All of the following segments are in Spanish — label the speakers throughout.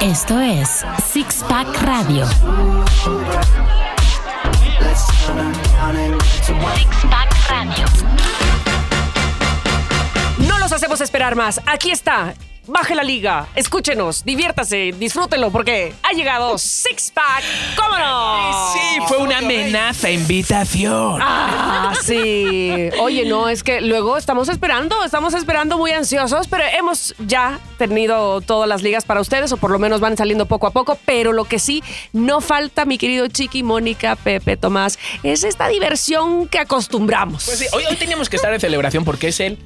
Speaker 1: Esto es Six Pack Radio. Six Pack Radio.
Speaker 2: No los hacemos esperar más. Aquí está. Baje la liga, escúchenos, diviértase, disfrútenlo porque ha llegado Six Pack. ¿Cómo no?
Speaker 3: Sí, fue una amenaza, invitación.
Speaker 2: Ah, sí. Oye, no, es que luego estamos esperando, estamos esperando muy ansiosos, pero hemos ya tenido todas las ligas para ustedes, o por lo menos van saliendo poco a poco, pero lo que sí no falta, mi querido Chiqui, Mónica, Pepe, Tomás, es esta diversión que acostumbramos.
Speaker 3: Pues sí, hoy, hoy teníamos que estar de celebración porque es el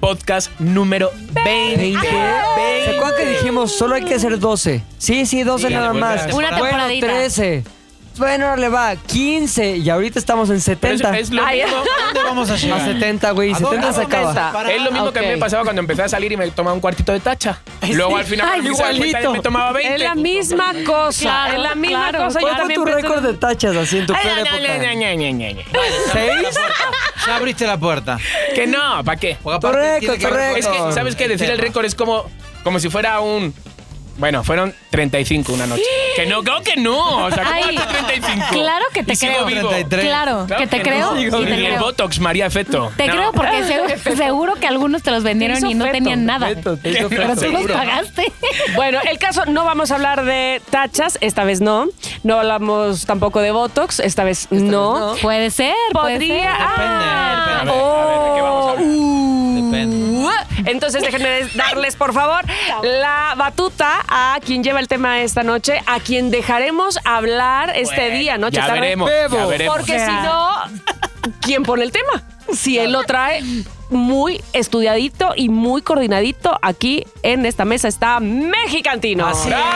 Speaker 3: podcast número 20.
Speaker 4: 20. ¿Se acuerdan que dijimos solo hay que hacer 12? Sí, sí, 12
Speaker 3: Sí,
Speaker 4: nada
Speaker 3: bueno,
Speaker 4: más.
Speaker 3: una
Speaker 4: bueno,
Speaker 1: temporadita.
Speaker 4: 13. Bueno, le va 15 y ahorita estamos en
Speaker 3: Pero es,
Speaker 4: 70.
Speaker 3: es lo
Speaker 2: Ay,
Speaker 3: mismo,
Speaker 5: ¿Dónde vamos a
Speaker 4: A
Speaker 5: llegar?
Speaker 4: 70, güey,
Speaker 5: ¿A dónde
Speaker 4: 70 se
Speaker 5: vamos a
Speaker 4: acaba.
Speaker 5: parar?
Speaker 3: es lo mismo que a mí me pasaba cuando empecé a salir y me tomaba un cuartito de tacha. Luego al final
Speaker 4: Ay,
Speaker 3: me hice la cuenta y
Speaker 4: igualito.
Speaker 3: me tomaba 20.
Speaker 2: Es la misma cosa,
Speaker 1: Claro,
Speaker 2: es la misma
Speaker 1: claro.
Speaker 2: cosa. Yo
Speaker 4: ¿Cuál fue
Speaker 2: también
Speaker 4: tu
Speaker 2: pensé-
Speaker 4: récord de tachas así en tu
Speaker 3: Ay,
Speaker 4: peor
Speaker 3: ay,
Speaker 4: época?
Speaker 3: ay, ay, ay, ay, ay, ay.
Speaker 4: ¿Seis?
Speaker 5: Ya abriste la puerta.
Speaker 3: Que no, ¿para qué?
Speaker 5: Porque
Speaker 4: Tu
Speaker 5: aparte
Speaker 4: récord,
Speaker 5: tiene que
Speaker 4: tu
Speaker 5: ver con-
Speaker 3: Es que, ¿sabes qué? Decir el récord es como, como si fuera un. Bueno, fueron 35 una noche. Que no, creo que no. O sea, ¿cómo
Speaker 6: Ay,
Speaker 3: hasta 35?
Speaker 6: claro que te
Speaker 3: Y sigo
Speaker 6: creo.
Speaker 3: vivo.
Speaker 5: 33.
Speaker 6: Claro,
Speaker 3: Claro
Speaker 6: que te creo
Speaker 3: no.
Speaker 6: y
Speaker 3: Ni
Speaker 6: te
Speaker 3: el
Speaker 6: creo.
Speaker 3: Botox, María Feto.
Speaker 6: Te
Speaker 3: No.
Speaker 6: creo porque se- seguro que algunos te los vendieron
Speaker 2: hizo
Speaker 6: y no
Speaker 2: feto,
Speaker 6: tenían nada.
Speaker 4: Beto, te hizo
Speaker 6: Pero
Speaker 4: feto.
Speaker 6: tú los
Speaker 3: seguro.
Speaker 6: pagaste.
Speaker 2: Bueno, el caso, no vamos a hablar de tachas, esta vez no. No hablamos tampoco de Botox, esta vez no.
Speaker 6: Puede ser, puede
Speaker 2: Podría.
Speaker 6: ser.
Speaker 2: Ah,
Speaker 3: A ver, a ver, ¿de qué vamos a hablar?
Speaker 2: uh, Entonces déjenme des- darles, por favor, la batuta a quien lleva el tema esta noche, a quien dejaremos hablar este día, ¿no?
Speaker 3: Ya
Speaker 2: Chatarra?
Speaker 3: veremos, ya veremos.
Speaker 2: Porque
Speaker 6: O sea.
Speaker 2: si no, ¿quién pone el tema? Si él lo trae muy estudiadito y muy coordinadito, aquí en esta mesa está Mexicantino.
Speaker 4: Así
Speaker 3: ¡Bravo!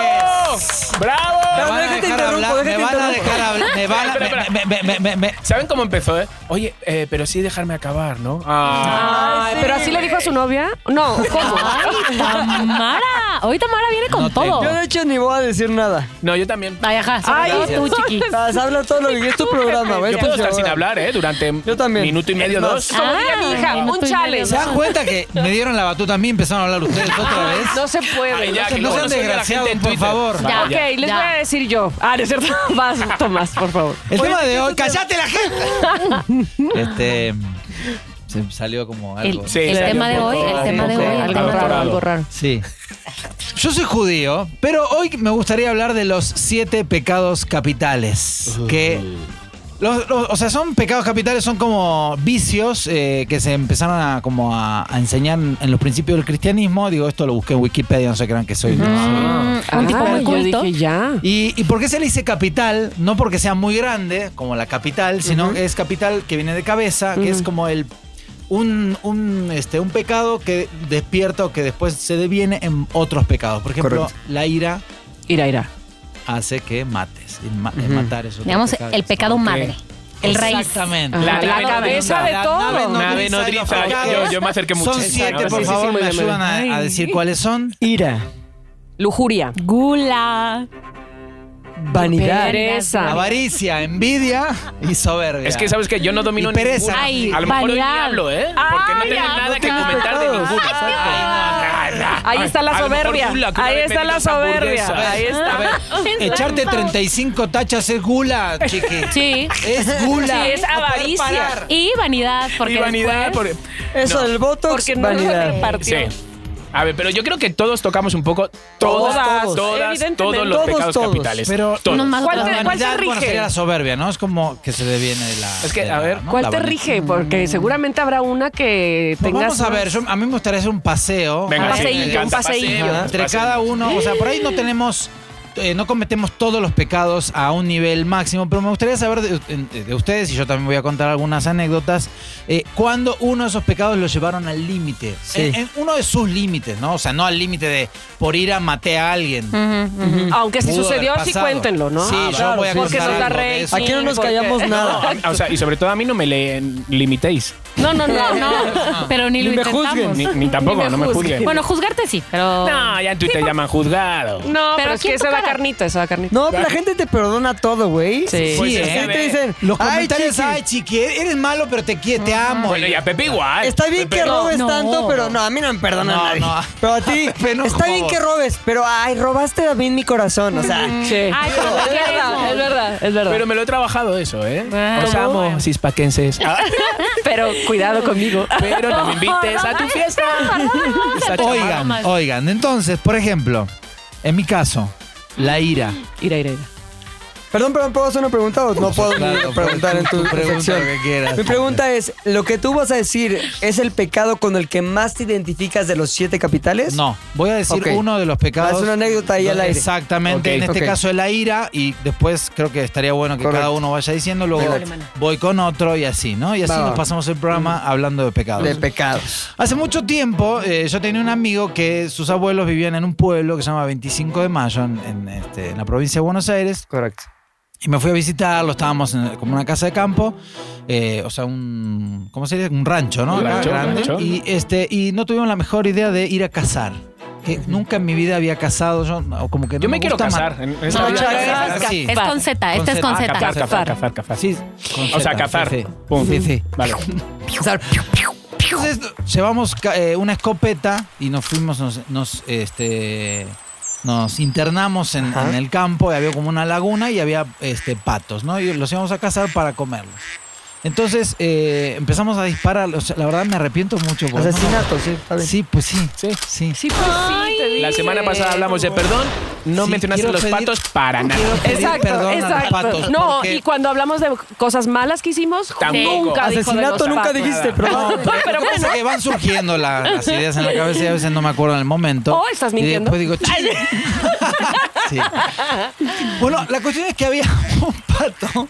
Speaker 4: Me
Speaker 3: ¡Bravo!
Speaker 4: van a
Speaker 5: Déjate
Speaker 4: dejar
Speaker 5: interrumpo,
Speaker 4: hablar,
Speaker 5: déjate
Speaker 4: me van a
Speaker 5: interrumpo.
Speaker 4: dejar hablar, me van a-
Speaker 3: Espera, espera,
Speaker 5: Me- me- me- me- me-
Speaker 3: ¿Saben cómo empezó, eh? Oye, eh, pero sí dejarme acabar, ¿no? Ah.
Speaker 2: Ay, pero así le dijo a su novia. No, ¿cómo?
Speaker 6: Ay, Tamara. Hoy Tamara viene con todo.
Speaker 4: Yo de hecho ni voy a decir nada.
Speaker 3: No, yo también.
Speaker 6: Ay, ajá, sobre
Speaker 2: Ay,
Speaker 6: todo tú, chiqui.
Speaker 4: Vas, habla todo lo que es tu programa, güey.
Speaker 3: Yo puedo estar sin hablar, ¿eh? Durante
Speaker 4: Yo también.
Speaker 3: minuto y medio,
Speaker 4: Es más,
Speaker 3: dos.
Speaker 2: Como diría mi hija,
Speaker 6: Ah,
Speaker 2: un
Speaker 6: minuto y medio,
Speaker 2: challenge.
Speaker 5: ¿Se dan cuenta que me dieron la batuta a mí y empezaron a hablar ustedes otra vez?
Speaker 2: No se puede.
Speaker 3: Ay, ya,
Speaker 2: no se-
Speaker 3: que
Speaker 5: no
Speaker 3: luego
Speaker 5: sean
Speaker 3: suelte la
Speaker 5: desgraciados,
Speaker 3: gente en
Speaker 5: por
Speaker 3: Twitter.
Speaker 5: favor.
Speaker 6: Ya.
Speaker 2: ok, les
Speaker 6: ya.
Speaker 2: voy a decir yo. Ah, no es cierto. Vas, Tomás, por favor.
Speaker 5: El tema de hoy. ¡Cállate la gente! este. Se salió como algo.
Speaker 6: El,
Speaker 3: Sí,
Speaker 6: el
Speaker 3: salió
Speaker 6: tema de
Speaker 3: un
Speaker 6: hoy,
Speaker 3: poco-
Speaker 6: el tema de
Speaker 3: un
Speaker 6: hoy,
Speaker 3: poco
Speaker 6: el tema de
Speaker 3: raro.
Speaker 6: hoy, algo raro.
Speaker 5: Sí. Yo soy judío, pero hoy me gustaría hablar de los siete pecados capitales. Que. los- los- o sea, son pecados capitales, son como vicios eh, que se empezaron a, como a, a enseñar en los principios del cristianismo. Digo, esto lo busqué en Wikipedia, no se crean que soy.
Speaker 6: Mm, un tipo muy
Speaker 2: Ah. yo
Speaker 6: culto.
Speaker 2: dije ya.
Speaker 5: Y, ¿Y por qué se le dice capital? No porque sea muy grande, como la capital, sino que es capital que viene de cabeza, que es como el un, un, este, un pecado que despierta o que después se deviene en otros pecados. Por ejemplo,
Speaker 4: Correcto.
Speaker 5: la ira
Speaker 2: Ira, ira.
Speaker 5: hace que mates. El, ma- el matar es otro
Speaker 6: Digamos,
Speaker 5: pecado.
Speaker 6: el pecado madre. El raíz.
Speaker 5: Exactamente.
Speaker 2: La,
Speaker 6: La
Speaker 2: la
Speaker 6: nave
Speaker 2: cabeza de
Speaker 5: La
Speaker 2: todo.
Speaker 3: Nave
Speaker 5: nodriza,
Speaker 3: nodriza.
Speaker 5: los pecados.
Speaker 3: Yo- yo me acerqué mucho.
Speaker 5: Son
Speaker 3: Sí,
Speaker 5: siete,
Speaker 3: ahora
Speaker 5: por
Speaker 3: sí, sí,
Speaker 2: sí,
Speaker 5: favor, me
Speaker 2: muy bien,
Speaker 5: ayudan
Speaker 2: muy
Speaker 5: a, a decir cuáles son.
Speaker 4: Ira,
Speaker 2: Lujuria.
Speaker 6: Gula.
Speaker 4: vanidad,
Speaker 2: Pereza.
Speaker 5: Avaricia, envidia y soberbia.
Speaker 3: Es que, ¿sabes que Yo no domino
Speaker 5: Y pereza.
Speaker 3: ninguno.
Speaker 6: Ay,
Speaker 3: A lo mejor hoy ni
Speaker 6: vanidad.
Speaker 3: hablo, ¿eh? Porque no
Speaker 2: Ay,
Speaker 3: tengo
Speaker 2: ya,
Speaker 3: nada
Speaker 2: no
Speaker 3: que
Speaker 2: tienes
Speaker 3: comentar de
Speaker 4: pecados.
Speaker 3: ninguno. Ay, no, ay,
Speaker 2: Ahí está la
Speaker 3: a lo mejor
Speaker 2: soberbia.
Speaker 3: Gula, que una
Speaker 2: Ahí
Speaker 3: vez
Speaker 2: está
Speaker 3: me
Speaker 2: la
Speaker 3: hizo unas
Speaker 2: soberbia.
Speaker 3: hamburguesas.
Speaker 2: Ahí
Speaker 5: A
Speaker 2: está.
Speaker 5: ver, echarte 35 tachas es gula, chiqui.
Speaker 6: Sí.
Speaker 5: Es gula.
Speaker 2: Sí, es
Speaker 5: No poder
Speaker 2: avaricia.
Speaker 5: parar.
Speaker 6: Y vanidad, porque
Speaker 3: Y vanidad,
Speaker 6: después-
Speaker 3: porque-
Speaker 4: Eso
Speaker 3: No.
Speaker 4: del botox,
Speaker 2: Porque no lo
Speaker 4: vanidad.
Speaker 2: repartió.
Speaker 3: Sí. A ver, pero yo creo que todos tocamos un poco todas,
Speaker 2: Todas,
Speaker 3: todas,
Speaker 2: evidentemente.
Speaker 3: todos los
Speaker 4: Todos,
Speaker 3: pecados
Speaker 4: todos,
Speaker 3: capitales.
Speaker 5: pero-
Speaker 3: Todos.
Speaker 6: Unos más,
Speaker 2: ¿Cuál
Speaker 6: otros
Speaker 2: te-
Speaker 6: menos.
Speaker 2: cuál se
Speaker 5: Vanidad, bueno,
Speaker 2: rige?
Speaker 5: sería la soberbia, ¿no? Es como que se deviene de la.
Speaker 3: Es que,
Speaker 5: de
Speaker 3: a
Speaker 5: la-
Speaker 3: ver,
Speaker 5: ¿no?
Speaker 2: ¿Cuál
Speaker 5: La
Speaker 2: te
Speaker 5: vanidad.
Speaker 2: rige? Porque seguramente habrá una que
Speaker 5: Pues
Speaker 2: tengas.
Speaker 5: vamos a ver, yo- a mí me gustaría hacer un paseo.
Speaker 3: Venga,
Speaker 2: Un
Speaker 3: sí,
Speaker 2: paseillo,
Speaker 3: me encanta,
Speaker 2: un paseillo.
Speaker 3: paseillo,
Speaker 5: Entre
Speaker 3: paseillo.
Speaker 5: cada uno, o sea, por ahí no tenemos, eh, no cometemos todos los pecados a un nivel máximo, pero me gustaría saber de, de ustedes, y yo también voy a contar algunas anécdotas, eh, cuando uno de esos pecados lo llevaron al límite.
Speaker 4: Sí.
Speaker 5: En, en uno de sus límites, ¿no? O sea, no al límite de por ir a maté a alguien.
Speaker 6: Ujú, ujú.
Speaker 2: Aunque si
Speaker 5: Pudo haber
Speaker 2: sucedió, sí
Speaker 5: pasado.
Speaker 2: cuéntenlo, ¿no?
Speaker 5: Sí,
Speaker 2: Ah,
Speaker 5: yo
Speaker 2: claro,
Speaker 5: voy a
Speaker 2: Porque
Speaker 5: contar
Speaker 2: nos da
Speaker 5: algo de
Speaker 2: rey.
Speaker 5: eso.
Speaker 4: Aquí no nos callamos nada.
Speaker 3: Ah, O sea, y sobre todo a mí no me le limitéis.
Speaker 6: No, no, no, no. Pero ni lo
Speaker 3: Ni me juzguen.
Speaker 6: intentamos.
Speaker 3: Ni, ni tampoco,
Speaker 2: Ni me
Speaker 3: no me juzguen.
Speaker 6: Bueno, juzgarte sí, pero.
Speaker 3: no, ya en Twitter llaman juzgado.
Speaker 2: No, pero,
Speaker 6: Pero
Speaker 2: es
Speaker 6: ¿quién
Speaker 2: que se da
Speaker 6: tocará?
Speaker 2: carnita, se da carnita.
Speaker 4: No, pero la gente te perdona todo, güey.
Speaker 6: Sí.
Speaker 3: Pues
Speaker 5: Sí,
Speaker 3: es que
Speaker 5: ¿eh?
Speaker 4: Sí,
Speaker 3: a
Speaker 4: te
Speaker 3: ver,
Speaker 4: dicen,
Speaker 5: Los
Speaker 4: ay,
Speaker 5: comentarios,
Speaker 4: chiqui,
Speaker 5: ay, chiqui, eres malo, pero te, qui- te amo.
Speaker 3: Bueno, y a Pepe igual.
Speaker 4: Está bien que
Speaker 3: Pepe-
Speaker 4: robes
Speaker 6: no.
Speaker 4: tanto, pero no, a mí no me perdona
Speaker 5: No,
Speaker 4: nadie.
Speaker 5: no.
Speaker 4: Pero a ti,
Speaker 5: Pepe, no,
Speaker 4: está
Speaker 5: por
Speaker 4: bien
Speaker 5: favor. Mm.
Speaker 4: que robes, pero ay, robaste a mí mi corazón, o sea.
Speaker 2: Sí. Ah,
Speaker 6: Ay, pero
Speaker 2: es
Speaker 6: ¿qué
Speaker 2: verdad,
Speaker 6: queremos?
Speaker 2: es verdad, es verdad.
Speaker 3: Pero me lo he trabajado eso, ¿eh?
Speaker 6: Bueno.
Speaker 3: Os amo, cispaquenses. Ah,
Speaker 2: Pero cuidado conmigo.
Speaker 3: Pero no me invites a tu fiesta.
Speaker 5: Oigan, oigan, entonces, por ejemplo, en mi caso, la ira.
Speaker 2: Ira, ira, ira.
Speaker 4: Perdón, perdón, ¿puedo hacer una pregunta o no puedo
Speaker 5: Claro,
Speaker 4: preguntar en tu,
Speaker 5: tú pregunta
Speaker 4: sección?
Speaker 5: lo que quieras.
Speaker 4: Mi pregunta es, ¿lo que tú vas a decir es el pecado con el que más te identificas de los siete capitales?
Speaker 5: No, voy a decir
Speaker 4: Ok.
Speaker 5: uno de los pecados.
Speaker 4: Haz una anécdota ahí al aire.
Speaker 5: Exactamente,
Speaker 3: Ok.
Speaker 5: en este
Speaker 4: Ok.
Speaker 5: caso de la ira y después creo que estaría bueno que
Speaker 4: Correcto.
Speaker 5: cada uno vaya diciendo, luego
Speaker 4: Correcto.
Speaker 5: voy con otro y así, ¿no? Y así
Speaker 4: Va, va.
Speaker 5: nos pasamos el programa hablando de pecados.
Speaker 4: De pecados.
Speaker 5: Hace mucho tiempo eh, yo tenía un amigo que sus abuelos vivían en un pueblo que se llama 25 de Mayo, en, en, este, en la provincia de Buenos Aires.
Speaker 4: Correcto.
Speaker 5: Y me fui a visitarlo, estábamos en como una casa de campo, eh, o sea, un. ¿Cómo sería? Un rancho, ¿no?
Speaker 3: Un
Speaker 5: Acá,
Speaker 3: rancho, un rancho.
Speaker 5: Y, este, y no tuvimos la mejor idea de ir a cazar. Que nunca en mi vida había cazado. Yo, no, como que no
Speaker 3: Yo me quiero
Speaker 5: gusta ma-
Speaker 3: casar. En esta
Speaker 6: No,
Speaker 3: vida-
Speaker 6: ya, ya,
Speaker 5: Ah, sí.
Speaker 6: Es con Z, este es con
Speaker 5: Ah,
Speaker 6: Z.
Speaker 3: Cazar, cazar, cazar, cazar.
Speaker 5: Sí,
Speaker 3: O sea, cazar.
Speaker 5: Sí,
Speaker 3: Pum.
Speaker 5: sí. sí.
Speaker 3: Vale.
Speaker 5: Entonces, llevamos ca- eh, una escopeta y nos fuimos, nos, nos, este, nos internamos en, en el campo y había como una laguna y había este, patos, ¿no? Y los íbamos a cazar para comerlos. Entonces eh, empezamos a disparar. O sea, la verdad me arrepiento mucho. porque no-
Speaker 4: Asesinato, sí, está bien.
Speaker 5: Sí, pues sí.
Speaker 3: Sí.
Speaker 5: Sí.
Speaker 2: Sí, pues sí, te
Speaker 3: La semana pasada hablamos de perdón. No
Speaker 5: Sí,
Speaker 3: mencionaste
Speaker 5: quiero
Speaker 3: los
Speaker 5: pedir-
Speaker 3: patos para nada.
Speaker 5: Quiero pedir
Speaker 2: Exacto,
Speaker 5: perdón
Speaker 2: exacto.
Speaker 5: a los patos.
Speaker 2: no,
Speaker 5: porque-
Speaker 2: y cuando hablamos de cosas malas que hicimos,
Speaker 3: Tampoco.
Speaker 2: nunca dijo de
Speaker 4: Asesinato
Speaker 2: los
Speaker 4: nunca
Speaker 2: patos.
Speaker 4: dijiste,
Speaker 5: No,
Speaker 4: perdón.
Speaker 5: pero,
Speaker 2: Pero
Speaker 5: lo que pasa es que van surgiendo la- las ideas en la cabeza y a veces no me acuerdo en el momento.
Speaker 2: Oh, estás mintiendo.
Speaker 5: Y después digo, "Ching". Sí. Bueno, la cuestión es que había un pato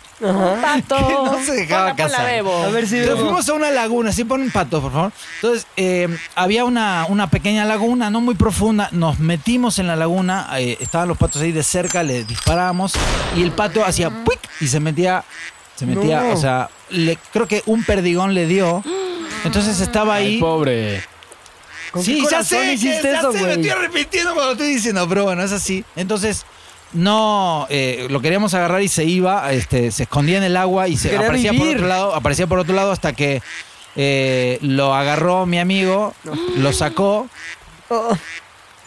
Speaker 2: Pato.
Speaker 5: que no se dejaba
Speaker 2: Hola, hola,
Speaker 5: cazar.
Speaker 2: Bebo.
Speaker 4: A ver si
Speaker 5: Entonces
Speaker 4: veo.
Speaker 5: fuimos a una laguna, sí ponen patos, por favor. Entonces, eh, había una, una pequeña laguna, no muy profunda. Nos metimos en la laguna, eh, estaban los patos ahí de cerca, le disparamos y el pato hacía ¡puic! y se metía, se metía,
Speaker 4: No.
Speaker 5: o sea, le, creo que un perdigón le dio. Entonces estaba
Speaker 3: Ay,
Speaker 5: ahí.
Speaker 3: pobre.
Speaker 4: ¿Con
Speaker 5: Sí,
Speaker 4: qué
Speaker 5: ya
Speaker 4: corazón
Speaker 5: sé,
Speaker 4: hiciste
Speaker 5: que- ya
Speaker 4: eso,
Speaker 5: sé, me
Speaker 4: güey?
Speaker 5: estoy arrepintiendo cuando estoy diciendo, pero bueno, es así. Entonces, no, eh, lo queríamos agarrar y se iba, este, se escondía en el agua y se
Speaker 4: Quería
Speaker 5: aparecía por
Speaker 4: vivir.
Speaker 5: otro lado, aparecía por otro lado hasta que eh, lo agarró mi amigo, lo sacó
Speaker 4: Oh,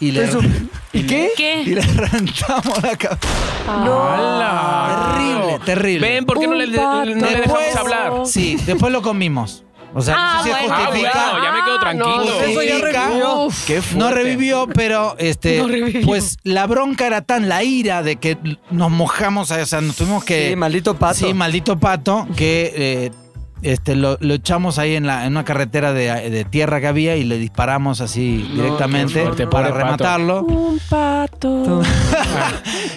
Speaker 5: y le,
Speaker 4: Eso. Pues, ¿Y qué?
Speaker 5: y
Speaker 6: ¿Qué?
Speaker 5: le reventamos la cabeza.
Speaker 2: Ah.
Speaker 5: Ah.
Speaker 3: ¡Hala!
Speaker 5: Terrible, terrible.
Speaker 3: Ven, ¿por qué no le,
Speaker 2: Un
Speaker 3: no le
Speaker 2: pato.
Speaker 3: dejamos
Speaker 5: Después-
Speaker 3: hablar?
Speaker 5: Sí, después lo comimos. O sea,
Speaker 6: Ah,
Speaker 5: no sé si
Speaker 6: bueno.
Speaker 5: es
Speaker 3: Ah,
Speaker 5: justifica.
Speaker 3: bueno, ya me quedo
Speaker 2: Ah,
Speaker 3: tranquilo.
Speaker 2: no,
Speaker 4: eso ya
Speaker 5: Justifica.
Speaker 4: revivió.
Speaker 3: Qué
Speaker 5: No
Speaker 3: fuerte.
Speaker 5: revivió, pero este,
Speaker 6: No revivió.
Speaker 5: pues la bronca era tan la ira de que nos mojamos, o sea, nos tuvimos que
Speaker 4: Sí, maldito pato.
Speaker 5: Sí, maldito pato, que eh, este lo, lo echamos ahí en la en una carretera de, de tierra que había y le disparamos así directamente
Speaker 3: qué fuerte,
Speaker 5: para
Speaker 3: pobre pato.
Speaker 5: rematarlo.
Speaker 2: Un pato.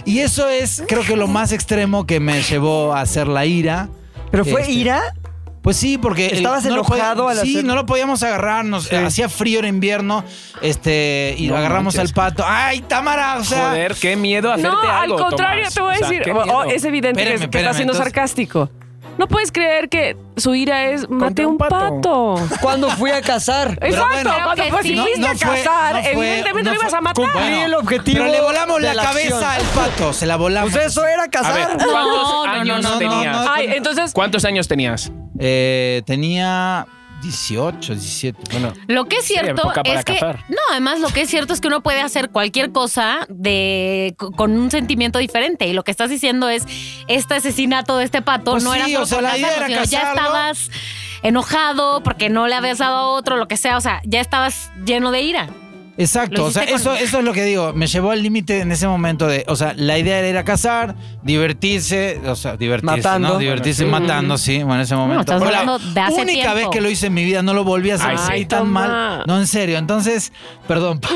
Speaker 5: Y eso es creo que lo más extremo que me llevó a hacer la ira.
Speaker 4: ¿Pero fue
Speaker 5: Este,
Speaker 4: ira?
Speaker 5: Pues sí, porque el-
Speaker 4: ¿Estabas
Speaker 5: lo
Speaker 4: enojado
Speaker 5: podía-
Speaker 4: al
Speaker 5: Sí,
Speaker 4: hacer-
Speaker 5: no lo podíamos agarrar, nos- hacía frío en invierno, este y
Speaker 3: No
Speaker 5: agarramos
Speaker 3: manches.
Speaker 5: al pato. Ay, Tamara, o sea,
Speaker 3: Joder, qué miedo hacerte
Speaker 2: No, al
Speaker 3: algo,
Speaker 2: contrario,
Speaker 3: Tomás.
Speaker 2: te voy a
Speaker 3: O sea,
Speaker 2: decir.
Speaker 3: qué
Speaker 2: oh,
Speaker 3: miedo.
Speaker 2: es evidente que, es-
Speaker 5: Espérame,
Speaker 2: que está
Speaker 5: espérame,
Speaker 2: siendo
Speaker 5: entonces-
Speaker 2: sarcástico. No puedes creer que su ira es maté
Speaker 3: un
Speaker 2: un
Speaker 3: pato".
Speaker 2: pato.
Speaker 4: Cuando fui a cazar.
Speaker 2: Exacto,
Speaker 5: bueno,
Speaker 6: creo
Speaker 2: cuando
Speaker 6: que
Speaker 2: pues,
Speaker 6: sí. No-
Speaker 2: fuiste a
Speaker 5: no fue-
Speaker 2: cazar,
Speaker 5: no fue-
Speaker 2: evidentemente
Speaker 5: no
Speaker 2: lo ibas
Speaker 5: fue-
Speaker 2: a matar.
Speaker 5: Bueno,
Speaker 4: Cumplí el objetivo
Speaker 5: Pero le volamos
Speaker 4: de
Speaker 5: la,
Speaker 4: la
Speaker 5: cabeza al
Speaker 4: acción.
Speaker 5: pato, se la volamos.
Speaker 4: Pues eso era
Speaker 3: A ver,
Speaker 4: cazar.
Speaker 3: ¿cuántos
Speaker 6: No, no,
Speaker 3: años
Speaker 5: no, no,
Speaker 3: tenías?
Speaker 5: no, no.
Speaker 2: Ay, entonces,
Speaker 3: ¿Cuántos años tenías?
Speaker 5: Eh, tenía 18, 17. Bueno,
Speaker 6: Lo que es
Speaker 3: Sí,
Speaker 6: cierto
Speaker 3: época para
Speaker 6: es que.
Speaker 3: cazar.
Speaker 6: No, además, lo que es cierto es que uno puede hacer cualquier cosa de co- con un sentimiento diferente. Y lo que estás diciendo es: este asesinato de este pato
Speaker 5: Pues
Speaker 6: no era
Speaker 5: sí,
Speaker 6: solo
Speaker 5: o sea,
Speaker 6: por
Speaker 5: la idea
Speaker 6: cazarlo,
Speaker 5: era
Speaker 6: sino Ya
Speaker 5: cazarlo.
Speaker 6: estabas enojado porque no le habías dado a otro, lo que sea. O sea, ya estabas lleno de ira.
Speaker 5: exacto.
Speaker 6: Lo
Speaker 5: O sea,
Speaker 6: hiciste
Speaker 5: eso,
Speaker 6: con-
Speaker 5: eso es lo que digo. Me llevó al límite en ese momento de. O sea, la idea era ir a cazar, divertirse. O sea, divertirse.
Speaker 4: Matando.
Speaker 5: ¿no? Divertirse
Speaker 3: Bueno,
Speaker 5: matando, sí. Bueno, en ese momento.
Speaker 6: estamos
Speaker 5: Fue la
Speaker 6: hablando de hace
Speaker 5: única
Speaker 6: tiempo.
Speaker 5: vez que lo hice en mi vida, no lo volví a hacer.
Speaker 3: Ay, sí.
Speaker 5: Ay, tan
Speaker 2: Toma.
Speaker 5: mal. No, en serio. Entonces, perdón, pato.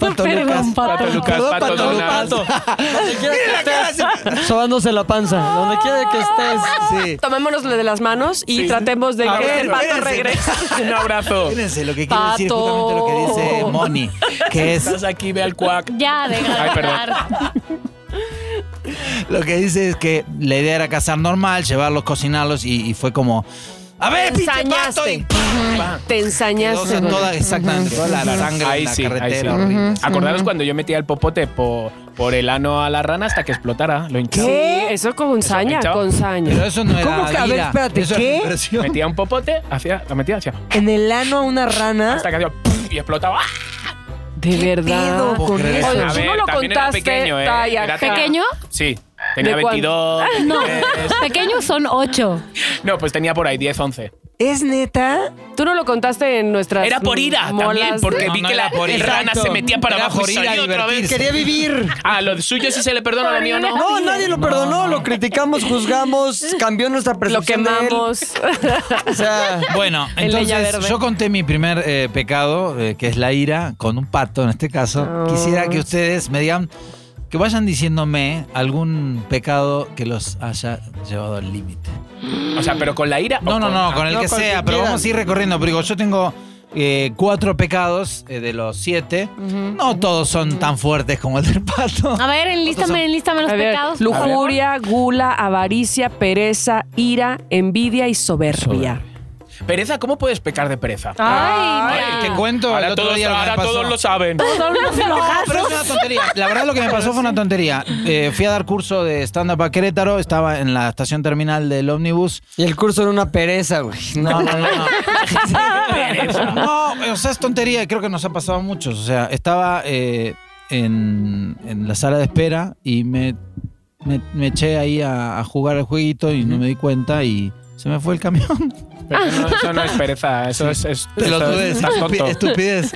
Speaker 5: Pato Lucas.
Speaker 6: Perdón, pato.
Speaker 3: Pato Lucas,
Speaker 5: Perdón,
Speaker 3: Pato
Speaker 5: Pato
Speaker 3: Donald.
Speaker 5: Lucas.
Speaker 4: Donde quiera que estés. Sobándose la panza. Donde quiera que estés.
Speaker 5: Sí.
Speaker 2: ah, tomémonos de las manos y tratemos de
Speaker 5: A
Speaker 2: que
Speaker 5: ver,
Speaker 2: el pato
Speaker 5: espérense.
Speaker 2: regrese.
Speaker 3: Un abrazo.
Speaker 5: Fíjense lo que quiero decir,
Speaker 2: Pato.
Speaker 5: justamente lo que dice Moni, que es
Speaker 3: Estás aquí, ve al cuac.
Speaker 6: Ya, de
Speaker 3: Ay, perdón.
Speaker 6: ganar.
Speaker 5: Lo que dice es que la idea era cazar normal, llevarlos, cocinarlos y, y fue como A ver, pinche pato.
Speaker 2: ensañaste.
Speaker 5: Y, ¡pam! ¡pam!
Speaker 2: Te
Speaker 5: Quedó
Speaker 2: ensañaste.
Speaker 5: esa
Speaker 2: güey.
Speaker 5: toda, exactamente, toda la sangre en
Speaker 3: Ahí
Speaker 5: la
Speaker 3: sí, ahí sí.
Speaker 5: carretera. horrible.
Speaker 3: Acordaros cuando yo metía el popote po- por, el ano a la rana hasta que explotara, lo hinchaba.
Speaker 2: ¿Qué? Eso con saña,
Speaker 3: chao.
Speaker 2: con
Speaker 5: Pero
Speaker 2: saña.
Speaker 5: eso no era
Speaker 4: ¿Cómo que? A ver,
Speaker 5: ira,
Speaker 4: espérate,
Speaker 5: eso era
Speaker 4: ¿qué?
Speaker 5: impresión.
Speaker 3: Metía un popote, hacía, lo metía hacia,
Speaker 4: En el ano a una rana.
Speaker 3: hasta que hacía ¡pum! y explotaba. ¡Ah!
Speaker 2: De verdad.
Speaker 5: puedo creer
Speaker 2: Oye,
Speaker 5: eso.
Speaker 3: A
Speaker 2: tú
Speaker 3: ver,
Speaker 2: no lo
Speaker 3: también era
Speaker 2: contaste.
Speaker 3: pequeño, ¿eh?
Speaker 2: ay,
Speaker 3: Era
Speaker 2: acá.
Speaker 6: ¿Pequeño?
Speaker 3: Sí, tenía
Speaker 2: ¿De cuánto?
Speaker 3: 22.
Speaker 6: No, pequeños son ocho.
Speaker 3: No, pues tenía por ahí 10, 11.
Speaker 4: ¿Es neta?
Speaker 2: Tú no lo contaste en nuestras
Speaker 3: Era por ira también,
Speaker 2: molas.
Speaker 3: porque
Speaker 5: No,
Speaker 3: vi
Speaker 5: no
Speaker 3: que
Speaker 5: era
Speaker 3: la
Speaker 5: por ira.
Speaker 3: rana se
Speaker 5: Exacto.
Speaker 3: metía para
Speaker 5: Era
Speaker 3: abajo
Speaker 5: por
Speaker 3: y
Speaker 5: ir a
Speaker 3: salió otra vez.
Speaker 5: divertirse.
Speaker 4: Quería vivir.
Speaker 3: Ah, lo suyo sí se le perdona, lo mío no.
Speaker 4: No, nadie lo perdonó. Lo criticamos, juzgamos, cambió nuestra
Speaker 2: Lo
Speaker 4: percepción. de él.
Speaker 2: quemamos.
Speaker 4: O sea,
Speaker 5: Bueno,
Speaker 2: El leña
Speaker 5: entonces
Speaker 2: verde.
Speaker 5: yo conté mi primer eh, pecado, eh, que es la ira, con un pato en este caso. Quisiera que ustedes me digan, que vayan diciéndome algún pecado que los haya llevado al límite.
Speaker 3: O sea, pero con la ira. o
Speaker 5: No, no,
Speaker 3: con-
Speaker 5: no, con el
Speaker 4: no,
Speaker 5: que
Speaker 4: con el
Speaker 5: sea,
Speaker 4: que
Speaker 5: pero
Speaker 4: quieran.
Speaker 5: vamos a ir recorriendo. Pero digo, yo tengo eh, cuatro pecados eh, de los siete. No todos son tan fuertes como el del pato.
Speaker 6: A ver, enlístame, enlístame los
Speaker 2: A ver,
Speaker 6: pecados. por favor.
Speaker 2: lujuria, gula, avaricia, pereza, ira, envidia y soberbia.
Speaker 3: Pereza, ¿cómo puedes pecar de pereza?
Speaker 6: Ah, Ay,
Speaker 5: Ay,
Speaker 6: mira.
Speaker 5: te cuento, el
Speaker 3: Ahora,
Speaker 5: otro
Speaker 3: todos,
Speaker 5: día lo que me
Speaker 3: ahora
Speaker 5: pasó.
Speaker 3: todos lo saben.
Speaker 5: No, pero es una tontería. La verdad lo que me pasó fue una tontería. Eh, fui a dar curso de stand-up a Querétaro, estaba en la estación terminal del ómnibus.
Speaker 4: y el curso era una pereza, güey. No,
Speaker 5: No, no, no. No, o sea, es tontería, creo que nos ha pasado a muchos. O sea, estaba eh, en, en la sala de espera y me, me, me eché ahí a, a jugar al jueguito y no me di cuenta y se me fue el camión.
Speaker 3: Pero no, eso no es pereza, eso es. es
Speaker 5: Te lo
Speaker 3: eso
Speaker 5: tuve
Speaker 3: es-
Speaker 5: decir,
Speaker 3: estás tonto.
Speaker 5: estupidez.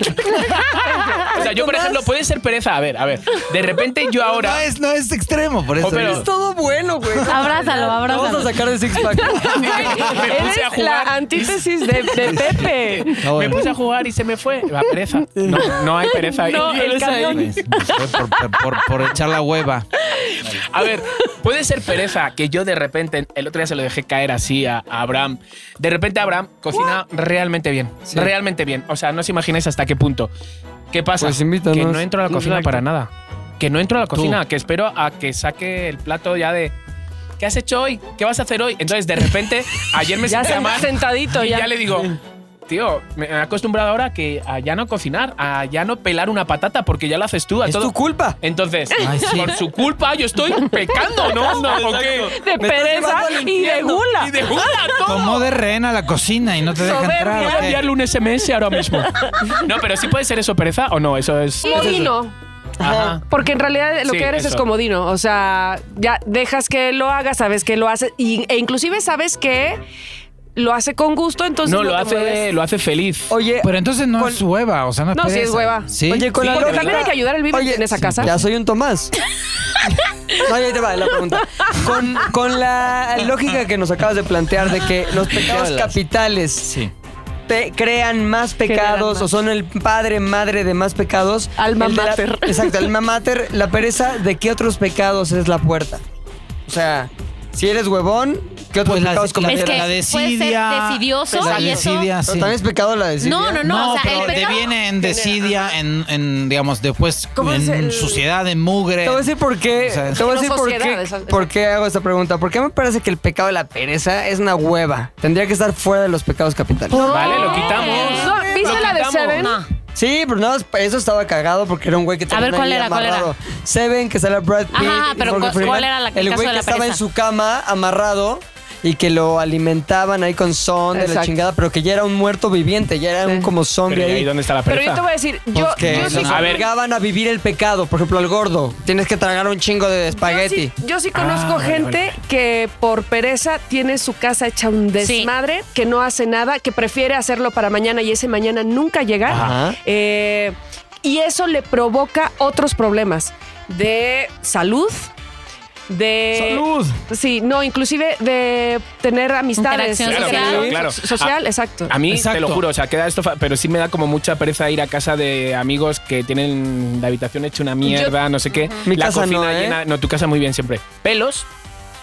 Speaker 2: Ah,
Speaker 3: O sea, yo, por ejemplo, puede ser pereza. A ver, a ver. De repente yo ahora.
Speaker 5: No es, no es extremo, por eso.
Speaker 3: Oh, pero-
Speaker 5: digo.
Speaker 4: es todo bueno, güey.
Speaker 6: Abrázalo,
Speaker 4: Lo Vamos a
Speaker 6: abrázalo.
Speaker 4: sacar de Six Pack.
Speaker 3: me puse a
Speaker 2: Eres
Speaker 3: jugar.
Speaker 2: la antítesis de, de Pepe.
Speaker 5: Está bueno.
Speaker 3: Me puse a jugar y se me fue. La pereza. No, no hay pereza.
Speaker 2: No,
Speaker 3: ahí.
Speaker 2: el camión.
Speaker 5: Fue por, por- por echar la hueva.
Speaker 3: A ver, puede ser pereza que yo de repente, el otro día se lo dejé caer así a, a Abraham. De repente Abraham cocina realmente bien. Realmente bien. O sea, no os imagináis hasta qué punto. ¿Qué pasa?
Speaker 4: Pues invítanos.
Speaker 3: Que no entro a la cocina para nada. Que no entro a la cocina, que espero a que saque el plato ya de. ¿Qué has hecho hoy? ¿Qué vas a hacer hoy? Entonces, de repente, ayer me
Speaker 2: Ya
Speaker 3: senté
Speaker 2: sen-
Speaker 3: mal
Speaker 2: sentadito,
Speaker 3: y
Speaker 2: ya.
Speaker 3: ya. le digo, tío, me he acostumbrado ahora que a ya no cocinar, a ya no pelar una patata porque ya la haces tú. A
Speaker 4: Es
Speaker 3: todo.
Speaker 4: tu culpa.
Speaker 3: Entonces,
Speaker 5: Ay, sí.
Speaker 3: por su culpa yo estoy pecando, ¿no? ¿O qué?
Speaker 2: De
Speaker 4: Me estás llevando
Speaker 2: pereza
Speaker 4: al
Speaker 2: y de
Speaker 4: infierno.
Speaker 2: gula.
Speaker 3: Y de una
Speaker 5: Tomó
Speaker 3: todo.
Speaker 5: de rehén a la cocina y no te deja
Speaker 2: Soberbia.
Speaker 5: entrar.
Speaker 3: Voy
Speaker 5: ¿o
Speaker 3: a
Speaker 5: qué?
Speaker 3: enviarle un SMS ahora mismo. No, pero sí puede ser eso, pereza, o no, eso es.
Speaker 2: Comodino.
Speaker 3: Ajá.
Speaker 2: Porque en realidad lo
Speaker 3: Sí,
Speaker 2: que eres es
Speaker 3: eso.
Speaker 2: comodino. O sea, ya dejas que lo haga, sabes que lo hace. y- e inclusive sabes que lo hace con gusto, entonces.
Speaker 3: No, lo
Speaker 2: te
Speaker 3: hace,
Speaker 2: mueves.
Speaker 3: lo hace feliz.
Speaker 4: Oye,
Speaker 5: Pero entonces no
Speaker 4: Con-
Speaker 5: es hueva, o sea, no es
Speaker 2: No, sí
Speaker 5: pereza.
Speaker 2: es hueva.
Speaker 5: Sí.
Speaker 4: Oye, con
Speaker 3: Sí,
Speaker 4: la
Speaker 3: porque
Speaker 4: lógica-
Speaker 3: también hay
Speaker 2: que ayudar al vive
Speaker 4: Oye,
Speaker 2: en esa casa.
Speaker 4: Ya soy un Tomás. No, ahí te va la pregunta. Con, con la lógica que nos acabas de plantear de que los pecados capitales
Speaker 5: Sí.
Speaker 4: pe- crean más pecados
Speaker 2: más.
Speaker 4: o son el padre, madre de más pecados.
Speaker 2: Alma
Speaker 4: el de la-
Speaker 2: mater.
Speaker 4: exacto, alma mater. La pereza, ¿de qué otros pecados es la puerta? O sea, si eres huevón, ¿qué otros
Speaker 5: Pues la,
Speaker 4: pecados
Speaker 5: la,
Speaker 4: cometes?
Speaker 6: Es que
Speaker 5: la
Speaker 6: puede ser
Speaker 5: desidia.
Speaker 6: desidioso
Speaker 5: la
Speaker 6: y eso-
Speaker 5: desidia,
Speaker 4: Pero
Speaker 5: sí.
Speaker 4: también es pecado la desidia.
Speaker 6: No, no, no.
Speaker 5: No,
Speaker 6: o sea,
Speaker 5: pero
Speaker 6: el pecado-
Speaker 5: deviene en desidia, en, en, digamos, después
Speaker 2: ¿Cómo es
Speaker 5: en
Speaker 2: el-
Speaker 5: suciedad, en mugre.
Speaker 4: Te voy a decir por qué.
Speaker 5: O sea,
Speaker 4: te voy
Speaker 2: Pero
Speaker 4: a decir por
Speaker 2: sociedad,
Speaker 4: qué,
Speaker 2: esa- esa-
Speaker 4: por qué hago esta pregunta. Porque me parece que el pecado de la pereza es una hueva. Tendría que estar fuera de los pecados capitales.
Speaker 3: Vale, lo quitamos.
Speaker 2: No, ¿Viste
Speaker 3: Lo
Speaker 2: la de
Speaker 3: quitamos.
Speaker 2: Seven?
Speaker 6: No.
Speaker 4: Sí, pero nada, más para eso estaba cagado porque era un güey que tenía
Speaker 6: ver, ¿cuál era, cuál era?
Speaker 4: Seven, que sale Brad Pitt.
Speaker 6: Ajá,
Speaker 4: y
Speaker 6: pero
Speaker 4: Morgan
Speaker 6: ¿cuál-
Speaker 4: Freeman.
Speaker 6: cuál era la- el
Speaker 4: El
Speaker 6: caso
Speaker 4: güey
Speaker 6: de
Speaker 4: que
Speaker 6: la
Speaker 4: estaba en
Speaker 6: pereza?
Speaker 4: su cama amarrado y que lo alimentaban ahí con son de la
Speaker 2: Exacto.
Speaker 4: chingada, pero que ya era un muerto viviente, ya era un como zombie
Speaker 3: Pero ¿y ahí
Speaker 4: ahí.
Speaker 3: dónde está la
Speaker 2: Pero
Speaker 3: pereza?
Speaker 2: yo te voy a decir, yo,
Speaker 4: Pues que
Speaker 2: yo sí
Speaker 4: los
Speaker 3: A ver.
Speaker 4: obligaban a vivir el pecado. Por ejemplo, al gordo. Tienes que tragar un chingo de
Speaker 2: Yo
Speaker 4: espagueti.
Speaker 2: sí, yo
Speaker 3: Ah,
Speaker 2: sí conozco gente que por pereza tiene su casa hecha un desmadre, que no hace nada, que prefiere hacerlo para mañana y ese mañana nunca llega.
Speaker 4: Ajá.
Speaker 2: Eh, y eso le provoca otros problemas de salud, de...
Speaker 3: ¡Salud!
Speaker 2: Sí, no, inclusive de tener amistades.
Speaker 6: Interacción Claro, social.
Speaker 3: claro, claro.
Speaker 2: Social,
Speaker 3: Ah,
Speaker 2: exacto.
Speaker 3: A mí, te
Speaker 5: Exacto.
Speaker 3: lo juro, o sea, queda esto, fa- pero sí me da como mucha pereza ir a casa de amigos que tienen la habitación hecha una mierda, no sé qué.
Speaker 4: Mi
Speaker 3: la
Speaker 4: casa
Speaker 3: cocina
Speaker 4: no, ¿eh?
Speaker 3: llena. No, tu casa muy bien siempre. Pelos.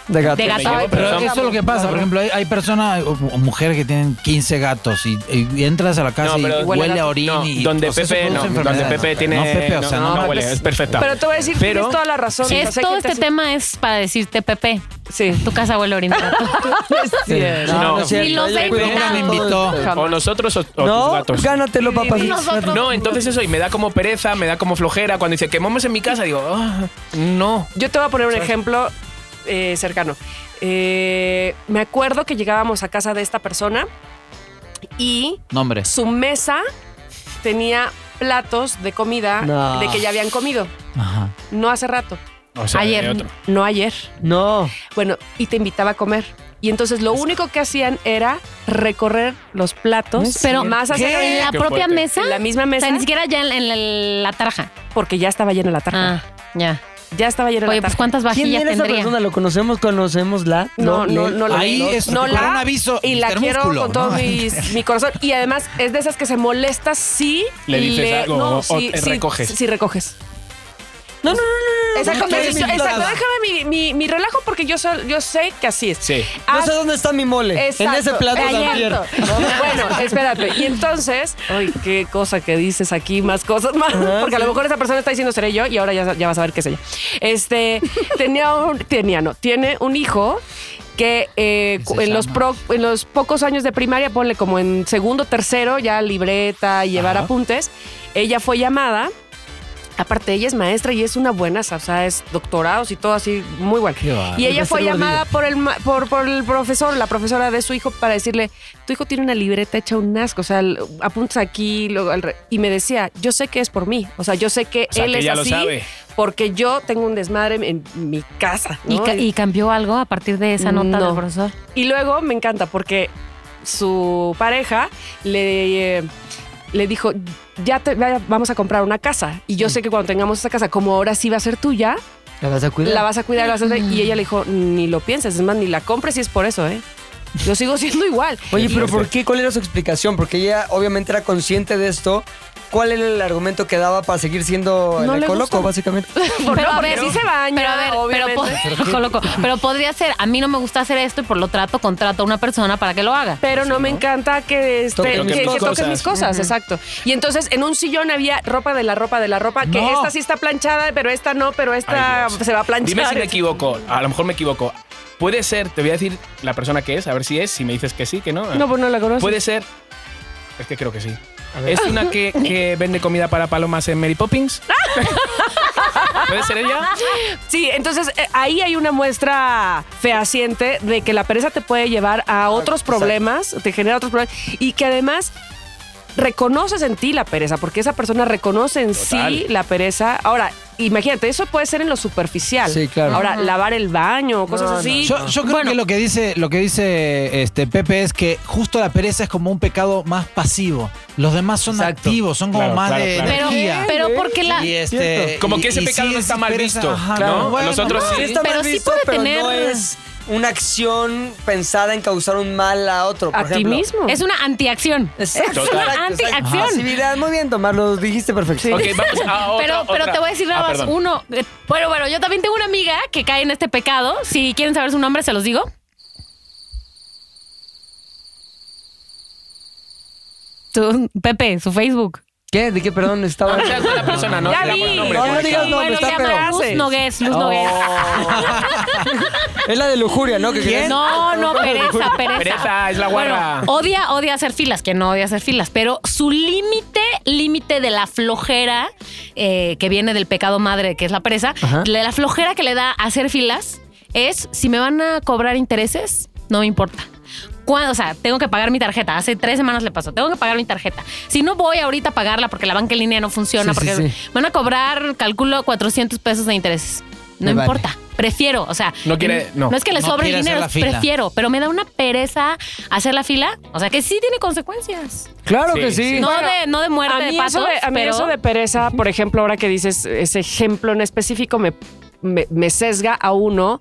Speaker 4: De gato.
Speaker 6: De gato.
Speaker 3: llevo,
Speaker 5: Pero
Speaker 3: Perdón.
Speaker 5: eso es lo que pasa. Por ejemplo, hay, hay personas o, o mujeres que tienen 15 gatos y, y entras a la casa
Speaker 3: No, pero-
Speaker 5: y huele
Speaker 2: Huele
Speaker 5: a
Speaker 2: a
Speaker 5: orín.
Speaker 3: No,
Speaker 5: y,
Speaker 3: donde
Speaker 5: o sea, eso
Speaker 3: Pepe,
Speaker 5: produce
Speaker 3: no, donde
Speaker 5: enfermedades.
Speaker 3: Pepe tiene.
Speaker 5: No, Pepe, o sea, no.
Speaker 3: no huele, es perfecta.
Speaker 2: Ah, pues, Pero te voy a decir,
Speaker 3: Pero-
Speaker 2: tienes toda la razón.
Speaker 6: Es
Speaker 2: O sea, hay
Speaker 6: todo
Speaker 2: gente
Speaker 6: este
Speaker 2: así-
Speaker 6: tema es para decirte, Pepe,
Speaker 2: Sí.
Speaker 6: tu casa huele a orina.
Speaker 2: Es cierto.
Speaker 3: No,
Speaker 4: es cierto.
Speaker 6: ni los
Speaker 4: Ella
Speaker 6: he
Speaker 4: cuidó
Speaker 6: invitado.
Speaker 4: todo
Speaker 5: invitó.
Speaker 4: esto.
Speaker 2: Jamás.
Speaker 3: O nosotros o, o
Speaker 4: No,
Speaker 3: tus gatos.
Speaker 4: gánatelo, papá.
Speaker 6: Nosotros.
Speaker 3: No, entonces eso, y me da como pereza, me da como flojera. Cuando dice quemamos en mi casa, digo, "Ah, no.
Speaker 2: Yo te voy a poner un ejemplo eh, cercano. Eh, me acuerdo que llegábamos a casa de esta persona y
Speaker 5: Nombres.
Speaker 2: su mesa tenía platos de comida
Speaker 4: No.
Speaker 2: de que ya habían comido.
Speaker 5: Ajá.
Speaker 2: No hace rato,
Speaker 3: O sea,
Speaker 6: Ayer.
Speaker 3: de otro.
Speaker 2: no ayer.
Speaker 4: No.
Speaker 2: Bueno, y te invitaba a comer. Y entonces lo único que hacían era recorrer los platos,
Speaker 6: Pero
Speaker 2: más hacia la
Speaker 6: en
Speaker 2: orilla,
Speaker 6: la
Speaker 3: Qué
Speaker 6: propia
Speaker 3: fuerte.
Speaker 6: mesa.
Speaker 2: en la misma
Speaker 6: O
Speaker 2: mesa,
Speaker 6: sea, ni siquiera ya en, en la, la tarja.
Speaker 2: porque ya estaba llena la tarta.
Speaker 6: Ah, ya.
Speaker 2: Ya estaba llena
Speaker 6: Oye, pues
Speaker 2: la tarta.
Speaker 6: ¿cuántas
Speaker 4: ¿Quién
Speaker 6: vajillas
Speaker 4: era esa
Speaker 6: tendría?
Speaker 4: persona? ¿Lo conocemos? ¿Conocemos la?
Speaker 2: No, no, no la
Speaker 5: Ahí
Speaker 2: no-
Speaker 5: es
Speaker 2: no
Speaker 5: por
Speaker 2: la-
Speaker 5: un aviso,
Speaker 2: y la
Speaker 5: Mr.
Speaker 2: quiero
Speaker 5: Músculo,
Speaker 2: con todo
Speaker 5: ¿no?
Speaker 2: mi, mi corazón. Y además es de esas que se molesta si
Speaker 3: Le dices algo o- o
Speaker 2: si-
Speaker 3: te
Speaker 2: si-
Speaker 3: recoges.
Speaker 2: Si recoges.
Speaker 4: No, no, no, no.
Speaker 2: Esa
Speaker 4: no,
Speaker 2: conversación-
Speaker 4: estoy
Speaker 2: exacto,
Speaker 4: invitada.
Speaker 2: déjame mi, mi- mi relajo porque yo, so- yo sé que así es.
Speaker 3: Sí.
Speaker 4: No
Speaker 2: Haz-
Speaker 4: sé dónde está mi mole. En
Speaker 2: Ah, Exacto,
Speaker 4: ese plato
Speaker 2: exacto.
Speaker 4: de antier.
Speaker 2: Bueno, espérate. Y entonces, Ah, ay, qué cosa que dices aquí, más cosas más.
Speaker 4: Ajá,
Speaker 2: porque a lo
Speaker 4: sí.
Speaker 2: mejor esa persona está diciendo seré yo y ahora ya, ya vas a ver qué es ella. Este, tenía un, tenía, no, tiene un hijo que eh,
Speaker 5: ¿Qué
Speaker 2: cu-
Speaker 5: se
Speaker 2: en, los
Speaker 5: llama?
Speaker 2: pro- en los pocos años de primaria, ponle como en segundo, tercero, ya libreta, llevar
Speaker 5: Ajá.
Speaker 2: apuntes, ella fue llamada. Aparte, ella es maestra y es una buena, o sea, es doctorados y todo así, muy buena.
Speaker 5: Qué bárbaro.
Speaker 2: Y ella
Speaker 4: Debe
Speaker 2: fue
Speaker 4: ser
Speaker 2: llamada por el, ma- por, por el profesor, la profesora de su hijo, para decirle, tu hijo tiene una libreta hecha un asco, o sea, el- apuntas aquí, luego al re-". y me decía, yo sé que es por mí, o sea, yo sé que
Speaker 3: O sea,
Speaker 2: él
Speaker 3: que
Speaker 2: es
Speaker 3: ya lo
Speaker 2: así
Speaker 3: sabe.
Speaker 2: porque yo tengo un desmadre en, en mi casa.
Speaker 6: ¿Y,
Speaker 2: ¿no?
Speaker 6: ca- y cambió algo a partir de esa nota
Speaker 2: No.
Speaker 6: del profesor?
Speaker 2: Y luego me encanta porque su pareja le, eh, le dijo, ya te, vaya, vamos a comprar una casa. Y
Speaker 3: Mm.
Speaker 2: yo sé que cuando tengamos esa casa, como ahora sí va a ser tuya,
Speaker 4: ¿La vas a cuidar?
Speaker 2: la vas a cuidar, la vas a hacer. Y ella le dijo, ni lo pienses, es más, ni la compres y es por eso, ¿eh? Yo sigo siendo igual.
Speaker 4: Oye, pero ¿por qué? ¿Cuál era su explicación? Porque ella obviamente era consciente de esto. ¿Cuál era el argumento que daba para seguir siendo
Speaker 2: No
Speaker 4: el
Speaker 2: le
Speaker 4: ecoloco,
Speaker 2: gusta.
Speaker 4: básicamente?
Speaker 2: Por- no, porque sí se baña,
Speaker 6: pero a ver,
Speaker 2: obviamente.
Speaker 6: pero, pod- ojo, loco, pero podría ser, a mí no me gusta hacer esto y por lo trato, contrato a una persona para que lo haga.
Speaker 2: Pero no me encanta que, este,
Speaker 4: Toquen
Speaker 2: que-
Speaker 4: mis
Speaker 2: que
Speaker 3: cosas.
Speaker 2: toques mis cosas, exacto. Y entonces en un sillón había ropa de la ropa de la ropa, que
Speaker 5: No.
Speaker 2: esta sí está planchada, pero esta no, pero esta
Speaker 3: Ay, Dios.
Speaker 2: se va a planchar.
Speaker 3: Dime si me equivoco. A lo mejor me equivoco. Puede ser, te voy a decir la persona que es, a ver si es, si me dices que sí, que no.
Speaker 2: No, pues no la conozco.
Speaker 3: Puede ser. Es que creo que sí. ¿Es una que, que vende comida para palomas en Mary Poppins? ¿Puede ser ella?
Speaker 2: Sí, entonces eh, ahí hay una muestra fehaciente de que la pereza te puede llevar a otros
Speaker 4: exacto.
Speaker 2: problemas, te genera otros problemas y que además reconoces en ti la pereza, porque esa persona reconoce en sí
Speaker 3: Total.
Speaker 2: la pereza. Ahora, imagínate, eso puede ser en lo superficial.
Speaker 4: Sí, claro.
Speaker 2: Ahora, lavar el baño, cosas
Speaker 4: No,
Speaker 2: así.
Speaker 3: Ah.
Speaker 5: Yo, yo creo que lo que dice, lo que dice este Pepe es que justo la pereza es como un pecado más pasivo. Los demás son
Speaker 4: Exacto.
Speaker 5: activos, son como
Speaker 3: Claro,
Speaker 5: más
Speaker 3: claro,
Speaker 5: de
Speaker 3: claro.
Speaker 6: Pero,
Speaker 5: energía.
Speaker 2: eh,
Speaker 6: pero porque la...
Speaker 5: y este,
Speaker 3: Como
Speaker 5: y-
Speaker 3: que ese
Speaker 5: y
Speaker 3: pecado
Speaker 5: sí
Speaker 3: no
Speaker 5: es
Speaker 3: está mal
Speaker 5: pereza,
Speaker 3: visto,
Speaker 5: ajá,
Speaker 3: ¿no? Nosotros
Speaker 5: ajá.
Speaker 3: sí.
Speaker 4: está
Speaker 6: Pero
Speaker 4: mal
Speaker 6: sí
Speaker 4: visto,
Speaker 6: puede
Speaker 4: pero no
Speaker 6: tener-
Speaker 4: es una acción pensada en causar un mal a otro. Por
Speaker 2: a ti
Speaker 4: ejemplo.
Speaker 2: mismo.
Speaker 6: Es una antiacción.
Speaker 4: Exacto.
Speaker 3: Total.
Speaker 4: exacto, exacto.
Speaker 6: Antiacción.
Speaker 4: Pasividad, muy bien, Tomás, lo dijiste perfecto.
Speaker 3: Ok, vamos a Ah, otra,
Speaker 6: pero, pero
Speaker 3: otra.
Speaker 6: te voy a decir nada
Speaker 3: Ah,
Speaker 6: más.
Speaker 3: perdón.
Speaker 6: Uno, eh, bueno, bueno, yo también tengo una amiga que cae en este pecado. Si quieren saber su nombre, se los digo. Tú, Pepe, su Facebook.
Speaker 4: ¿Qué? ¿De qué? Perdón, estaba...
Speaker 3: No seas mala persona, no
Speaker 2: Ya
Speaker 3: te la
Speaker 2: vi.
Speaker 3: pongo nombre,
Speaker 4: No, no
Speaker 3: Mónica.
Speaker 4: digas nombre,
Speaker 6: bueno, se
Speaker 4: está
Speaker 6: llama
Speaker 4: peor.
Speaker 6: Luz
Speaker 2: haces?
Speaker 6: Nogués, Luz
Speaker 4: Oh.
Speaker 6: Nogués.
Speaker 4: es la de lujuria, ¿no? Que querías-
Speaker 6: No, no, pereza, pereza.
Speaker 3: Pereza, es la guarra.
Speaker 6: Bueno, odia, odia hacer filas, que no odia hacer filas, pero su límite, límite de la flojera eh, que viene del pecado madre, que es la pereza,
Speaker 4: Ajá.
Speaker 6: de la flojera que le da hacer filas es si me van a cobrar intereses, no me importa. Cuando, o sea, tengo que pagar mi tarjeta. Hace tres semanas le pasó. Tengo que pagar mi tarjeta. Si no voy ahorita a pagarla porque la banca en línea no funciona,
Speaker 4: Sí, sí,
Speaker 6: porque
Speaker 4: sí.
Speaker 6: me van a cobrar, calculo, 400 pesos de intereses. No
Speaker 4: Me vale.
Speaker 6: importa. Prefiero, o sea.
Speaker 3: No quiere- no.
Speaker 6: es que le
Speaker 5: No
Speaker 6: sobre el
Speaker 5: quiere hacer
Speaker 6: dinero,
Speaker 5: la
Speaker 6: es
Speaker 5: fila.
Speaker 6: prefiero quiero, pero me da una pereza hacer la fila. O sea, que sí tiene consecuencias.
Speaker 4: Claro
Speaker 3: Sí,
Speaker 4: que
Speaker 3: sí.
Speaker 4: sí.
Speaker 6: No,
Speaker 2: Bueno,
Speaker 6: de, no de muerte
Speaker 2: a mí,
Speaker 6: de patos,
Speaker 2: eso de, a mí
Speaker 6: pero...
Speaker 2: eso de pereza, por ejemplo, ahora que dices ese ejemplo en específico, me, me- me sesga a uno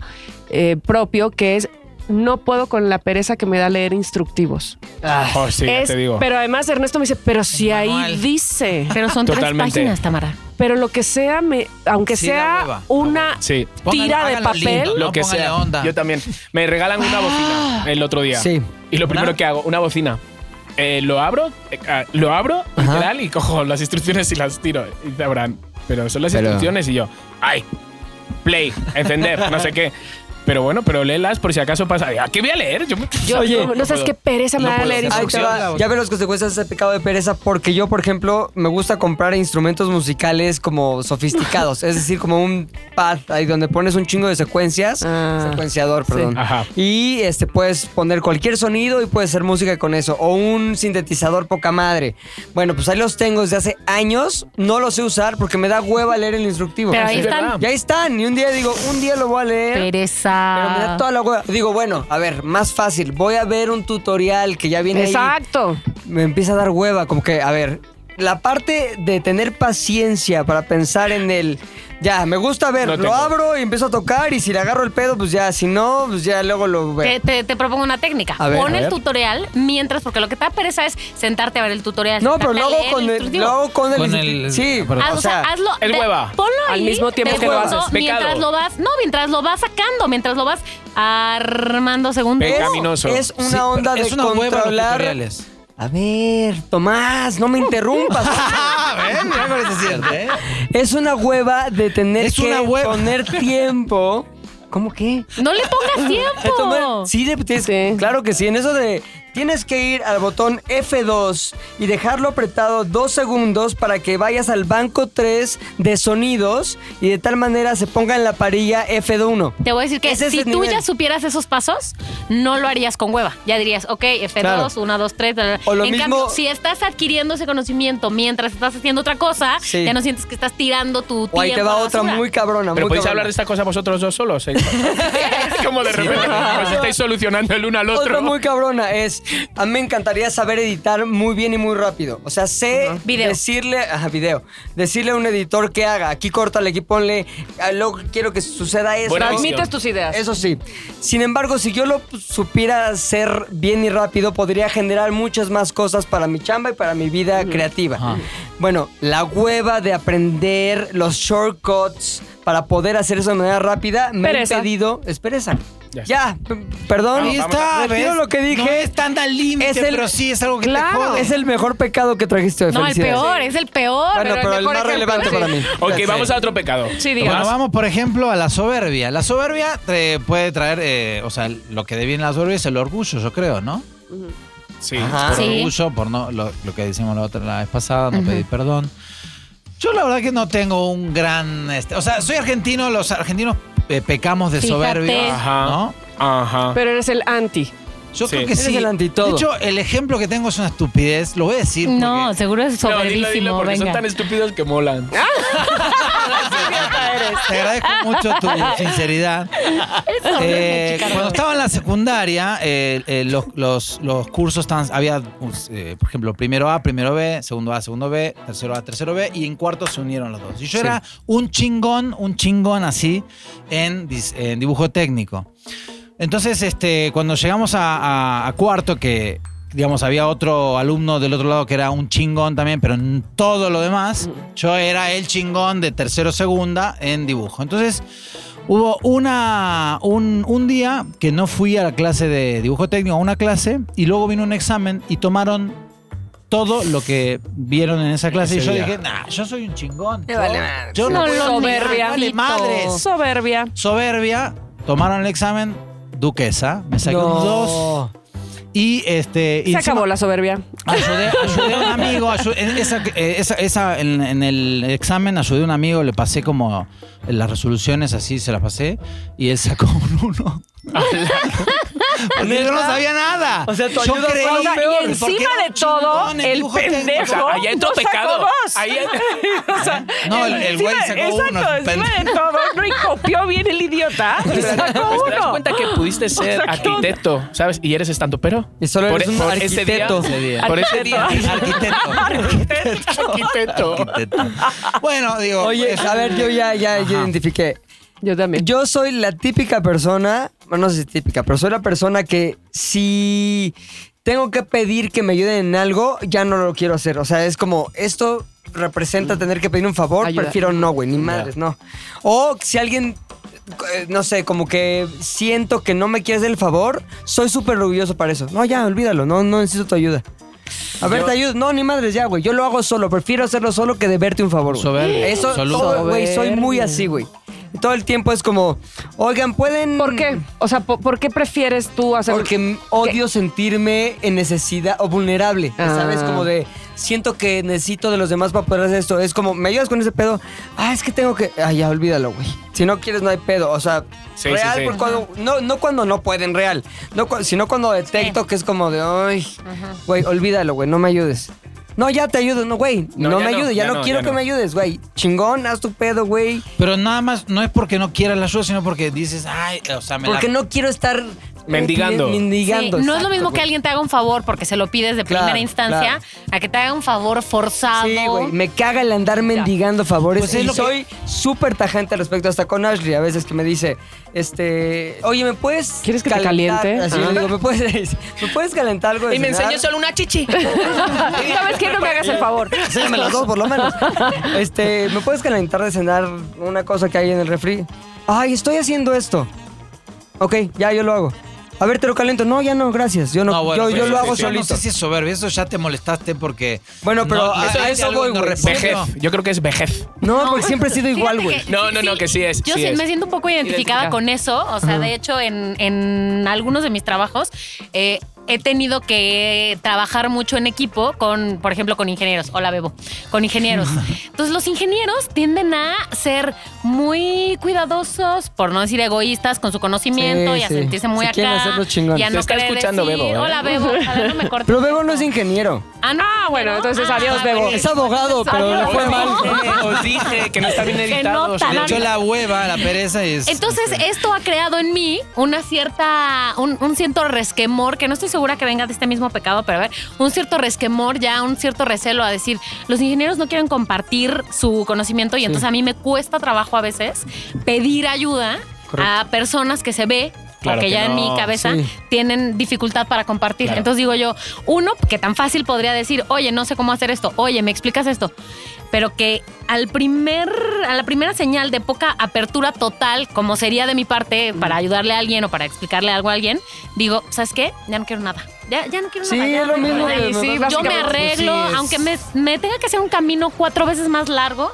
Speaker 2: eh, propio que es no puedo con la pereza que me da leer instructivos.
Speaker 5: Ah,
Speaker 3: Oh, sí, ya
Speaker 2: Es-
Speaker 3: te digo.
Speaker 2: Pero además Ernesto me dice, pero si ahí
Speaker 5: manual.
Speaker 2: dice,
Speaker 6: Pero son
Speaker 3: Totalmente.
Speaker 6: tres páginas, Tamara.
Speaker 2: pero lo que sea, me, aunque
Speaker 5: Sí, da
Speaker 2: sea
Speaker 5: hueva, da
Speaker 2: una
Speaker 3: Sí.
Speaker 5: Póngale-
Speaker 2: tira de
Speaker 5: hágalo
Speaker 2: papel,
Speaker 5: lindo,
Speaker 3: Lo
Speaker 5: No,
Speaker 3: que
Speaker 5: póngale
Speaker 3: sea.
Speaker 5: onda.
Speaker 3: Yo también. Me regalan una bocina el otro día.
Speaker 4: Sí.
Speaker 3: Y lo primero
Speaker 5: ¿Una?
Speaker 3: que hago, una bocina. Eh, lo abro, eh, ah, lo abro, literal, y cojo las instrucciones y las tiro. Y dice Abraham, pero son las
Speaker 5: Pero-
Speaker 3: instrucciones y yo, ¡ay! Play, encender, no sé qué. Pero bueno, pero léelas por si acaso pasa. ¿A qué voy a leer? Yo,
Speaker 2: yo
Speaker 4: Oye,
Speaker 2: no, no sabes
Speaker 3: puedo.
Speaker 2: qué pereza me
Speaker 3: No
Speaker 2: da
Speaker 3: puedo.
Speaker 2: leer
Speaker 3: Ahí te
Speaker 4: Ahí te
Speaker 2: instrucciones.
Speaker 4: va. Ya veo las consecuencias de ese pecado de pereza porque yo, por ejemplo, me gusta comprar instrumentos musicales como sofisticados, es decir, como un pad ahí donde pones un chingo de secuencias,
Speaker 2: Ah,
Speaker 4: secuenciador, perdón.
Speaker 3: Ajá.
Speaker 4: Y este puedes poner cualquier sonido y puedes hacer música con eso o un sintetizador poca madre. Bueno, pues ahí los tengo desde hace años, no los sé usar porque me da hueva leer el instructivo.
Speaker 6: Pero ahí
Speaker 3: es
Speaker 6: están.
Speaker 3: verdad.
Speaker 4: Y ahí están, y un día digo, un día lo voy a leer. Pero me da
Speaker 6: Pereza.
Speaker 4: toda la hueva. Digo, bueno, a ver, más fácil. Voy a ver un tutorial que ya viene ahí
Speaker 2: Exacto.
Speaker 4: me empieza a dar hueva, como que, a ver, la parte de tener paciencia para pensar en el, ya, me gusta ver,
Speaker 3: No
Speaker 4: lo
Speaker 3: tengo.
Speaker 4: abro y empiezo a tocar y si le agarro el pedo, pues ya, si no, pues ya luego lo
Speaker 6: Te,
Speaker 4: veo.
Speaker 6: te- te propongo una técnica.
Speaker 4: A ver,
Speaker 6: Pon
Speaker 3: a
Speaker 6: el
Speaker 3: ver.
Speaker 6: tutorial mientras, porque lo que te da pereza es sentarte a ver el tutorial.
Speaker 4: No, pero
Speaker 6: sentarte a
Speaker 4: luego
Speaker 6: leer
Speaker 4: con el,
Speaker 6: instructivo.
Speaker 4: luego con el,
Speaker 5: Con el-
Speaker 4: sí,
Speaker 5: ah, perdón.
Speaker 6: Haz- o sea, hazlo.
Speaker 3: el
Speaker 6: de-
Speaker 3: hueva.
Speaker 6: Ponlo
Speaker 2: Al
Speaker 6: ahí,
Speaker 2: mismo tiempo
Speaker 6: de
Speaker 2: que lo
Speaker 6: fondo,
Speaker 3: haces. Pecado.
Speaker 6: Mientras lo vas. No, mientras lo vas sacando, mientras lo vas armando según tú.
Speaker 4: es,
Speaker 3: Pecaminoso.
Speaker 4: es una
Speaker 5: Sí,
Speaker 4: onda
Speaker 5: pero
Speaker 4: de
Speaker 5: es una hueva los
Speaker 4: controlar.
Speaker 5: tutoriales.
Speaker 4: A ver, Tomás, no me interrumpas. Ah,
Speaker 5: Ah,
Speaker 4: es una hueva de tener
Speaker 5: Es
Speaker 4: que
Speaker 5: una hueva.
Speaker 4: poner tiempo. ¿Cómo qué?
Speaker 6: No le pongas
Speaker 4: De
Speaker 6: tiempo.
Speaker 4: tomar- sí, le tienes-
Speaker 2: Sí.
Speaker 4: claro que sí. En eso de tienes que ir al botón F2 y dejarlo apretado dos segundos para que vayas al banco 3 de sonidos y de tal manera se ponga en la parrilla F1.
Speaker 6: Te voy a decir que
Speaker 4: Ese es
Speaker 6: si
Speaker 4: el
Speaker 6: tú
Speaker 4: nivel.
Speaker 6: ya supieras esos pasos, no lo harías con hueva. Ya dirías, ok, F2,
Speaker 4: Claro.
Speaker 6: 1, 2, 3.
Speaker 4: O lo
Speaker 6: en
Speaker 4: mismo-
Speaker 6: cambio, si estás adquiriendo ese conocimiento mientras estás haciendo otra cosa,
Speaker 4: Sí.
Speaker 6: ya no sientes que estás tirando tu tiempo.
Speaker 4: O ahí te
Speaker 6: a
Speaker 4: va
Speaker 6: la
Speaker 4: otra
Speaker 6: basura.
Speaker 4: muy cabrona.
Speaker 3: Pero
Speaker 4: muy
Speaker 3: podéis
Speaker 4: cabrona.
Speaker 3: hablar de esta cosa vosotros dos solos. ¿eh? Es como de repente os estáis solucionando el uno al
Speaker 4: Otra
Speaker 3: otro.
Speaker 4: muy cabrona es, a mí me encantaría saber editar muy bien y muy rápido. O sea, sé
Speaker 6: Video.
Speaker 4: decirle, ajá, video, decirle a un editor que haga, aquí córtale, aquí ponle, ah, luego quiero que suceda esto.
Speaker 3: Buena visión.
Speaker 2: Transmites tus ideas.
Speaker 4: Eso sí. Sin embargo, si yo lo supiera hacer bien y rápido, podría generar muchas más cosas para mi chamba y para mi vida creativa. Bueno, la hueva de aprender los shortcuts para poder hacer eso de manera rápida me
Speaker 2: Pereza.
Speaker 4: ha impedido... Es pereza.
Speaker 3: Ya
Speaker 4: Ya, p- perdón.
Speaker 5: Ahí está,
Speaker 4: Retiro
Speaker 5: ¿ves?
Speaker 4: lo que dije.
Speaker 5: No este es tan al límite,
Speaker 4: Es el-
Speaker 5: pero sí es algo que te jode.
Speaker 4: Es el mejor pecado que trajiste hoy.
Speaker 6: No, el
Speaker 4: Felicidades.
Speaker 6: peor, es el peor.
Speaker 4: Bueno, pero, el
Speaker 2: mejor
Speaker 4: más
Speaker 2: ejemplo,
Speaker 4: relevante
Speaker 2: sí.
Speaker 4: para mí.
Speaker 3: Ok, vamos a otro pecado.
Speaker 2: Sí, diga.
Speaker 5: Bueno,
Speaker 3: Tomás.
Speaker 5: vamos por ejemplo a la soberbia. La soberbia eh, puede traer, eh, o sea, lo que deviene la soberbia es el orgullo, yo creo, ¿no?
Speaker 3: Sí.
Speaker 4: Ajá.
Speaker 5: Por
Speaker 6: Sí.
Speaker 5: orgullo, por no, lo, lo que decimos la, otra, la vez pasada, no pedir perdón. Yo la verdad que no tengo un gran... este, o sea, soy argentino, los argentinos eh, pecamos de
Speaker 6: Fíjate.
Speaker 5: soberbia,
Speaker 3: Ajá.
Speaker 5: ¿no?
Speaker 3: Ajá.
Speaker 2: Pero eres el anti.
Speaker 5: Yo
Speaker 3: Sí.
Speaker 5: creo que
Speaker 4: Eres
Speaker 5: sí.
Speaker 4: el antitodo.
Speaker 5: De hecho, el ejemplo que tengo es una estupidez, lo voy a decir.
Speaker 6: No,
Speaker 5: porque-
Speaker 6: seguro es
Speaker 3: No, dilo,
Speaker 6: soberbísimo.
Speaker 3: dilo, porque
Speaker 6: venga.
Speaker 3: son tan estúpidos que molan.
Speaker 2: Ah,
Speaker 5: Te agradezco mucho tu sinceridad. Eh, cuando estaba en la secundaria, eh, eh, los, los- los cursos estaban, había, pues, eh, por ejemplo, primero A, primero B, segundo A, segundo B, tercero A, tercero B, y en cuarto se unieron los dos. Y yo era un chingón, un chingón así en, dis- en dibujo técnico. Entonces, este, cuando llegamos a, a- a cuarto, que digamos había otro alumno del otro lado que era un chingón también, pero en todo lo demás, yo era el chingón de tercero segunda en dibujo. Entonces, hubo una un, un día que no fui a la clase de dibujo técnico, a una clase, y luego vino un examen y tomaron todo lo que vieron en esa clase.
Speaker 3: Ese
Speaker 5: y yo
Speaker 3: día.
Speaker 5: dije, nah, yo soy un chingón. Yo,
Speaker 4: vale
Speaker 5: yo no,
Speaker 6: No
Speaker 5: voy a-
Speaker 6: lo
Speaker 5: me vale
Speaker 6: necesito.
Speaker 5: madres
Speaker 2: Soberbia.
Speaker 5: soberbia, tomaron el examen, duquesa, me saqué un dos y este... y
Speaker 2: Se
Speaker 5: encima
Speaker 2: acabó la soberbia.
Speaker 5: Ayudé, ayudé a un amigo, ayu- en, esa- eh, esa- esa- en- en el examen ayudé a un amigo, le pasé como las resoluciones así, se las pasé y él sacó un uno. Porque yo no sabía nada.
Speaker 4: O sea, tu
Speaker 5: yo
Speaker 4: ayuda fue
Speaker 5: creí,
Speaker 4: algo
Speaker 2: peor.
Speaker 5: porque
Speaker 2: Y encima
Speaker 5: era
Speaker 2: de
Speaker 5: un
Speaker 2: todo,
Speaker 5: chingón en
Speaker 2: el
Speaker 5: dibujo técnico.
Speaker 2: pendejo
Speaker 3: O sea, ahí entró
Speaker 2: No sacó
Speaker 3: pecado.
Speaker 2: dos.
Speaker 3: Ahí
Speaker 2: O sea,
Speaker 5: No, el- el güey
Speaker 2: encima-
Speaker 5: sacó uno,
Speaker 2: Exacto,
Speaker 5: pendejo.
Speaker 2: encima de todo, no y copió bien el idiota. Y sacó
Speaker 3: Pues te das
Speaker 2: uno.
Speaker 3: cuenta que pudiste ser
Speaker 2: sea, ¿qué onda?
Speaker 3: arquitecto, ¿sabes? Y eres estando pero.
Speaker 4: Y solo eres un arquitecto.
Speaker 3: e-, Ese día, por ese día.
Speaker 5: Arquitecto.
Speaker 3: Arquitecto.
Speaker 5: Arquitecto. Bueno, digo...
Speaker 4: Oye,
Speaker 5: es
Speaker 4: a ver, yo ya, ya, ya
Speaker 5: Ajá.
Speaker 4: identifiqué.
Speaker 2: Yo también.
Speaker 4: Yo soy la típica persona, bueno, no sé si típica, pero soy la persona que si tengo que pedir que me ayuden en algo, ya no lo quiero hacer. O sea, es como esto representa tener que pedir un favor,
Speaker 2: Ayuda.
Speaker 4: prefiero no, güey, ni madres, no. O si alguien eh, no sé, como que siento que no me quieres el favor, soy súper orgulloso para eso. No, ya, olvídalo, no, no necesito tu ayuda. A ver,
Speaker 3: Yo-
Speaker 4: te ayudo. No, ni madres, ya, güey. Yo lo hago solo. Prefiero hacerlo solo que deberte un favor. güey.
Speaker 5: Soberbio,
Speaker 4: Eso,
Speaker 5: absoluto.
Speaker 4: todo, güey, soy muy así, güey. Todo el tiempo es como, oigan, pueden.
Speaker 2: ¿Por qué? O sea, ¿por, por qué prefieres tú hacer
Speaker 4: Porque m- odio sentirme en necesidad o vulnerable.
Speaker 2: Ah.
Speaker 4: ¿Sabes? Como de. Siento que necesito de los demás para poder hacer esto. Es como, ¿me ayudas con ese pedo? Ah, es que tengo que. Ah, ya, olvídalo, güey. Si no quieres, no hay pedo. O sea,
Speaker 3: Sí,
Speaker 4: real,
Speaker 3: sí, sí.
Speaker 4: por cuando- no, no cuando no pueden, real. No, cu- sino cuando detecto que es como de, ay, güey, olvídalo, güey, no me ayudes. No, ya te ayudo, no, güey. No,
Speaker 3: No, ya
Speaker 4: me
Speaker 3: no,
Speaker 4: ayudes, ya,
Speaker 3: ya
Speaker 4: no,
Speaker 3: no,
Speaker 4: quiero
Speaker 3: ya
Speaker 4: que
Speaker 3: no.
Speaker 4: me ayudes, güey. Chingón, haz tu pedo, güey.
Speaker 5: Pero nada más, no es porque no quieras la ayuda, sino porque dices, ay, o sea, me la-
Speaker 4: Porque no quiero estar eh,
Speaker 3: Mendigando.
Speaker 4: mendigando,
Speaker 6: Sí, no es lo
Speaker 4: exacto,
Speaker 6: mismo que
Speaker 4: güey.
Speaker 6: alguien te haga un favor porque se lo pides de
Speaker 4: Claro,
Speaker 6: primera instancia a que te haga un favor forzado.
Speaker 4: Sí, güey. Me caga el andar mendigando favores.
Speaker 5: Pues es
Speaker 4: y
Speaker 5: lo que-
Speaker 4: soy súper tajante al respecto, hasta con Ashley, a veces que me dice, este, oye, ¿me puedes.
Speaker 2: ¿Quieres que te caliente?
Speaker 4: Así yo
Speaker 2: Ah.
Speaker 4: le digo, ¿me puedes, ¿me puedes calentar algo? de
Speaker 3: Y me
Speaker 4: cenar?"
Speaker 3: enseñó solo una chichi.
Speaker 2: ¿Sabes qué? No me hagas el favor.
Speaker 4: Enséñame las dos, por lo menos. Este, ¿me puedes calentar de cenar una cosa que hay en el refri? Ay, estoy haciendo esto. Ok, ya yo lo hago. A ver, te lo caliento. No, ya no, gracias. Yo no,
Speaker 5: No, bueno, pues
Speaker 4: yo, yo
Speaker 5: pero
Speaker 4: lo
Speaker 5: eso-
Speaker 4: hago
Speaker 5: eso
Speaker 4: solito.
Speaker 5: No sé si es soberbio, eso ya te molestaste porque.
Speaker 4: Bueno, pero
Speaker 5: no,
Speaker 4: a-
Speaker 5: eso-
Speaker 4: a eso
Speaker 5: algo
Speaker 4: voy,
Speaker 5: no
Speaker 4: güey.
Speaker 5: responde,
Speaker 3: Vejez.
Speaker 5: no.
Speaker 3: Yo creo que es vejez.
Speaker 4: No, porque siempre he sido igual,
Speaker 6: Fíjate
Speaker 4: güey.
Speaker 3: No, no, no, que sí es,
Speaker 6: Yo
Speaker 3: sí es.
Speaker 6: me siento un poco identificada
Speaker 2: Identificada.
Speaker 6: con eso. O sea, de hecho, en, en algunos de mis trabajos eh, he tenido que trabajar mucho en equipo con, por ejemplo, con ingenieros. Hola, Bebo. Con ingenieros. Entonces, los ingenieros tienden a ser muy cuidadosos, por no decir egoístas, con su conocimiento
Speaker 4: Sí,
Speaker 6: y a
Speaker 4: sí.
Speaker 6: sentirse muy
Speaker 4: Se
Speaker 6: acá.
Speaker 4: quieren hacer los chingones.
Speaker 6: Y a
Speaker 3: Te
Speaker 6: no
Speaker 3: está
Speaker 6: querer
Speaker 3: escuchando
Speaker 6: decir,
Speaker 3: Bebo, ¿eh?
Speaker 6: Ojalá, Bebo. Ojalá no me cortes
Speaker 4: Pero Bebo no es
Speaker 6: esto".
Speaker 4: ingeniero.
Speaker 6: Ah, no.
Speaker 2: Ah, bueno, entonces adiós,
Speaker 6: ah,
Speaker 2: Bebo.
Speaker 6: bueno.
Speaker 4: Es abogado, pero le fue mal.
Speaker 3: Os dije que no está bien
Speaker 6: eh, Que
Speaker 3: editado.
Speaker 6: no tan-
Speaker 5: Le echó la hueva, la pereza y es.
Speaker 6: Entonces, esto ha creado en mí una cierta, un, un cierto resquemor, que no estoy segura que venga de este mismo pecado, pero a ver, un cierto resquemor, ya un cierto recelo a decir, los ingenieros no quieren compartir su conocimiento y entonces a mí me cuesta trabajo a veces pedir ayuda a personas que se ve.
Speaker 3: Claro
Speaker 6: o que
Speaker 3: que
Speaker 6: ya en
Speaker 3: no.
Speaker 6: mi cabeza
Speaker 4: Sí.
Speaker 6: tienen dificultad para compartir.
Speaker 3: Claro.
Speaker 6: Entonces digo yo, uno, que tan fácil podría decir, oye, no sé cómo hacer esto, oye, ¿me explicas esto? pero que al primer, a la primera señal de poca apertura total, como sería de mi parte para ayudarle a alguien o para explicarle algo a alguien, digo, ¿sabes qué? Ya no quiero nada. Ya, ya no quiero
Speaker 4: Sí,
Speaker 6: nada. ya
Speaker 4: es lo
Speaker 6: no quiero
Speaker 4: mismo
Speaker 6: nada".
Speaker 2: Sí,
Speaker 4: que me-
Speaker 2: sí,
Speaker 6: Yo me
Speaker 2: básicamente,
Speaker 6: arreglo,
Speaker 4: sí, es-
Speaker 6: aunque me, me tenga que hacer un camino cuatro veces más largo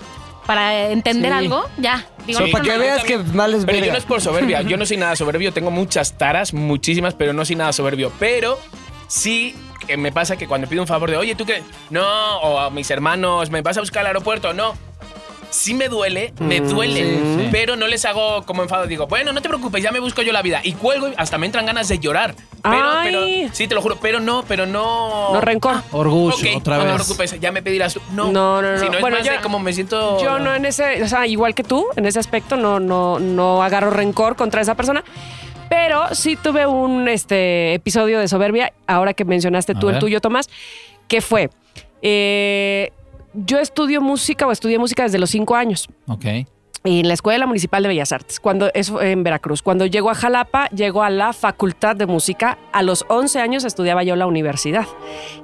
Speaker 6: para entender
Speaker 4: Sí.
Speaker 6: algo, ya. Digo,
Speaker 3: Sí,
Speaker 6: no
Speaker 4: Para que
Speaker 6: quiero nada.
Speaker 4: veas que mal es
Speaker 3: Pero yo
Speaker 4: verga.
Speaker 3: no es por soberbia, yo no soy nada soberbio, tengo muchas taras, muchísimas, pero no soy nada soberbio. Pero sí que me pasa que cuando pido un favor de, oye, ¿tú qué? No, o a mis hermanos, ¿me vas a buscar al aeropuerto? No. Sí me duele, me
Speaker 2: Mm,
Speaker 3: duele,
Speaker 5: sí, sí.
Speaker 3: pero no les hago como enfado. Digo, bueno, no te preocupes, ya me busco yo la vida. Y cuelgo y hasta me entran ganas de llorar. Pero, pero,
Speaker 2: Ay.
Speaker 3: sí, te lo juro, pero no, pero no...
Speaker 2: No rencor.
Speaker 5: Orgullo,
Speaker 3: Ok,
Speaker 5: otra
Speaker 3: No
Speaker 5: vez.
Speaker 3: te preocupes, ya me pedirás... tú. No,
Speaker 2: No, no, no.
Speaker 3: Sí, no es
Speaker 2: Bueno,
Speaker 3: más
Speaker 2: yo-
Speaker 3: de como me siento...
Speaker 2: Yo no en ese, o sea, igual que tú, en ese aspecto no, no, no agarro rencor contra esa persona. Pero sí tuve un este, episodio de soberbia, ahora que mencionaste
Speaker 5: A
Speaker 2: tú el
Speaker 5: ver.
Speaker 2: tuyo, Tomás, que fue, eh, yo estudio música o estudié música desde los cinco años
Speaker 5: Ok.
Speaker 2: en la Escuela Municipal de Bellas Artes, cuando eso en Veracruz. Cuando llego a Jalapa, llego a la Facultad de Música. A los 11 años estudiaba yo la universidad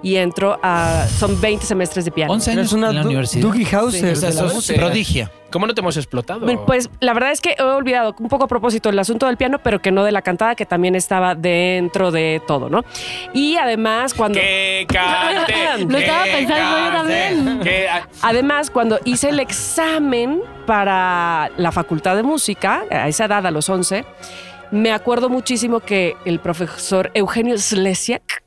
Speaker 2: y entro a... Son 20 semestres de piano.
Speaker 5: 11 años
Speaker 4: Es una
Speaker 5: en la
Speaker 4: Du-
Speaker 5: universidad.
Speaker 4: Dougie Hauser.
Speaker 5: o sea,
Speaker 4: de la
Speaker 5: sos
Speaker 3: música.
Speaker 5: prodigia.
Speaker 3: ¿Cómo no te hemos explotado?
Speaker 2: Bueno, Pues la verdad es que he olvidado un poco a propósito el asunto del piano, pero que no de la cantada, que también estaba dentro de todo, ¿no? Y además cuando...
Speaker 3: Que cante.
Speaker 6: Lo estaba
Speaker 3: que
Speaker 6: pensando yo
Speaker 3: cante,
Speaker 6: también.
Speaker 3: que- ah,
Speaker 2: Además, cuando hice el examen para la Facultad de Música, a esa edad, a los 11, me acuerdo muchísimo que el profesor Eugenio Slesiak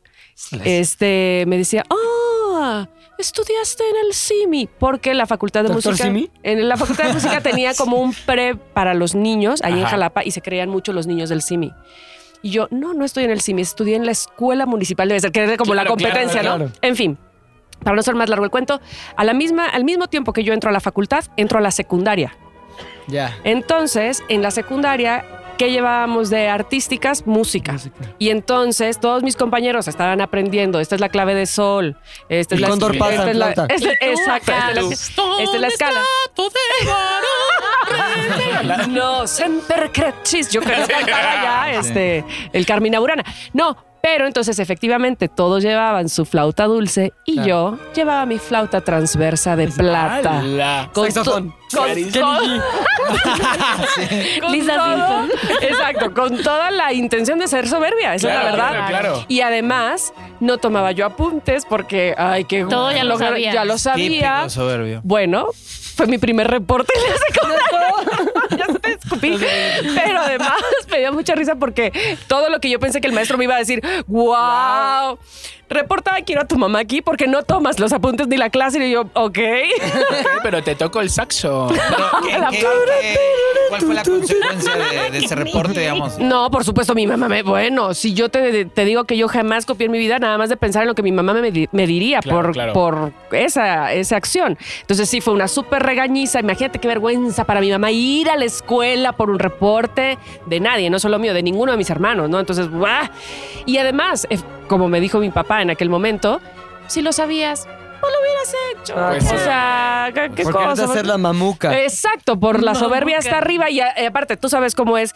Speaker 2: este, me decía, ¡Ah! Estudiaste en el CIMI, porque la Facultad de
Speaker 4: ¿Doctor
Speaker 2: Música.
Speaker 4: Simi?
Speaker 2: En la Facultad de Música tenía como un pre para los niños, ahí en
Speaker 3: Ajá.
Speaker 2: Jalapa, y se creían mucho los niños del CIMI. Y yo, no, no estoy en el CIMI, estudié en la Escuela Municipal de ser que era como la
Speaker 3: Claro, claro,
Speaker 2: competencia, ¿no?
Speaker 3: claro.
Speaker 2: En fin, para no ser más largo el cuento, a la misma, al mismo tiempo que yo entro a la facultad, entro a la secundaria.
Speaker 4: Ya.
Speaker 2: Entonces, en la secundaria, ¿qué llevábamos de artísticas? Música. Y entonces todos mis compañeros estaban aprendiendo. Esta es la clave de sol. Esta es
Speaker 4: El
Speaker 2: la
Speaker 4: Cóndor
Speaker 2: esta
Speaker 4: pasa,
Speaker 2: es la-
Speaker 4: flauta.
Speaker 2: esta-
Speaker 6: Y tú
Speaker 2: exacto,
Speaker 6: acá.
Speaker 2: esta es la- esta es la escala.
Speaker 6: Tú de varón,
Speaker 2: No, semper cretis. Yo creo que cantaba ya este, el Carmina Burana. No, pero entonces efectivamente todos llevaban su flauta dulce y yo llevaba mi flauta transversa de
Speaker 4: Pues
Speaker 2: plata.
Speaker 3: ¡Hala!
Speaker 2: Con to-
Speaker 4: Saxofón.
Speaker 2: con todo- con
Speaker 6: Lisa
Speaker 2: todo- Exacto, con toda la intención de ser soberbia, esa
Speaker 3: Claro,
Speaker 2: es la verdad.
Speaker 3: claro, claro.
Speaker 2: Y además, no tomaba yo apuntes porque, ay, qué
Speaker 6: Todo ya lo
Speaker 2: lograr-
Speaker 6: sabías.
Speaker 2: Ya lo sabía.
Speaker 5: Típico soberbio.
Speaker 2: Bueno, fue mi primer reporte en la secundaria. ya te escupí. Pero además me dio mucha risa porque todo lo que yo pensé que el maestro me iba a decir, wow, reporta, quiero a tu mamá aquí porque no tomas los apuntes ni la clase. Y yo, ok.
Speaker 3: Pero te toco el saxo.
Speaker 5: Pero, ¿qué-
Speaker 2: La
Speaker 5: qué-
Speaker 2: flauta.
Speaker 5: qué- ¿Cuál fue la consecuencia de, de ese reporte, digamos?
Speaker 2: No, por supuesto, mi mamá me. Bueno, si yo te, te digo que yo jamás copié en mi vida, nada más de pensar en lo que mi mamá me, di- me diría
Speaker 3: Claro,
Speaker 2: por,
Speaker 3: claro.
Speaker 2: por esa, esa acción. Entonces, sí, fue una súper regañiza. Imagínate qué vergüenza para mi mamá ir a la escuela por un reporte de nadie, no solo mío, de ninguno de mis hermanos, ¿no? Entonces, ¡buah! Y además, eh, como me dijo mi papá en aquel momento, si lo sabías, no lo hubieras hecho.
Speaker 4: Ah,
Speaker 3: pues
Speaker 2: o
Speaker 3: sí.
Speaker 2: sea, ¿qué- ¿qué
Speaker 4: Porque vas
Speaker 2: cosa? Eh,
Speaker 4: a hacer la mamuca.
Speaker 2: Exacto, por la soberbia está arriba y, a- y aparte tú sabes cómo es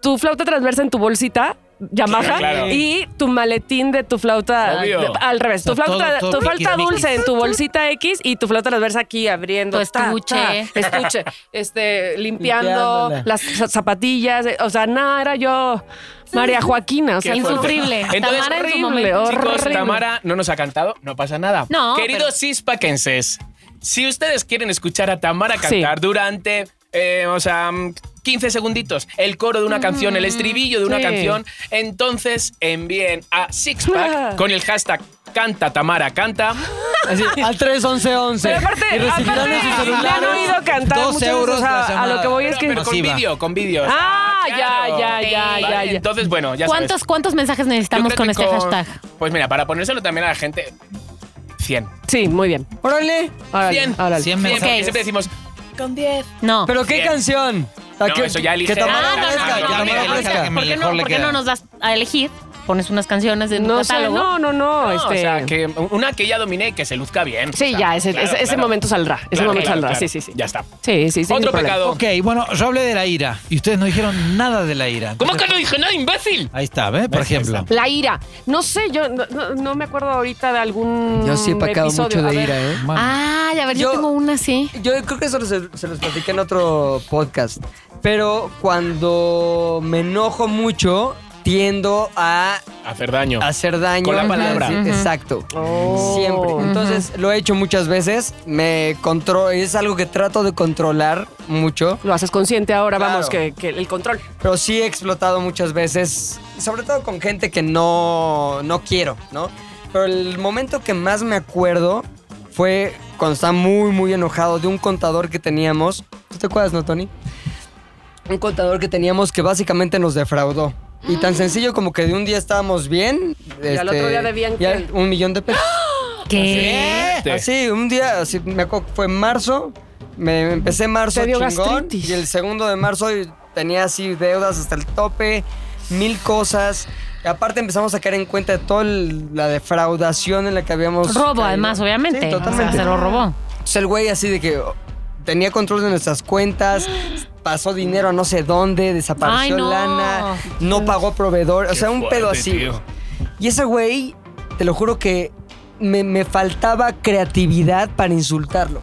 Speaker 2: tu flauta transversa en tu bolsita. Yamaha
Speaker 3: claro.
Speaker 2: y tu maletín de tu flauta
Speaker 3: Obvio.
Speaker 2: de- al revés,
Speaker 5: O sea,
Speaker 2: tu flauta,
Speaker 5: todo- todo
Speaker 2: tu flauta
Speaker 5: piquis,
Speaker 2: dulce
Speaker 5: miquis.
Speaker 2: en tu bolsita X y tu flauta transversa aquí abriendo
Speaker 6: Tu
Speaker 2: ta, ta,
Speaker 6: estuche.
Speaker 2: estuche, este limpiando
Speaker 4: Limpiándola.
Speaker 2: las za- zapatillas, eh, o sea, nada, era yo María Joaquina, o sea,
Speaker 3: Qué fuerte.
Speaker 6: Insufrible.
Speaker 3: Entonces,
Speaker 6: Tamara en su
Speaker 2: horrible,
Speaker 6: momento.
Speaker 2: horrible.
Speaker 3: Chicos, Tamara no nos ha cantado, no pasa nada.
Speaker 6: No,
Speaker 3: Queridos cispaquenses, si ustedes quieren escuchar a Tamara cantar durante, eh, o sea, mm, 15 segunditos, el coro de una canción, el estribillo de
Speaker 2: Mm,
Speaker 3: una
Speaker 2: sí.
Speaker 3: canción, entonces envíen a Sixpack con el hashtag Canta Tamara Canta.
Speaker 4: Así, al 31111.
Speaker 2: Pero aparte,
Speaker 4: y recibirán
Speaker 2: aparte,
Speaker 4: en sus
Speaker 2: me han
Speaker 4: celulares.
Speaker 2: oído cantar
Speaker 5: 12
Speaker 2: muchas veces,
Speaker 5: euros
Speaker 2: o sea,
Speaker 5: la
Speaker 2: a lo
Speaker 5: semana.
Speaker 2: que voy es
Speaker 3: Pero,
Speaker 2: que
Speaker 3: pero con
Speaker 5: Nociva.
Speaker 3: vídeo, con vídeo.
Speaker 2: Ah, ya, ya,
Speaker 3: claro.
Speaker 2: ya,
Speaker 3: Vale,
Speaker 2: ya, ya.
Speaker 3: Entonces, bueno, ya sabes.
Speaker 6: ¿Cuántos, ¿Cuántos mensajes
Speaker 3: Yo
Speaker 6: necesitamos
Speaker 3: creo
Speaker 6: con
Speaker 3: que
Speaker 6: este hashtag?
Speaker 3: Pues mira, para ponérselo también a la gente, 100.
Speaker 2: Sí, muy bien.
Speaker 4: Órale.
Speaker 2: Órale,
Speaker 3: 100.
Speaker 2: órale.
Speaker 5: 100
Speaker 3: Bien, porque
Speaker 5: mensajes.
Speaker 3: siempre decimos, con 10.
Speaker 6: No.
Speaker 4: ¿Pero qué
Speaker 3: Bien.
Speaker 4: canción? O sea,
Speaker 3: No,
Speaker 4: que,
Speaker 3: eso ya elige.
Speaker 4: Que Tamara
Speaker 6: Ah, no, no,
Speaker 4: fresca,
Speaker 6: no,
Speaker 4: que
Speaker 6: no, no,
Speaker 4: Tamara
Speaker 6: no,
Speaker 4: fresca.
Speaker 5: no,
Speaker 6: ¿Por qué, no,
Speaker 5: Mejor le
Speaker 6: por qué no
Speaker 5: queda.
Speaker 6: nos das a elegir? Pones unas canciones de tu
Speaker 2: No, sé,
Speaker 6: catálogo.
Speaker 2: no, no, no.
Speaker 3: No,
Speaker 2: este,
Speaker 3: "Ah, O sea, que una que ya domine y que se luzca bien.
Speaker 2: Sí,
Speaker 3: O sea,
Speaker 2: ya, ese,
Speaker 3: claro,
Speaker 2: ese, ese
Speaker 3: claro.
Speaker 2: momento saldrá. Ese
Speaker 3: Claro,
Speaker 2: momento
Speaker 3: claro,
Speaker 2: saldrá, sí,
Speaker 3: claro.
Speaker 2: sí, sí.
Speaker 3: Ya está.
Speaker 2: Sí, sí, sí.
Speaker 3: Otro
Speaker 2: sin problema.
Speaker 3: pecado.
Speaker 5: Ok, bueno, yo hablé de la ira y ustedes no dijeron nada de la ira.
Speaker 3: ¿Cómo que
Speaker 5: Entonces,
Speaker 3: no dije nada, imbécil?
Speaker 5: Ahí está, ¿ves? Por
Speaker 3: Ahí está.
Speaker 5: ejemplo.
Speaker 2: La ira. No sé, yo no, no- no me acuerdo ahorita de algún.
Speaker 4: Yo sí he pecado
Speaker 2: episodio.
Speaker 4: mucho
Speaker 2: A
Speaker 4: de
Speaker 2: ver.
Speaker 4: ira, ¿eh?
Speaker 6: Ay, a ver, yo,
Speaker 4: Yo-
Speaker 6: tengo una sí.
Speaker 4: Yo creo que eso se, se los platiqué en otro podcast. Pero cuando me enojo mucho, tiendo a
Speaker 3: Hacer daño.
Speaker 4: hacer daño.
Speaker 3: Con la palabra.
Speaker 4: Sí,
Speaker 6: Ujú.
Speaker 4: Exacto.
Speaker 2: Oh.
Speaker 4: Siempre.
Speaker 2: Ujú.
Speaker 4: Entonces, lo he hecho muchas veces. Me controlo. Es algo que trato de controlar mucho.
Speaker 2: Lo haces consciente ahora,
Speaker 4: Claro.
Speaker 2: vamos, que, que el control.
Speaker 4: Pero sí he explotado muchas veces, sobre todo con gente que no, no quiero, ¿no? Pero el momento que más me acuerdo fue cuando estaba muy, muy enojado de un contador que teníamos. ¿Tú te acuerdas, no, Tony? Un contador que teníamos que básicamente nos defraudó. Y tan sencillo como que de un día estábamos bien.
Speaker 2: Ah.
Speaker 4: este,
Speaker 2: Y al otro día debían
Speaker 4: ya
Speaker 2: que-
Speaker 4: un millón de pesos.
Speaker 6: ¿Qué?
Speaker 3: Sí.
Speaker 4: Así, un día, así, me acuerdo que fue en marzo, me me empecé en marzo
Speaker 2: Te dio
Speaker 4: chingón,
Speaker 2: gastritis.
Speaker 4: y el segundo de marzo y tenía así deudas hasta el tope, mil cosas. Y aparte empezamos a caer en cuenta de toda el- la defraudación en la que habíamos
Speaker 6: Robo,
Speaker 4: caído.
Speaker 6: además, obviamente.
Speaker 4: Pues, Sí,
Speaker 6: O sea,
Speaker 4: totalmente.
Speaker 6: se lo robó.
Speaker 4: Entonces el güey así de que oh, tenía control de nuestras cuentas, pasó dinero a no sé dónde, desapareció
Speaker 6: Ay, no.
Speaker 4: lana, no pagó proveedor, o sea, un pedo
Speaker 3: fuerte,
Speaker 4: así.
Speaker 3: tío.
Speaker 4: Y ese güey, te lo juro que me, me faltaba creatividad para insultarlo.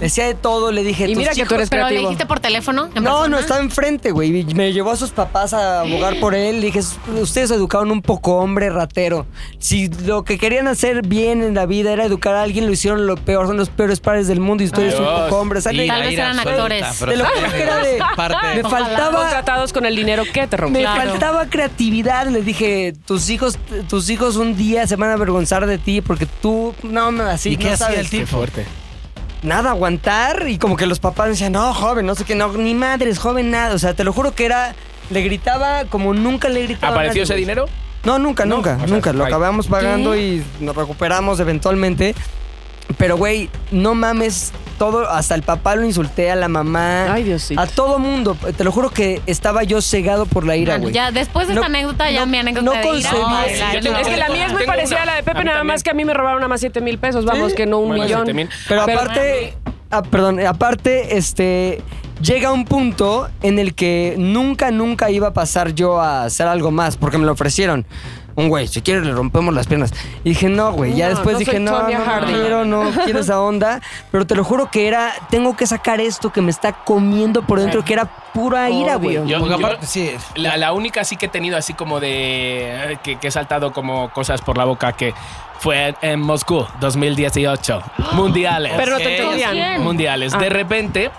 Speaker 4: Decía de todo, le dije...
Speaker 2: Y
Speaker 4: "Tus
Speaker 2: mira que tú eres
Speaker 6: ¿Pero le
Speaker 2: creativo.
Speaker 6: dijiste por teléfono? en
Speaker 4: no,
Speaker 6: persona?
Speaker 4: no, estaba enfrente, güey. Y Me llevó a sus papás a abogar por él. Le dije, ustedes educaron un poco hombre ratero. Si lo que querían hacer bien en la vida era educar a alguien, lo hicieron lo peor. Son los peores padres del mundo y ustedes son
Speaker 3: Dios.
Speaker 4: un poco hombre. Sale-
Speaker 5: Y
Speaker 6: Tal
Speaker 5: la
Speaker 6: vez
Speaker 5: ira
Speaker 6: eran
Speaker 5: absoluta,
Speaker 6: actores.
Speaker 5: pero
Speaker 4: Te lo
Speaker 5: también
Speaker 4: juro que era de-
Speaker 5: Parte.
Speaker 4: me faltaba...
Speaker 2: Contratados con el dinero que te
Speaker 4: Me
Speaker 2: rompe.
Speaker 6: Claro.
Speaker 4: faltaba creatividad, le dije, tus hijos, tus hijos un día se van a avergonzar de ti porque tú, no, no, así
Speaker 5: ¿Y qué
Speaker 4: no
Speaker 5: hacía
Speaker 4: sabes.
Speaker 5: el
Speaker 3: Qué
Speaker 5: tipo?
Speaker 3: fuerte.
Speaker 4: nada, aguantar. Y como que los papás decían, no, joven, no sé qué, no, ni madres, joven, nada. O sea, te lo juro que era. Le gritaba como nunca le gritaba. a nadie,
Speaker 3: ¿Apareció ese
Speaker 4: güey.
Speaker 3: dinero?
Speaker 4: No, nunca,
Speaker 3: No,
Speaker 4: nunca,
Speaker 3: o sea,
Speaker 4: nunca. Lo
Speaker 3: bye.
Speaker 4: acabamos pagando y nos recuperamos eventualmente. Pero, güey, no mames, todo, hasta el papá lo insulté, a la mamá.
Speaker 2: Ay, Diosito.
Speaker 4: A todo mundo. Te lo juro que estaba yo cegado por la ira,
Speaker 6: Bueno,
Speaker 4: güey.
Speaker 6: ya después de
Speaker 4: No-
Speaker 6: esta anécdota, ya
Speaker 4: no-
Speaker 6: mi anécdota
Speaker 4: no
Speaker 6: de ira.
Speaker 4: concebí
Speaker 6: Ay,
Speaker 4: eso.
Speaker 6: la-
Speaker 3: Yo tengo-
Speaker 2: Es que la mía es muy
Speaker 3: Tengo
Speaker 2: parecida
Speaker 3: una.
Speaker 2: a la de Pepe,
Speaker 3: A mí
Speaker 2: nada
Speaker 3: también.
Speaker 2: más que a mí me robaron nada más 7 mil pesos, vamos, que no un
Speaker 3: Bueno,
Speaker 2: millón.
Speaker 3: 7,000.
Speaker 4: Pero
Speaker 2: Pero-
Speaker 4: aparte, ah, perdón, aparte, este, llega un punto en el que nunca, nunca iba a pasar yo a hacer algo más, porque me lo ofrecieron. Un güey, si quieres le rompemos las piernas. Y dije, no, güey. Ya
Speaker 2: No,
Speaker 4: después
Speaker 2: no
Speaker 4: dije,
Speaker 2: soy
Speaker 4: no, no,
Speaker 2: Tonya
Speaker 4: no
Speaker 2: Harding".
Speaker 4: quiero, no quiero esa onda. Pero te lo juro que era, tengo que sacar esto que me está comiendo por dentro, que era pura ira, güey.
Speaker 3: Yo-
Speaker 5: Porque
Speaker 3: yo-
Speaker 5: aparte, sí.
Speaker 3: La, la única sí que he tenido así como de... eh, Que, que he saltado como cosas por la boca que fue en Moscú 2018. Mundiales.
Speaker 2: Pero no te
Speaker 3: Eh,
Speaker 2: entendían.
Speaker 6: ¿Quién?
Speaker 3: Mundiales.
Speaker 2: Ah.
Speaker 3: De repente...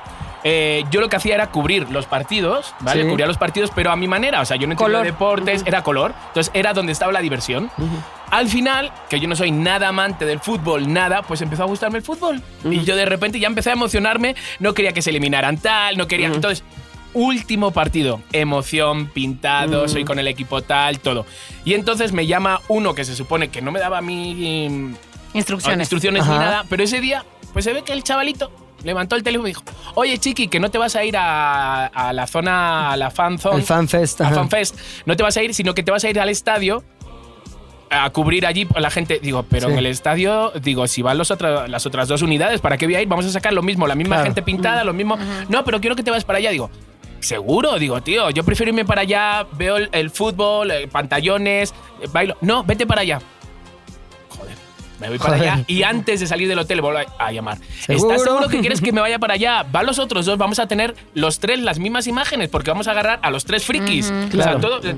Speaker 3: eh, yo lo que hacía era cubrir los partidos, ¿vale?
Speaker 4: Sí.
Speaker 3: Cubría los partidos, pero a mi manera. O sea, yo no entendía
Speaker 2: Color.
Speaker 3: deportes, era color. Entonces era donde estaba la diversión. Al final, que yo no soy nada amante del fútbol, nada, pues empezó a gustarme el fútbol. Y yo de repente ya empecé a emocionarme, no quería que se eliminaran tal, no quería... Entonces, último partido, emoción, pintado, soy con el equipo tal, todo. Y entonces me llama uno que se supone que no me daba mi
Speaker 6: Instrucciones.
Speaker 3: instrucciones ni
Speaker 4: Ajá.
Speaker 3: nada, pero ese día, pues se ve que el chavalito levantó el teléfono y dijo, oye chiqui, que no te vas a ir a, a la zona, a la fan zone,
Speaker 4: El fanfest.
Speaker 3: a
Speaker 4: ajá.
Speaker 3: FanFest, no te vas a ir, sino que te vas a ir al estadio a cubrir allí a la gente. Digo, pero
Speaker 4: Sí.
Speaker 3: en el estadio, digo, si van los otra- las otras dos unidades, ¿para qué voy a ir? Vamos a sacar lo mismo, la misma
Speaker 4: Claro.
Speaker 3: gente pintada, lo mismo. No, pero quiero que te vayas para allá. Digo, seguro, digo, tío, yo prefiero irme para allá, veo el, el fútbol, eh, pantallones, eh, bailo. No, vete para allá. Joder. Me voy para
Speaker 4: Joder.
Speaker 3: allá y antes de salir del hotel vuelvo a- a llamar.
Speaker 4: ¿Seguro?
Speaker 3: ¿Estás seguro que quieres que me vaya para allá? Van los otros dos, vamos a tener los tres las mismas imágenes porque vamos a agarrar a los tres frikis. O sea,
Speaker 4: Claro.
Speaker 3: todo- eh,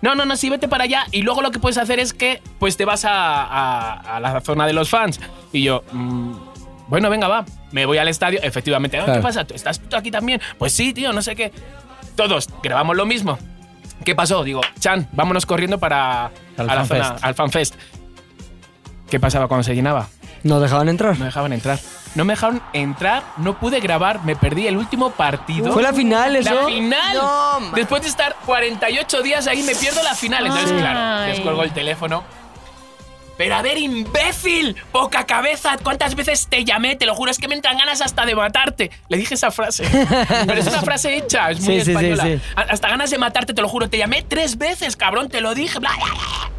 Speaker 3: no, no, no, sí, vete para allá. Y luego lo que puedes hacer es que pues te vas a, a- a la zona de los fans. Y yo, mm, bueno, venga, va. Me voy al estadio, efectivamente. "Ah,
Speaker 5: Claro.
Speaker 3: ¿Qué pasa? ¿Tú- ¿Estás tú aquí también? Pues sí, tío, no sé qué. Todos grabamos lo mismo. ¿Qué pasó? Digo, Chan, vámonos corriendo para
Speaker 5: Al
Speaker 3: a la
Speaker 5: FanFest.
Speaker 3: zona, al FanFest. ¿Qué pasaba cuando se llenaba?
Speaker 4: No dejaban entrar.
Speaker 3: No dejaban entrar. No me dejaron entrar, no pude grabar, me perdí el último partido.
Speaker 4: Fue la final, eso.
Speaker 3: La final.
Speaker 4: No, man.
Speaker 3: Después de estar 48 días ahí, me pierdo la final. Entonces,
Speaker 6: Ay.
Speaker 3: claro, descolgo el teléfono. Pero a ver, imbécil, poca cabeza, ¿cuántas veces te llamé? Te lo juro, es que me entran ganas hasta de matarte. Le dije esa frase. Pero es una frase hecha, es muy
Speaker 4: Sí, sí, sí,
Speaker 3: española.
Speaker 4: sí.
Speaker 3: A- Hasta ganas de matarte, te lo juro. Te llamé tres veces, cabrón, te lo dije. bla, bla, bla.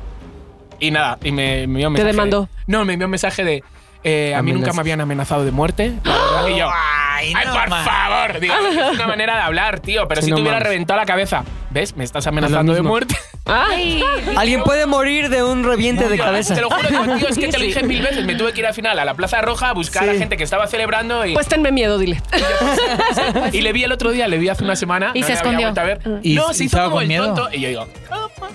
Speaker 3: Y nada, y me, me envió un
Speaker 2: ¿Te
Speaker 3: mensaje
Speaker 2: demandó?
Speaker 3: de- no, me envió un mensaje de. eh, a mí nunca
Speaker 4: Amenaza.
Speaker 3: me habían amenazado de muerte. la verdad. Y yo,
Speaker 5: Ay,
Speaker 3: Ay,
Speaker 5: no,
Speaker 3: por
Speaker 5: man.
Speaker 3: favor, digo, es una manera de hablar, tío, pero
Speaker 4: Sí,
Speaker 3: si
Speaker 4: no
Speaker 3: te hubiera
Speaker 4: mames.
Speaker 3: reventado la cabeza. ¿Ves? Me estás amenazando de
Speaker 4: mismo.
Speaker 3: muerte.
Speaker 2: Ay,
Speaker 4: Alguien puede morir de un reviente de cabeza.
Speaker 3: Te lo juro, digo, tío, es que te lo dije mil veces. Me tuve que ir al final a la Plaza Roja a buscar a la
Speaker 4: Sí.
Speaker 3: gente que estaba celebrando y,
Speaker 2: pues tenme miedo, dile.
Speaker 3: y le vi el otro día, le vi hace una semana.
Speaker 6: pues. Y
Speaker 3: no
Speaker 6: se
Speaker 3: le había
Speaker 6: escondió.
Speaker 3: vuelto A ver.
Speaker 5: ¿Y-
Speaker 3: no,
Speaker 5: y
Speaker 3: se hizo
Speaker 5: estaba
Speaker 3: como
Speaker 5: con
Speaker 3: el
Speaker 5: miedo?
Speaker 3: tonto. Y yo digo, "Opa,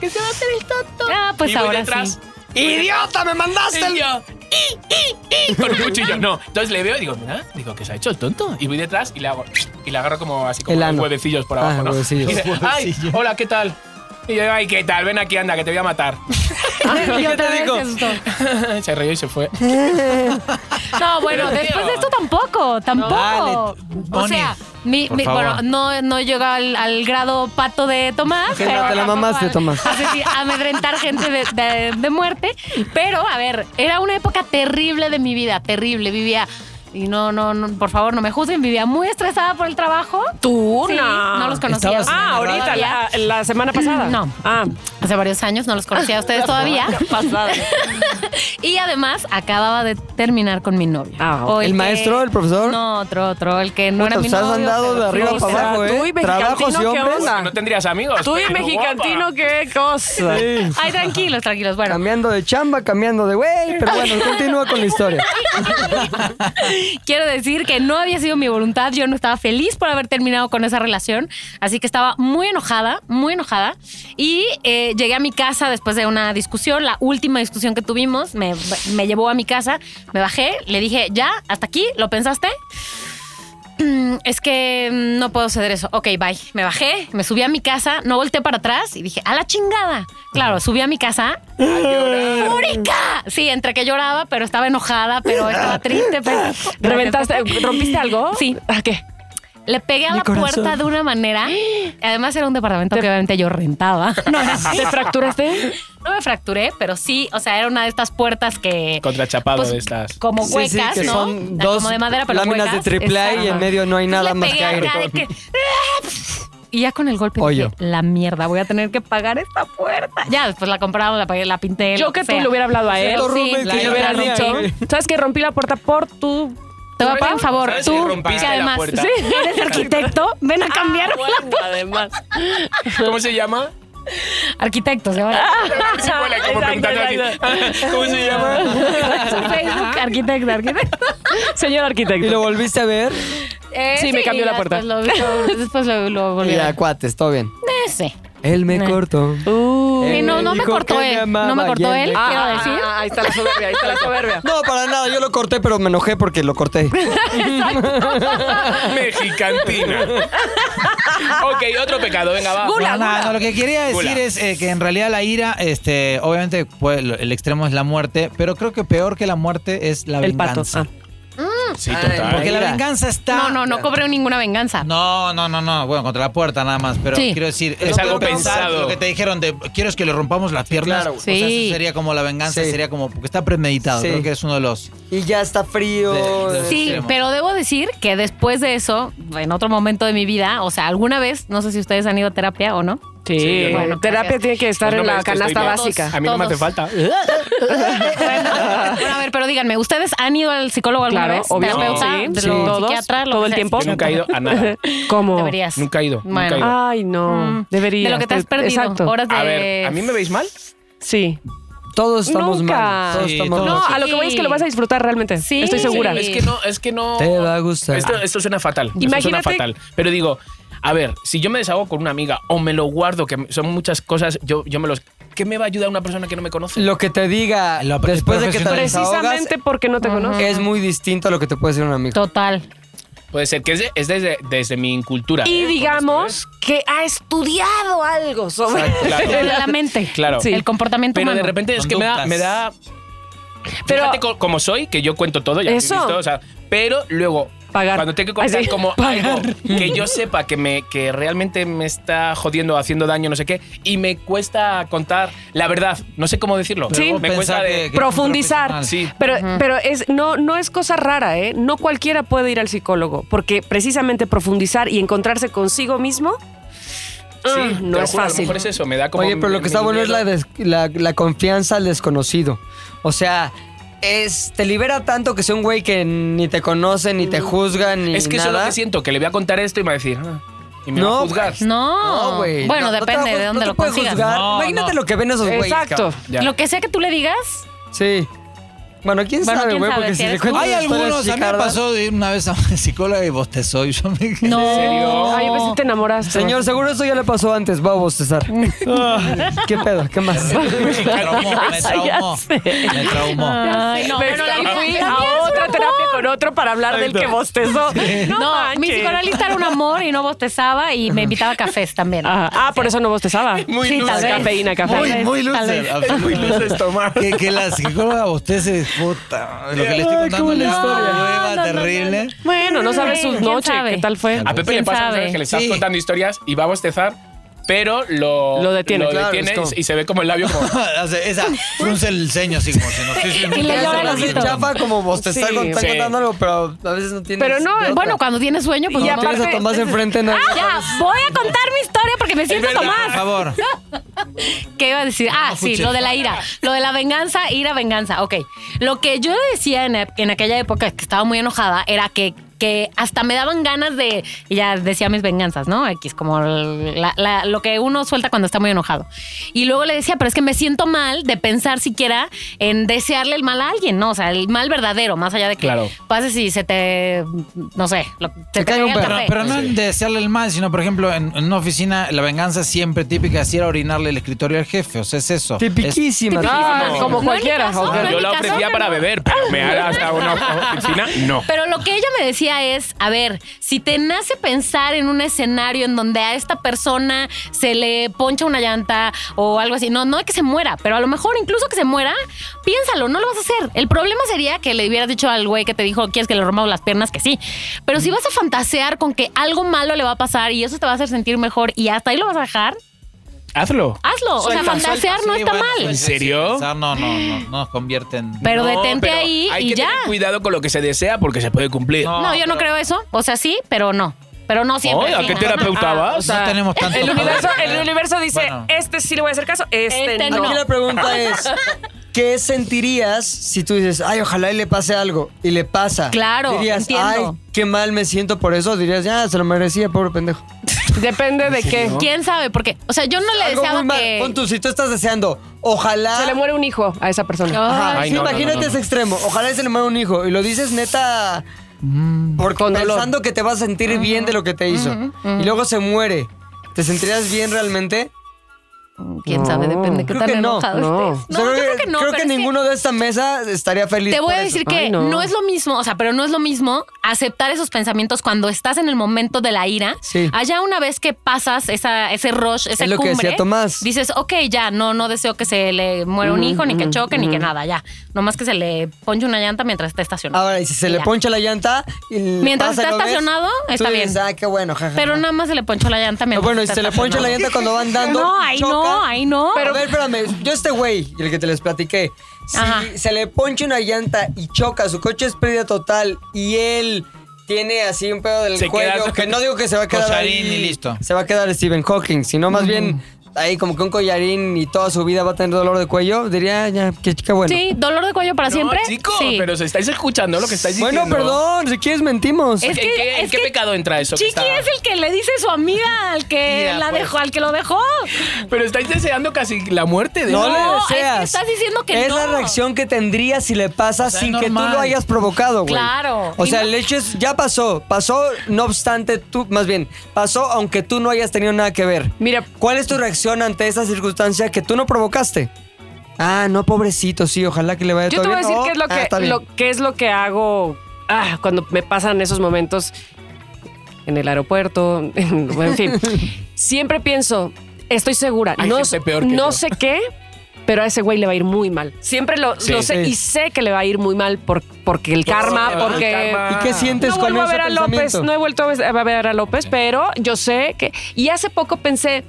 Speaker 3: que se va a hacer el tonto.
Speaker 6: Ah, pues
Speaker 3: y voy
Speaker 6: ahora
Speaker 3: detrás.
Speaker 6: sí.
Speaker 4: ¡Idiota, me mandaste!
Speaker 3: Y yo, "I, i, i", con un cuchillo. No. Entonces le veo y digo, mira, digo que se ha hecho el tonto. Y voy detrás y le hago, y le agarro como así como
Speaker 4: El
Speaker 3: los
Speaker 4: ano.
Speaker 3: huevecillos por
Speaker 4: Ah,
Speaker 3: abajo, ¿no?
Speaker 4: huevecillos.
Speaker 3: Y dice, ay, hola, ¿qué tal? Y yo, ay, ¿qué tal? Ven aquí, anda, que te voy a matar.
Speaker 6: Y otra vez
Speaker 4: digo?
Speaker 6: se asustó.
Speaker 3: se rió y se fue.
Speaker 6: No, bueno,
Speaker 3: Pero,
Speaker 6: después
Speaker 3: tío.
Speaker 6: de esto tampoco, tampoco.
Speaker 5: Dale,
Speaker 6: o sea, mi,
Speaker 5: por
Speaker 6: mi-
Speaker 5: favor.
Speaker 6: bueno, no, no llegó al, al grado pato de Tomás.
Speaker 4: Que no te la
Speaker 6: tampoco
Speaker 4: mamaste,
Speaker 6: a-
Speaker 4: Tomás.
Speaker 6: a decir, amedrentar gente de, de- de muerte. Pero, a ver, era una época terrible de mi vida, terrible. Vivía, y no, no, no, por favor, no me juzguen, vivía muy estresada por el trabajo.
Speaker 2: Tú,
Speaker 6: Sí,
Speaker 2: no.
Speaker 6: no los conocía.
Speaker 5: Estabas-
Speaker 2: Ah, ahorita,
Speaker 6: Todavía.
Speaker 2: la, la semana pasada.
Speaker 6: No.
Speaker 2: Ah,
Speaker 6: Hace varios años, no los conocía a ustedes todavía.
Speaker 2: pasada.
Speaker 6: Y además acababa de terminar con mi novia.
Speaker 2: Ah,
Speaker 6: O
Speaker 4: ¿el
Speaker 6: que-
Speaker 4: maestro, el profesor?
Speaker 6: No, otro, otro, el que no era mi
Speaker 4: Puta, pues,
Speaker 6: novio.
Speaker 4: has andado
Speaker 6: pero
Speaker 4: de arriba
Speaker 6: sí,
Speaker 4: para
Speaker 6: o sea,
Speaker 4: abajo,
Speaker 2: tú y
Speaker 4: ¿eh?
Speaker 2: Mexicantino,
Speaker 4: Trabajos y
Speaker 2: ¿qué
Speaker 4: hombres.
Speaker 2: onda?
Speaker 3: No tendrías amigos.
Speaker 2: Tú y
Speaker 3: pero
Speaker 2: Mexicantino,
Speaker 3: guapa.
Speaker 2: qué cosa.
Speaker 4: Sí.
Speaker 6: Ay, tranquilos, tranquilos. Bueno,
Speaker 4: Cambiando de chamba, cambiando de güey, pero bueno, continúa con la historia.
Speaker 6: quiero decir que no había sido mi voluntad. Yo no estaba feliz por haber terminado con esa relación. Así que estaba muy enojada, muy enojada. Y eh, llegué a mi casa después de una discusión, la última discusión que tuvimos. Me, me llevó a mi casa, me bajé, le dije, ya, hasta aquí, ¿lo pensaste? Mm, Es que mm, no puedo ceder eso. Ok, bye. Me bajé, me subí a mi casa, no volteé para atrás y dije, a la chingada. Claro, subí a mi casa, ¡Fúrica! Sí, entre que lloraba, pero estaba enojada, pero estaba triste. pero-
Speaker 2: ¿Reventaste? ¿Rompiste algo?
Speaker 6: Sí.
Speaker 2: ¿A qué?
Speaker 6: Le pegué a
Speaker 4: Mi
Speaker 6: la
Speaker 4: corazón.
Speaker 6: puerta de una manera. Además, era un departamento que obviamente yo rentaba. No, era-
Speaker 2: ¿Te fracturaste?
Speaker 6: no me fracturé, pero sí, o sea, era una de estas puertas que.
Speaker 3: Contrachapado
Speaker 6: pues,
Speaker 3: de estas.
Speaker 6: Como
Speaker 4: Sí,
Speaker 6: huecas,
Speaker 4: sí, que
Speaker 6: ¿no?
Speaker 4: son
Speaker 6: Ah,
Speaker 4: dos
Speaker 6: como de madera, pero
Speaker 4: láminas
Speaker 6: huecas.
Speaker 4: de triple A y en
Speaker 6: Exacto.
Speaker 4: medio no hay nada
Speaker 6: Entonces,
Speaker 4: más
Speaker 6: le
Speaker 4: que
Speaker 6: pegué
Speaker 4: aire.
Speaker 6: acá de que- Y ya con el golpe
Speaker 4: Hoyo.
Speaker 6: dije, la mierda, voy a tener que pagar esta puerta. Ya, después la compramos, la, pagué, la pinté.
Speaker 2: Yo
Speaker 6: lo
Speaker 2: que tú
Speaker 6: sea.
Speaker 2: le hubiera hablado a él.
Speaker 6: Pero
Speaker 4: Lo
Speaker 6: sí,
Speaker 4: roommate
Speaker 6: la
Speaker 4: que
Speaker 2: le
Speaker 4: yo
Speaker 2: hubiera
Speaker 4: tenía.
Speaker 2: dicho. ¿Sabes que rompí la puerta por tu
Speaker 6: Te voy a pedir un favor.
Speaker 3: ¿Sabes que
Speaker 6: Tú,
Speaker 3: rompiste
Speaker 6: que
Speaker 3: la
Speaker 6: además
Speaker 3: puerta?
Speaker 6: eres arquitecto, ven a cambiar.
Speaker 2: Ah, Bueno, además.
Speaker 3: ¿Cómo se llama?
Speaker 6: Arquitecto, se va.
Speaker 2: Ah.
Speaker 3: Sí, huele
Speaker 2: Exacto,
Speaker 3: como preguntando aquí. ¿Cómo se llama?
Speaker 6: Su Facebook, arquitecto, arquitecto.
Speaker 2: Señor
Speaker 4: ¿Y
Speaker 2: arquitecto.
Speaker 4: lo volviste a ver?
Speaker 6: Eh,
Speaker 2: Sí, me cambió
Speaker 6: y
Speaker 2: la
Speaker 6: ya
Speaker 2: puerta.
Speaker 6: Después lo, lo- después lo, lo volví a
Speaker 4: Mira,
Speaker 6: ver.
Speaker 4: cuates, todo bien.
Speaker 6: Ese.
Speaker 4: Él me
Speaker 6: Nah.
Speaker 4: cortó.
Speaker 2: Uh.
Speaker 6: Sí, no, no me
Speaker 4: dijo
Speaker 6: cortó
Speaker 4: que me
Speaker 6: él.
Speaker 4: amaba
Speaker 6: no me cortó
Speaker 4: y él
Speaker 6: él,
Speaker 4: me-
Speaker 6: quiero decir.
Speaker 2: ah, ahí está la soberbia, ahí está la soberbia.
Speaker 4: No, para nada, yo lo corté, pero me enojé porque lo corté.
Speaker 3: Mexicantina. ok, otro pecado, venga, va.
Speaker 5: No, no, no, lo que quería decir
Speaker 3: Gula.
Speaker 5: es eh, que en realidad la ira, este, obviamente pues, lo- el extremo es la muerte, pero creo que peor que la muerte es la
Speaker 2: El pato.
Speaker 5: venganza.
Speaker 2: ah.
Speaker 3: Sí,
Speaker 5: Porque la
Speaker 4: Ira.
Speaker 5: venganza está.
Speaker 6: No, no, no cobré ninguna venganza.
Speaker 5: No, no, no, no. Bueno, contra la puerta nada más, pero
Speaker 6: Sí.
Speaker 5: quiero decir,
Speaker 3: Es
Speaker 5: no
Speaker 3: algo
Speaker 5: puedo pensar
Speaker 3: pensado.
Speaker 5: Lo que te dijeron de quieres que le rompamos las piernas.
Speaker 4: Claro.
Speaker 5: O sea, eso
Speaker 6: Sí.
Speaker 5: sería como la venganza,
Speaker 4: Sí.
Speaker 5: sería como porque está premeditado.
Speaker 4: Sí.
Speaker 5: Creo que es uno de los.
Speaker 4: Y ya está frío.
Speaker 5: De- de-
Speaker 6: Sí,
Speaker 5: Extremo.
Speaker 6: pero debo decir que después de eso, en otro momento de mi vida, o sea, alguna vez, no sé si ustedes han ido a terapia o no.
Speaker 2: Sí,
Speaker 3: Sí, yo
Speaker 6: no.
Speaker 2: terapia tiene que estar
Speaker 3: Pues no
Speaker 2: en
Speaker 3: me
Speaker 2: la
Speaker 3: ves que
Speaker 2: canasta
Speaker 3: estoy bien.
Speaker 2: básica.
Speaker 3: A mí no me hace
Speaker 6: Todos.
Speaker 3: falta.
Speaker 6: bueno, bueno, a ver, pero díganme, ¿ustedes han ido al psicólogo alguna
Speaker 2: Claro,
Speaker 6: vez?
Speaker 2: obvio.
Speaker 6: ¿Terapeuta?
Speaker 2: Sí,
Speaker 6: ¿Lo-
Speaker 2: sí.
Speaker 6: psiquiatra?
Speaker 2: Todos,
Speaker 6: Lo
Speaker 2: todo
Speaker 6: que
Speaker 2: el
Speaker 6: sea?
Speaker 2: tiempo.
Speaker 3: Yo nunca he ido a nada.
Speaker 2: ¿Cómo?
Speaker 6: Deberías.
Speaker 3: Nunca he ido, nunca
Speaker 6: Bueno.
Speaker 3: he ido.
Speaker 2: Ay, Ah, no.
Speaker 6: Mm. De
Speaker 2: Deberías.
Speaker 6: lo que te has
Speaker 2: es-
Speaker 6: perdido.
Speaker 2: Exacto.
Speaker 6: Horas de...
Speaker 3: A ver, ¿a mí me veis mal?
Speaker 2: Sí.
Speaker 4: Todos estamos
Speaker 2: Nunca.
Speaker 4: mal. Todos
Speaker 5: Sí,
Speaker 4: estamos
Speaker 5: todos.
Speaker 2: No,
Speaker 4: mal.
Speaker 2: a lo que voy es que lo vas a disfrutar realmente.
Speaker 6: Sí.
Speaker 2: Estoy segura.
Speaker 6: Sí.
Speaker 3: Es que no, es que no.
Speaker 4: Te va a gustar.
Speaker 3: Esto, esto suena fatal. esto suena
Speaker 2: Imagínate-
Speaker 3: fatal. Pero digo, a ver, si yo me deshago con una amiga o me lo guardo, que son muchas cosas, yo, yo me los. ¿Qué me va a ayudar una persona que no me conoce?
Speaker 4: Lo que te diga
Speaker 5: Lo-
Speaker 4: después de que te desahogas
Speaker 2: Precisamente porque no te conozco.
Speaker 4: es muy distinto a lo que te puede decir un amigo.
Speaker 6: Total.
Speaker 3: Puede ser que es, de- es desde, desde mi cultura. ¿eh?
Speaker 2: Y
Speaker 3: Con
Speaker 2: digamos que ha estudiado algo sobre.
Speaker 3: esto, ¿eh?
Speaker 6: Sobre
Speaker 3: Claro.
Speaker 6: la mente.
Speaker 3: Claro.
Speaker 2: Sí.
Speaker 6: El comportamiento
Speaker 3: Pero de
Speaker 6: humano.
Speaker 3: repente es que me da.
Speaker 5: Conductas.
Speaker 3: Me da
Speaker 2: Pero-
Speaker 3: fíjate co- como soy, que yo cuento todo, ya lo habéis
Speaker 2: Eso.
Speaker 3: visto, o sea, pero luego.
Speaker 2: Pagar.
Speaker 3: Cuando tengo que contar
Speaker 2: Así,
Speaker 3: como
Speaker 2: pagar.
Speaker 3: algo que yo sepa que, me, que realmente me está jodiendo, haciendo daño, no sé qué, y me cuesta contar la verdad, no sé cómo decirlo.
Speaker 2: Sí.
Speaker 3: Me cuesta
Speaker 5: Pensar
Speaker 3: de.
Speaker 5: que-
Speaker 2: profundizar.
Speaker 3: Sí.
Speaker 2: Pero, pero es, no, no es cosa rara, ¿eh? No cualquiera puede ir al psicólogo, porque precisamente profundizar y encontrarse consigo mismo ah,
Speaker 3: Sí,
Speaker 2: no es
Speaker 3: A lo
Speaker 2: fácil.
Speaker 3: mejor es eso, me da como.
Speaker 4: Oye, pero lo
Speaker 3: mi-
Speaker 4: que está
Speaker 3: mi
Speaker 4: bueno es la,
Speaker 3: miedo.
Speaker 4: des- la, la confianza al desconocido. O sea, es, te libera tanto que sea un güey que ni te conoce, ni te juzga, ni
Speaker 3: Es que eso es lo
Speaker 4: nada.
Speaker 3: que siento, que le voy a contar esto y me va a decir. ah, y me va
Speaker 4: No,
Speaker 3: a juzgar.
Speaker 6: No.
Speaker 4: No, güey.
Speaker 6: Bueno,
Speaker 4: No, no te
Speaker 6: depende
Speaker 4: va-
Speaker 6: de
Speaker 4: no
Speaker 6: dónde
Speaker 4: te
Speaker 6: lo
Speaker 4: puede
Speaker 6: consigas.
Speaker 4: juzgar.
Speaker 5: No,
Speaker 4: Imagínate
Speaker 5: no.
Speaker 4: lo que ven esos güeyes.
Speaker 2: Exacto.
Speaker 4: cabrón.
Speaker 3: Ya.
Speaker 6: Lo que sea que tú le digas,
Speaker 4: Sí. Bueno, quién
Speaker 6: Bueno,
Speaker 4: sabe,
Speaker 6: quién
Speaker 4: güey,
Speaker 6: sabe,
Speaker 4: porque
Speaker 6: si
Speaker 4: si le
Speaker 6: eres
Speaker 4: cuentas
Speaker 5: Hay
Speaker 4: historias
Speaker 5: algunos, a mí me
Speaker 4: chicardas-
Speaker 5: pasó de ir una vez a una psicóloga y bostezó y yo me quedé-
Speaker 6: no.
Speaker 3: serio?
Speaker 2: Ay, yo pensé que te enamoraste.
Speaker 4: Señor, seguro eso ya le pasó antes. Va a bostezar. ¿Qué pedo? ¿Qué más?
Speaker 5: Me traumó, me traumó.
Speaker 2: sé.
Speaker 5: Me traumó.
Speaker 6: Ay, no,
Speaker 2: Me
Speaker 6: pero la mía-
Speaker 2: fui
Speaker 6: la
Speaker 2: a
Speaker 6: mía es un
Speaker 2: otra
Speaker 6: amor.
Speaker 2: terapia con otro para hablar del que
Speaker 6: No,
Speaker 2: bostezó. No,
Speaker 6: mi
Speaker 2: manches.
Speaker 6: psicoanalista era un amor y no bostezaba y me invitaba a cafés también.
Speaker 2: Ajá. Ah, por eso no bostezaba.
Speaker 3: Muy
Speaker 6: Sí, tal
Speaker 3: lúcido.
Speaker 6: vez.
Speaker 2: Cafeína,
Speaker 6: Tal
Speaker 2: cafeína.
Speaker 6: vez,
Speaker 5: Muy
Speaker 6: tal
Speaker 5: loser,
Speaker 6: vez.
Speaker 3: Muy luces tomar.
Speaker 5: Que, que la psicóloga bostece, puta. Lo que le estoy contando es una hueva terrible.
Speaker 2: Bueno, no sabes sus
Speaker 6: ¿Quién
Speaker 2: noches,
Speaker 6: sabe?
Speaker 2: qué tal fue.
Speaker 3: A Pepe le
Speaker 6: ¿Quién
Speaker 3: pasa muchas
Speaker 6: sabe?
Speaker 3: veces que le estás
Speaker 5: Sí.
Speaker 3: contando historias y va a bostezar, pero lo,
Speaker 2: Lo detiene. Claro,
Speaker 3: detiene
Speaker 4: es como-
Speaker 3: y se ve como el labio como.
Speaker 5: Hace esa frunce el ceño así como si no sí, sí,
Speaker 6: Y le
Speaker 5: no,
Speaker 6: llora
Speaker 5: no,
Speaker 6: el
Speaker 5: no,
Speaker 6: ojito.
Speaker 5: no, no.
Speaker 4: chafa como bostezar
Speaker 2: Sí.
Speaker 4: cuando están
Speaker 3: Sí.
Speaker 4: contando algo, pero a veces no tienes.
Speaker 2: Pero no,
Speaker 4: de otra.
Speaker 6: Bueno, cuando ¡Ah! tienes sueño, pues
Speaker 4: Y
Speaker 6: no.
Speaker 4: no tienes a
Speaker 2: aparte-
Speaker 4: Tomás enfrente, no.
Speaker 6: Ya, voy a contar mi historia porque me siento
Speaker 3: verdad.
Speaker 5: Por
Speaker 6: Tomás.
Speaker 5: favor.
Speaker 6: ¿Qué iba a decir? Ah,
Speaker 5: No,
Speaker 6: sí,
Speaker 5: fuches.
Speaker 6: lo de la ira. Lo de la venganza, ira, venganza. Ok. Lo que yo decía en, en aquella época que estaba muy enojada era que, que hasta me daban ganas de. y ya decía mis venganzas, ¿no? X, como la- la- lo que uno suelta cuando está muy enojado. Y luego le decía, pero es que me siento mal de pensar siquiera en desearle el mal a alguien, ¿no? O sea, el mal verdadero, más allá de que
Speaker 3: Claro.
Speaker 6: pases y se te. No sé, lo- se te,
Speaker 4: cae un
Speaker 6: caiga el
Speaker 5: Pero,
Speaker 6: café.
Speaker 5: pero no en desearle el mal, sino por ejemplo en, en una oficina la venganza siempre típica es ir a orinarle el escritorio al jefe, o sea, es eso. Es-
Speaker 4: Tipiquísima.
Speaker 2: Ah,
Speaker 4: tipiquísima.
Speaker 2: como
Speaker 6: No,
Speaker 2: cualquiera.
Speaker 6: ni caso,
Speaker 2: ok.
Speaker 6: no,
Speaker 3: yo
Speaker 6: en
Speaker 3: la
Speaker 6: mi
Speaker 3: ofrecía
Speaker 6: caso,
Speaker 3: para
Speaker 6: no.
Speaker 3: beber, pero me hará hasta una oficina. No.
Speaker 6: Pero lo que ella me decía es, a ver, si te nace pensar en un escenario en donde a esta persona se le poncha una llanta o algo así, no, no de que se muera, pero a lo mejor incluso que se muera, piénsalo, no lo vas a hacer. El problema sería que le hubieras dicho al güey que te dijo, ¿quieres que le rompamos las piernas? Que sí. Pero
Speaker 3: Mm.
Speaker 6: si vas a fantasear con que algo malo le va a pasar y eso te va a hacer sentir mejor y hasta ahí lo vas a dejar,
Speaker 3: Hazlo.
Speaker 6: hazlo. o sea,
Speaker 3: Suelta,
Speaker 6: fantasear
Speaker 5: Sí,
Speaker 6: no está
Speaker 5: bueno,
Speaker 6: mal.
Speaker 5: sí, sí,
Speaker 3: serio?
Speaker 5: pensar, No, no, no, no nos convierte en...
Speaker 6: Pero
Speaker 3: No,
Speaker 6: detente
Speaker 3: pero
Speaker 6: ahí
Speaker 3: hay
Speaker 6: y
Speaker 3: que
Speaker 6: ya.
Speaker 3: tener cuidado con lo que se desea porque se puede cumplir.
Speaker 5: No,
Speaker 6: No, yo no
Speaker 5: pero-
Speaker 6: creo eso. O sea, sí, pero no. Pero no siempre.
Speaker 3: Oye, ¿a
Speaker 6: sí,
Speaker 3: qué
Speaker 6: no,
Speaker 3: terapeuta
Speaker 2: Ah,
Speaker 3: vas?
Speaker 2: o sea,
Speaker 5: no tenemos tanto
Speaker 2: El
Speaker 5: poder.
Speaker 2: universo, el universo dice,
Speaker 5: Bueno.
Speaker 2: este sí le voy a hacer caso, este,
Speaker 6: Este
Speaker 2: no.
Speaker 6: no.
Speaker 4: Aquí la pregunta es: ¿Qué sentirías si tú dices, ay, ojalá y le pase algo? Y le pasa.
Speaker 6: Claro,
Speaker 4: Dirías,
Speaker 6: entiendo.
Speaker 4: ay, qué mal me siento por eso. Dirías, ya, se lo merecía, pobre pendejo.
Speaker 2: Depende de qué.
Speaker 6: ¿Quién sabe? Porque, o sea, yo no le
Speaker 4: Algo
Speaker 6: deseaba
Speaker 4: muy mal.
Speaker 6: que...
Speaker 4: Pon tú, si tú estás deseando, ojalá.
Speaker 2: Se le muere un hijo a esa persona.
Speaker 4: Ajá,
Speaker 6: Ay,
Speaker 4: sí,
Speaker 3: no, no,
Speaker 4: imagínate
Speaker 3: no, no.
Speaker 4: ese extremo. Ojalá y se le muera un hijo. Y lo dices neta. Porque
Speaker 2: Mm. Con dolor.
Speaker 4: pensando que te vas a sentir bien de lo que te hizo. Y luego se muere. ¿Te sentirías bien realmente?
Speaker 6: ¿Quién sabe? Depende de qué
Speaker 4: Creo
Speaker 6: tan
Speaker 4: que no,
Speaker 6: enojado
Speaker 2: no.
Speaker 6: estés. No, yo creo que no. pero es que-
Speaker 4: ninguno de esta mesa estaría feliz.
Speaker 6: Te voy
Speaker 4: por
Speaker 6: a
Speaker 4: eso.
Speaker 6: decir que
Speaker 2: Ay, no.
Speaker 6: no. es lo mismo, o sea, pero no es lo mismo aceptar esos pensamientos cuando estás en el momento de la ira.
Speaker 4: Sí.
Speaker 6: Allá una vez que pasas esa, ese rush, esa
Speaker 4: Es lo que
Speaker 6: cumbre,
Speaker 4: decía Tomás.
Speaker 6: dices, ok, ya, no, no deseo que se le muera un hijo, ni que choque, ni que nada, ya. Nomás que se le ponche una llanta mientras está estacionado.
Speaker 4: Ahora, y si se
Speaker 6: Y
Speaker 4: le
Speaker 6: ya.
Speaker 4: poncha la llanta. y le
Speaker 6: Mientras
Speaker 4: pasa y
Speaker 6: está
Speaker 4: lo ves,
Speaker 6: estacionado,
Speaker 4: tú
Speaker 6: está
Speaker 4: dices,
Speaker 6: bien.
Speaker 4: Ah, qué bueno, jaja.
Speaker 6: Pero nada más se le ponchó la llanta mientras
Speaker 4: Ah, bueno, y
Speaker 6: está
Speaker 4: se le poncha la
Speaker 6: estacionado.
Speaker 4: llanta cuando van dando.
Speaker 6: No, ahí
Speaker 4: chocan.
Speaker 6: no, ahí no.
Speaker 4: A ver, espérame. Yo, este güey, el que te les platiqué, si
Speaker 6: Ajá.
Speaker 4: se le poncha una llanta y choca, su coche es pérdida total y él tiene así un pedo del
Speaker 3: Se
Speaker 4: cuello,
Speaker 3: queda-
Speaker 4: que no digo que se va a quedar.
Speaker 5: Collarín
Speaker 4: ahí,
Speaker 5: y listo.
Speaker 4: Se va a quedar Stephen Hawking, sino más
Speaker 6: Mm.
Speaker 4: bien ahí como que un collarín y toda su vida va a tener dolor de cuello. Diría, ya, qué chica bueno.
Speaker 6: Sí, dolor de cuello para
Speaker 3: No,
Speaker 6: siempre.
Speaker 3: chico,
Speaker 6: sí.
Speaker 3: pero se estáis escuchando lo que estáis diciendo.
Speaker 4: Bueno, perdón, si quieres mentimos.
Speaker 6: Es
Speaker 3: ¿En
Speaker 6: que-
Speaker 3: qué, en
Speaker 6: es
Speaker 3: qué
Speaker 6: que
Speaker 3: pecado entra eso? que
Speaker 6: Chiqui
Speaker 3: está-
Speaker 6: es el que le dice su amiga al que
Speaker 3: Ya,
Speaker 6: la
Speaker 3: pues.
Speaker 6: dejó, al que lo dejó.
Speaker 3: Pero estáis deseando casi la muerte de
Speaker 4: No,
Speaker 3: él.
Speaker 6: No, es que
Speaker 4: le deseas.
Speaker 6: estás diciendo que
Speaker 4: Es la
Speaker 6: no.
Speaker 4: reacción que tendría si le pasa
Speaker 5: sea,
Speaker 4: sin
Speaker 5: es
Speaker 4: que tú
Speaker 5: normal.
Speaker 4: lo hayas provocado, güey.
Speaker 6: Claro.
Speaker 4: O
Speaker 6: Y
Speaker 4: sea,
Speaker 6: no-
Speaker 4: el hecho es, ya pasó. Pasó, no obstante tú, más bien, pasó aunque tú no hayas tenido nada que ver.
Speaker 2: Mira,
Speaker 4: ¿Cuál es tu reacción ante esa circunstancia que tú no provocaste? Ah, no, pobrecito, sí, ojalá que le vaya
Speaker 2: Yo te voy
Speaker 4: todo
Speaker 2: a
Speaker 4: bien.
Speaker 2: decir
Speaker 4: Oh,
Speaker 2: qué es lo
Speaker 4: ah,
Speaker 2: que,
Speaker 4: está bien.
Speaker 2: lo- qué es lo que hago ah, cuando me pasan esos momentos en el aeropuerto, en, en fin. Siempre pienso, estoy segura,
Speaker 3: Hay
Speaker 2: no,
Speaker 3: gente
Speaker 2: sé-
Speaker 3: peor que
Speaker 2: no
Speaker 3: yo.
Speaker 2: sé qué, pero a ese güey le va a ir muy mal. Siempre lo,
Speaker 3: Sí,
Speaker 2: lo sé
Speaker 4: sí.
Speaker 2: y sé que le va a ir muy mal por- porque el
Speaker 3: Por-
Speaker 2: karma,
Speaker 3: por el
Speaker 2: porque...
Speaker 3: karma.
Speaker 4: ¿Y qué sientes
Speaker 2: Ah. No
Speaker 4: con
Speaker 2: vuelvo a
Speaker 4: ese
Speaker 2: ver a López,
Speaker 4: pensamiento?
Speaker 2: no he vuelto a ver- a ver a López, pero yo sé que... Y hace poco pensé,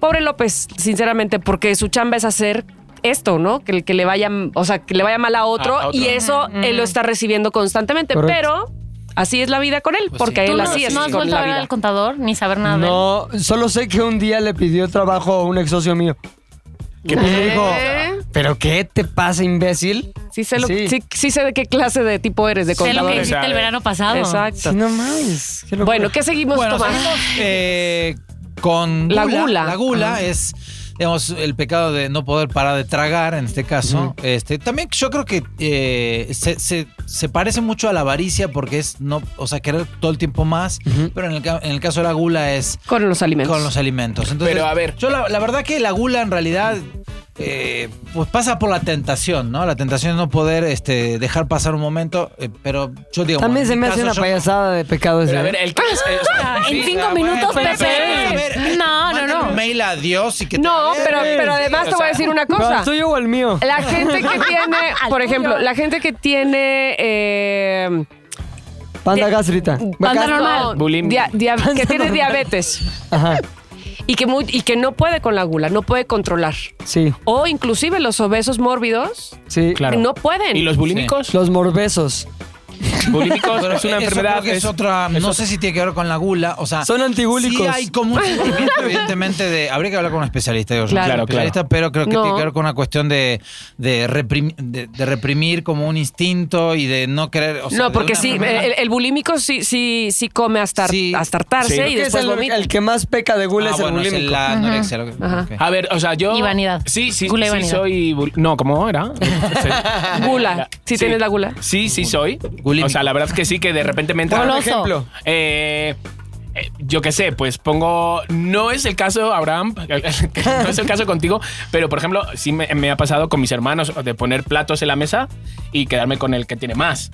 Speaker 2: pobre López, sinceramente, porque su chamba es hacer esto, ¿no? Que, el- que le vaya, o sea, que le vaya mal a otro,
Speaker 3: A- a otro.
Speaker 2: y eso él lo está recibiendo constantemente,
Speaker 4: Correcto. Pues
Speaker 2: pero así es la vida con él, porque
Speaker 6: ¿Tú
Speaker 2: él
Speaker 6: no,
Speaker 2: así es
Speaker 6: no has
Speaker 2: con
Speaker 6: vuelto
Speaker 2: la
Speaker 6: a ver
Speaker 2: vida.
Speaker 6: al contador ni saber nada de él?
Speaker 4: No, solo sé que un día le pidió trabajo a un ex socio mío. Y le dijo,
Speaker 2: ¿Eh?
Speaker 4: ¿pero qué te pasa, imbécil?
Speaker 2: Sí sé, lo-
Speaker 4: Sí.
Speaker 2: sí- sí sé de qué clase de tipo eres, de
Speaker 6: Sé lo
Speaker 2: contador.
Speaker 6: que hiciste el
Speaker 3: sabe.
Speaker 6: verano pasado.
Speaker 2: Exacto.
Speaker 4: Sí, no mames. qué locura.
Speaker 2: Bueno, ¿qué seguimos
Speaker 5: Bueno,
Speaker 2: Tomás?
Speaker 5: seguimos, eh, con
Speaker 2: La gula.
Speaker 5: La gula es, digamos, el pecado de no poder parar de tragar, en este caso. Este, también yo creo que eh, se, se- se parece mucho a la avaricia porque es no, o sea, querer todo el tiempo más, pero en el, ca- en el caso de la gula es
Speaker 2: Con los alimentos.
Speaker 5: con los alimentos. Entonces,
Speaker 3: Pero, a ver.
Speaker 5: Yo la, la verdad que la gula en realidad eh, pues pasa por la tentación, ¿no? La tentación de no poder este, dejar pasar un momento, eh, pero yo digo...
Speaker 4: También se me hace una payasada de pecado ese.
Speaker 3: Pero a ver,
Speaker 4: ¿eh?
Speaker 3: el que es- eh, o sea,
Speaker 6: En
Speaker 3: sí,
Speaker 6: cinco
Speaker 3: ah, bueno,
Speaker 6: minutos,
Speaker 3: pero-
Speaker 6: Pepe. No, no, no.
Speaker 5: Un mail a Dios y que te
Speaker 2: No,
Speaker 5: la
Speaker 2: pero,
Speaker 5: den.
Speaker 2: pero además
Speaker 3: o
Speaker 2: te voy a
Speaker 3: sea,
Speaker 2: decir una
Speaker 4: ¿Pero
Speaker 2: cosa.
Speaker 4: ¿El tuyo o el mío?
Speaker 2: La gente que tiene, por ejemplo, la gente que tiene. eh,
Speaker 4: Panda gastrita.
Speaker 6: Panda
Speaker 4: Gas-
Speaker 6: normal.
Speaker 2: no,
Speaker 3: Bulimia.
Speaker 2: dia- dia- que tiene diabetes
Speaker 4: Ajá,
Speaker 2: y que, muy- y que no puede con la gula, no puede controlar.
Speaker 4: sí,
Speaker 2: O inclusive los obesos mórbidos
Speaker 4: sí.
Speaker 3: Claro.
Speaker 2: no pueden.
Speaker 3: ¿Y los bulímicos?
Speaker 4: Los morbesos.
Speaker 3: Bulímicos
Speaker 5: Pero
Speaker 3: es una
Speaker 5: eso
Speaker 3: enfermedad.
Speaker 5: creo que es, otra, no sé si tiene que ver con la gula, o sea,
Speaker 4: Son antigúlicos.
Speaker 5: Ah. Sí hay como un sentimiento, evidentemente de habría que hablar con un especialista, digo, yo no soy
Speaker 2: Claro.
Speaker 5: especialista, pero creo que
Speaker 2: No.
Speaker 5: tiene que ver con una cuestión de, de, reprim- de- de reprimir como un instinto y de no querer, o sea,
Speaker 2: no,
Speaker 5: de
Speaker 2: porque
Speaker 5: una
Speaker 2: sí,
Speaker 5: enfermedad.
Speaker 2: el, el bulímico sí, sí, sí come hasta,
Speaker 5: Sí.
Speaker 2: hasta hartarse
Speaker 3: Sí.
Speaker 2: y
Speaker 4: ¿Qué es
Speaker 2: después
Speaker 4: el,
Speaker 2: vomita.
Speaker 4: el que más peca de gula
Speaker 5: Ah,
Speaker 4: es el
Speaker 5: bueno, es Ah,
Speaker 4: bulímico.
Speaker 5: la anorexia, lo que- ok.
Speaker 3: A ver, o sea, yo.
Speaker 6: Y vanidad.
Speaker 3: Sí, sí,
Speaker 6: Gula y
Speaker 3: sí
Speaker 6: vanidad.
Speaker 3: soy. bul- No, ¿cómo era? Sí.
Speaker 2: Gula. Si
Speaker 3: Sí.
Speaker 2: tienes la gula.
Speaker 3: Sí, sí soy.
Speaker 5: Bulímico.
Speaker 3: O sea, la verdad es que sí, que de repente me entra.
Speaker 4: Por
Speaker 6: Goloso.
Speaker 4: ejemplo.
Speaker 3: Eh, eh, yo qué sé, pues pongo. No es el caso, Abraham, no es el caso contigo, pero por ejemplo, sí me, me ha pasado con mis hermanos de poner platos en la mesa y quedarme con el que tiene más.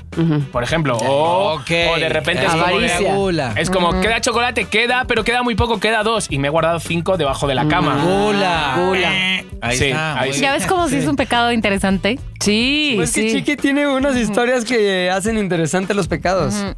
Speaker 3: Por ejemplo, o,
Speaker 5: Ok.
Speaker 3: o de repente es como de-
Speaker 5: Avaricia. Gula.
Speaker 3: Oh, es como, queda chocolate, queda, pero queda muy poco, queda dos. Y me he guardado cinco debajo de la cama.
Speaker 5: Mm. Gula.
Speaker 2: Gula.
Speaker 5: Ahí
Speaker 3: Sí,
Speaker 5: está.
Speaker 3: ahí
Speaker 5: muy
Speaker 3: sí.
Speaker 5: bien.
Speaker 6: Ya ves como si es un pecado interesante.
Speaker 2: Sí,
Speaker 4: Pues que
Speaker 2: sí.
Speaker 4: Chiqui tiene unas historias que hacen interesantes los pecados. No,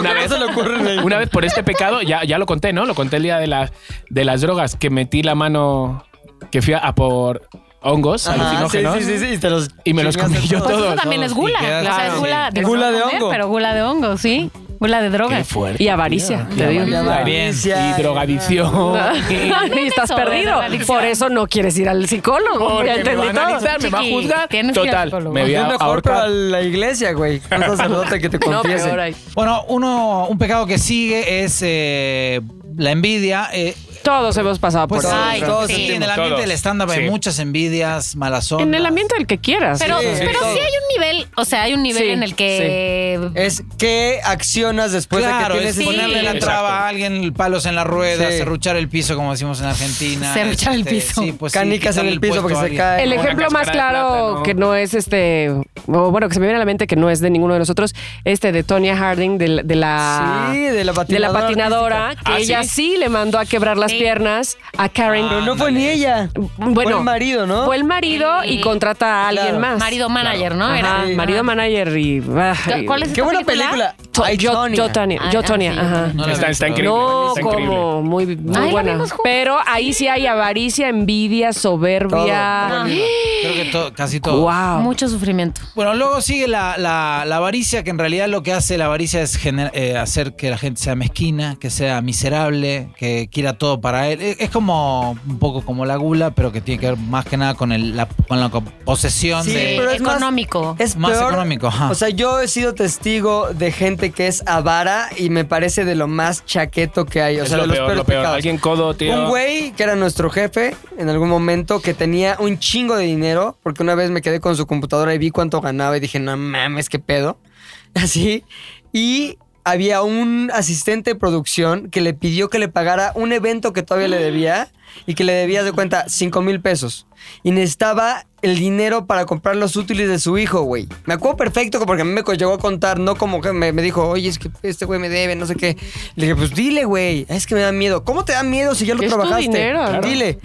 Speaker 3: Una
Speaker 4: que no
Speaker 3: vez-
Speaker 4: se le ocurren ahí.
Speaker 3: Una vez por este pecado, ya, ya lo conté, ¿no? Lo conté el día de, las de las drogas, que metí la mano, que fui a, a por
Speaker 5: Ah,
Speaker 3: hongos
Speaker 4: Ajá, sí,
Speaker 3: Ah, alucinógenos.
Speaker 4: sí, sí, sí, y te los
Speaker 3: Y me los comí
Speaker 4: chingaste
Speaker 3: yo
Speaker 4: todos.
Speaker 6: Pues eso
Speaker 5: Todos,
Speaker 6: también
Speaker 5: todos.
Speaker 6: es gula.
Speaker 5: Y quedas-
Speaker 6: O sea, es
Speaker 5: claro.
Speaker 6: gula de,
Speaker 4: Gula de
Speaker 6: comer,
Speaker 4: hongo.
Speaker 6: Pero gula de hongo, sí. Huela de droga.
Speaker 3: Qué fuerte.
Speaker 2: Y avaricia, te digo.
Speaker 4: avaricia. avaricia.
Speaker 3: Y drogadicción.
Speaker 2: Y estás
Speaker 6: Eso,
Speaker 2: perdido.
Speaker 6: de la
Speaker 2: Por eso no quieres ir al psicólogo.
Speaker 3: Porque
Speaker 2: ya
Speaker 3: me
Speaker 2: entendí
Speaker 3: van a
Speaker 2: todo.
Speaker 3: analizar, me va a
Speaker 6: Chiqui,
Speaker 3: juzgar.
Speaker 6: tienes que ir al
Speaker 3: Total,
Speaker 6: psicólogo.
Speaker 3: me voy
Speaker 4: eh, Es
Speaker 3: a
Speaker 4: mejor para
Speaker 3: ahorcar.
Speaker 4: la iglesia, güey. Un sacerdote que te
Speaker 2: No,
Speaker 4: confiese.
Speaker 2: peor ahí.
Speaker 5: Bueno, uno, un pecado que sigue es eh, la envidia. eh,
Speaker 2: Todos hemos pasado Ah, por
Speaker 5: pues
Speaker 2: eso.
Speaker 6: Ay,
Speaker 5: todos
Speaker 6: sí.
Speaker 5: en el ambiente
Speaker 3: Todos.
Speaker 5: del stand-up hay
Speaker 3: Sí.
Speaker 5: muchas envidias, malas ondas.
Speaker 2: En el ambiente del que quieras.
Speaker 6: Pero,
Speaker 4: Sí,
Speaker 6: pero
Speaker 4: todo.
Speaker 6: sí hay un nivel, o sea, hay un nivel
Speaker 2: Sí,
Speaker 6: en el que
Speaker 2: Eh,
Speaker 4: Es qué accionas después
Speaker 5: Claro,
Speaker 4: de que
Speaker 5: es
Speaker 4: tienes
Speaker 5: ponerle la
Speaker 6: Sí.
Speaker 5: traba a alguien, palos en la rueda,
Speaker 4: Sí.
Speaker 5: serruchar el piso, como decimos en Argentina.
Speaker 6: Serruchar el piso.
Speaker 5: sí, pues sí,
Speaker 4: canicas en
Speaker 5: quitarle
Speaker 4: el piso
Speaker 5: puesto
Speaker 4: porque
Speaker 5: a
Speaker 4: se
Speaker 5: alguien.
Speaker 4: cae.
Speaker 2: El
Speaker 3: Como una
Speaker 2: ejemplo más
Speaker 3: cáscara de
Speaker 2: claro
Speaker 3: plátano.
Speaker 2: que no es este, o bueno, que se me viene a la mente que no es de ninguno de nosotros, este de Tonya Harding, de, la- de la...
Speaker 4: Sí, de la patinadora
Speaker 2: la patinadora, que
Speaker 3: Ah, ¿sí? Ah.
Speaker 2: ella ¿sí? le mandó a quebrar las
Speaker 6: Sí.
Speaker 2: piernas a Karen.
Speaker 4: Pero no fue ni ella.
Speaker 2: bueno,
Speaker 4: fue el marido, ¿no?
Speaker 2: Fue el marido y
Speaker 6: Sí.
Speaker 2: contrata a alguien
Speaker 4: Claro.
Speaker 2: más.
Speaker 6: marido manager, ¿no?
Speaker 2: Ajá,
Speaker 6: Era-
Speaker 2: marido manager y... ah,
Speaker 6: ¿Cu- ¿Cuál es
Speaker 4: Qué
Speaker 6: esta
Speaker 4: buena película.
Speaker 2: To-
Speaker 4: Ay,
Speaker 2: yo,
Speaker 4: Tonya.
Speaker 2: yo Tonya,
Speaker 6: Ah,
Speaker 2: yo
Speaker 6: ah,
Speaker 2: Tonya,
Speaker 6: sí,
Speaker 2: ajá.
Speaker 5: No la
Speaker 3: Está,
Speaker 5: vi,
Speaker 3: está
Speaker 5: pero-
Speaker 3: increíble.
Speaker 2: No,
Speaker 3: está increíble.
Speaker 2: como muy, muy
Speaker 6: Ay, la
Speaker 2: buena.
Speaker 6: vimos juntos.
Speaker 2: Pero ahí sí hay avaricia, envidia, soberbia.
Speaker 4: Todo.
Speaker 5: Creo que to- casi todo.
Speaker 2: Wow.
Speaker 6: Mucho sufrimiento.
Speaker 5: Bueno, luego sigue la, la- la avaricia, que en realidad lo que hace la avaricia es gener- eh, hacer que la gente sea mezquina, que sea miserable, que quiera todo para él. E-, Es, es como un poco como la gula, pero que tiene que ver más que nada con, el, la, con la co- posesión
Speaker 4: Sí,
Speaker 5: de...
Speaker 4: pero es más-
Speaker 6: económico.
Speaker 4: Es
Speaker 5: Más
Speaker 4: peor.
Speaker 5: económico, ajá.
Speaker 4: O sea, yo he sido testigo de gente que es avara y me parece de lo más chaqueto que hay. O
Speaker 3: Es
Speaker 4: sea,
Speaker 3: lo
Speaker 4: de los
Speaker 3: peor,
Speaker 4: peores
Speaker 3: lo peor.
Speaker 4: pecados.
Speaker 3: Alguien codo, tío.
Speaker 4: Un güey que era nuestro jefe en algún momento que tenía un chingo de dinero, porque una vez me quedé con su computadora y vi cuánto ganaba y dije, no mames, qué pedo. Así. Y había un asistente de producción que le pidió que le pagara un evento que todavía le debía y que le debía de cuenta 5 mil pesos. Y necesitaba el dinero para comprar los útiles de su hijo, güey. Me acuerdo perfecto porque a mí me co- llegó a contar, no como que me, me dijo, oye, es que este güey me debe, no sé qué. Le dije, pues dile, güey, es que me da miedo. ¿Cómo te da miedo si ya lo
Speaker 2: Es tu
Speaker 4: trabajaste? "Pues
Speaker 2: dinero, claro.
Speaker 4: Dile.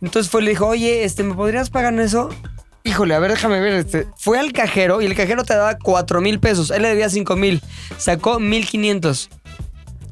Speaker 4: Entonces fue, le dijo, oye, este, ¿me podrías pagar eso? Híjole, a ver, déjame ver. Este. Fue al cajero y el cajero te daba 4 mil pesos. Él le debía 5 mil. Sacó 1500.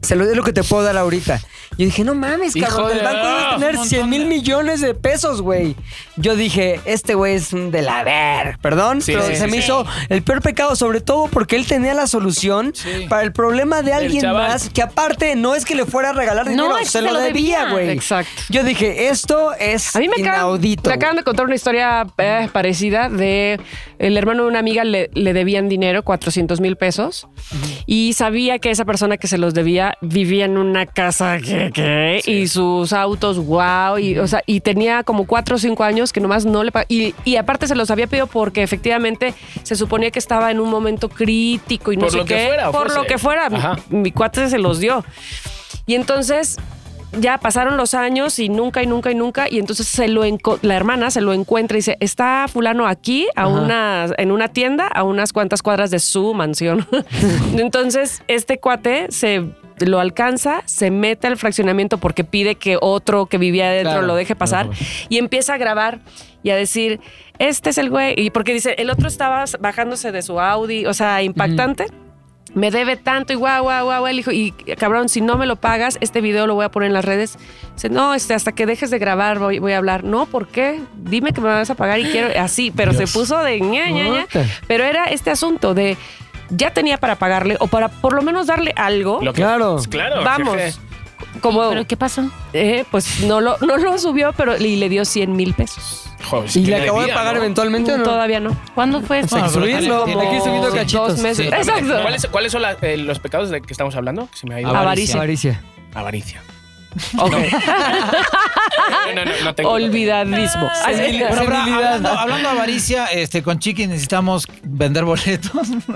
Speaker 4: Se lo es lo que te puedo dar ahorita. Yo dije, no mames,
Speaker 3: Hijo
Speaker 4: cabrón. El
Speaker 3: de-
Speaker 4: banco debe
Speaker 3: ¡Ah!
Speaker 4: tener
Speaker 5: Un
Speaker 4: 100 mil
Speaker 5: montón de-
Speaker 4: millones de pesos, güey. Yo dije, este güey es un de la ver. Perdón,
Speaker 3: Sí,
Speaker 4: pero
Speaker 3: sí,
Speaker 4: se
Speaker 3: sí,
Speaker 4: me
Speaker 3: sí.
Speaker 4: hizo el peor pecado, sobre todo porque él tenía la solución
Speaker 5: Sí.
Speaker 4: para el problema de alguien
Speaker 3: chaval.
Speaker 4: más que, aparte, no es que le fuera a regalar
Speaker 6: No,
Speaker 4: dinero,
Speaker 6: es que
Speaker 4: se lo debía, güey.
Speaker 2: Exacto.
Speaker 4: Yo dije, esto es
Speaker 2: A mí me acaban,
Speaker 4: inaudito.
Speaker 2: me acaban de contar una historia eh, parecida de el hermano de una amiga le, le debían dinero, 400 mil pesos, y sabía que esa persona que se los debía vivía en una casa que, que, y sus autos, wow, y, o sea, y tenía como 4 o 5 años que nomás no le pagaba. Y, y aparte se los había pedido porque efectivamente se suponía que estaba en un momento crítico y no
Speaker 3: Por
Speaker 2: sé
Speaker 3: lo que
Speaker 2: qué.
Speaker 3: fuera,
Speaker 2: por lo
Speaker 3: fuese.
Speaker 2: que fuera, mi-
Speaker 3: Ajá.
Speaker 2: mi cuate se los dio. Y entonces ya pasaron los años y nunca y nunca y nunca y entonces se lo enco- la hermana se lo encuentra y dice está fulano aquí a una en una tienda a unas cuantas cuadras de su mansión entonces este cuate se lo alcanza se mete al fraccionamiento porque pide que otro que vivía adentro
Speaker 4: Claro.
Speaker 2: lo deje pasar y empieza a grabar y a decir este es el güey y porque dice el otro estaba bajándose de su Audi o sea impactante me debe tanto y guau, guau, guau, el hijo. Y cabrón, si no me lo pagas, este video lo voy a poner en las redes. Dice, no, este, hasta que dejes de grabar voy, voy a hablar. No, ¿por qué? Dime que me vas a pagar y quiero así. Pero se puso de ña, ña, ña.
Speaker 4: Puta.
Speaker 2: Pero era este asunto de ya tenía para pagarle o para por lo menos darle algo.
Speaker 3: Lo que-
Speaker 4: Claro.
Speaker 3: Claro.
Speaker 2: Vamos.
Speaker 3: jefe.
Speaker 2: Como,
Speaker 6: ¿Pero qué pasó?
Speaker 2: eh, pues no lo, no lo subió, pero y le dio 100 mil pesos. Mm,
Speaker 3: Joder, es
Speaker 4: ¿Y
Speaker 3: que
Speaker 4: le
Speaker 3: no
Speaker 4: acabó de
Speaker 3: debía,
Speaker 4: pagar
Speaker 3: ¿no?
Speaker 4: eventualmente o no?
Speaker 2: Todavía no.
Speaker 6: ¿Cuándo fue eso?
Speaker 4: Hay que
Speaker 5: Bueno, pero
Speaker 4: subirlo,
Speaker 5: tiene-
Speaker 4: hay que ir subiendo
Speaker 2: Dos
Speaker 4: cachitos.
Speaker 2: meses.
Speaker 5: Sí,
Speaker 2: Exacto.
Speaker 3: ¿Cuáles, cuáles son la- eh, los pecados de que estamos hablando? Que se me ha ido.
Speaker 4: Ah.
Speaker 2: Avaricia.
Speaker 4: Avaricia.
Speaker 3: Avaricia.
Speaker 2: Ok.
Speaker 3: No, no, no, no tengo.
Speaker 2: Olvidadismo. Ay, sí.
Speaker 5: Bueno, pero
Speaker 4: Sensibilidad.
Speaker 5: hablando, hablando de avaricia, este, con Chiqui necesitamos vender boletos.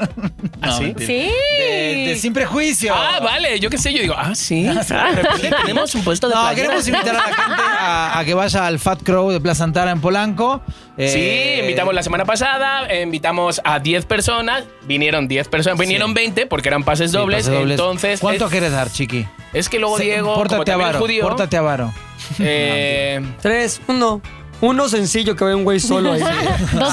Speaker 3: ¿Ah, sí?
Speaker 5: mentira.
Speaker 6: Sí.
Speaker 5: De, de sin prejuicio.
Speaker 3: Ah, vale. Yo qué sé. Yo digo, ah, sí. De repente Tenemos un puesto de
Speaker 5: No,
Speaker 3: playera.
Speaker 5: queremos invitar a la gente a, a que vaya al Fat Crow de Plaza Antara en Polanco. Eh,
Speaker 3: Sí, invitamos la semana pasada, eh, invitamos a 10 personas, vinieron 10 personas, vinieron 20 porque eran pases
Speaker 5: sí,
Speaker 3: dobles,
Speaker 5: pases dobles.
Speaker 3: entonces
Speaker 5: ¿Cuánto
Speaker 3: es,
Speaker 5: quieres dar, Chiqui?
Speaker 3: es que luego
Speaker 5: Se-
Speaker 3: Diego, como
Speaker 5: pórtate
Speaker 3: también es
Speaker 5: avaro,
Speaker 3: judío,
Speaker 5: pórtate avaro.
Speaker 3: eh,
Speaker 4: Tres, uno. Uno sencillo que ve un güey solo ahí.
Speaker 6: Dos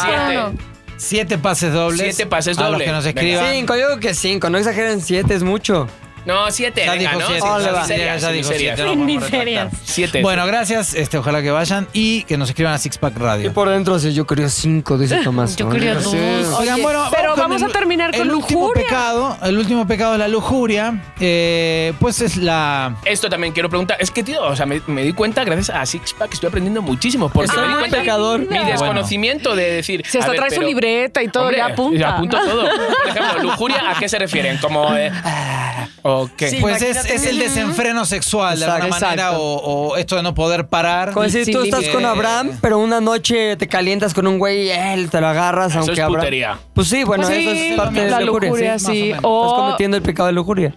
Speaker 6: por
Speaker 3: Siete.
Speaker 6: uno.
Speaker 5: Siete pases dobles.
Speaker 3: Siete pases
Speaker 5: A los
Speaker 3: dobles.
Speaker 5: que nos
Speaker 3: Venga.
Speaker 5: escriban.
Speaker 4: Cinco, yo digo que cinco. No exageren, siete es mucho.
Speaker 3: No, siete.
Speaker 5: Ya
Speaker 3: venga,
Speaker 5: dijo
Speaker 3: ¿no?
Speaker 5: siete.
Speaker 3: Sin-
Speaker 4: Ole,
Speaker 3: sin
Speaker 4: va.
Speaker 3: miserias,
Speaker 5: Ya
Speaker 3: sin
Speaker 5: dijo
Speaker 3: miserias.
Speaker 5: siete.
Speaker 6: Sin
Speaker 5: vamos a
Speaker 6: miserias.
Speaker 5: retractar.
Speaker 3: Siete.
Speaker 5: Bueno, gracias. Este, ojalá que vayan y que nos escriban a Sixpack
Speaker 4: Y
Speaker 5: Radio.
Speaker 4: por dentro sí, yo creo cinco, dice Tomás.
Speaker 6: Yo creo
Speaker 4: Sí.
Speaker 6: dos.
Speaker 5: Oigan, bueno,
Speaker 2: pero
Speaker 5: con
Speaker 2: vamos a terminar con
Speaker 5: el último
Speaker 2: lujuria.
Speaker 5: pecado. El último pecado es la lujuria. Eh, pues es la
Speaker 3: Esto también quiero preguntar. Es que, tío, o sea, me, me di cuenta gracias a Sixpack estoy aprendiendo muchísimo. Porque
Speaker 2: Ah,
Speaker 4: Estoy
Speaker 3: me di
Speaker 4: un
Speaker 3: cuenta
Speaker 4: pecador.
Speaker 3: Mi
Speaker 5: Bueno.
Speaker 3: desconocimiento de decir.
Speaker 2: Si
Speaker 3: a
Speaker 2: hasta
Speaker 3: ver,
Speaker 2: traes su
Speaker 3: pero-
Speaker 2: libreta y todo,
Speaker 3: Hombre,
Speaker 2: ya apunta.
Speaker 3: ya apunto todo. Por ejemplo, lujuria, ¿a qué se refieren? Como. eh,
Speaker 5: Ah,
Speaker 3: ¿O qué?
Speaker 4: Sí.
Speaker 5: Pues es,
Speaker 4: Imagínate.
Speaker 5: es el desenfreno sexual, de
Speaker 4: Exacto,
Speaker 5: alguna manera,
Speaker 4: exacto.
Speaker 5: o, o esto de no poder parar.
Speaker 4: Como decir,
Speaker 2: Sí,
Speaker 4: tú estás
Speaker 5: límite.
Speaker 4: con Abraham, pero una noche te calientas con un güey y él te lo agarras,
Speaker 3: Eso
Speaker 4: aunque
Speaker 3: es
Speaker 4: Abraham-
Speaker 3: putería.
Speaker 4: Pues sí, bueno,
Speaker 2: Pues sí,
Speaker 4: eso es parte de
Speaker 2: la
Speaker 4: la lujuria.
Speaker 2: lujuria, Oh.
Speaker 4: sí.
Speaker 5: más o
Speaker 2: sí.
Speaker 5: menos.
Speaker 2: O
Speaker 4: Estás cometiendo el pecado de lujuria.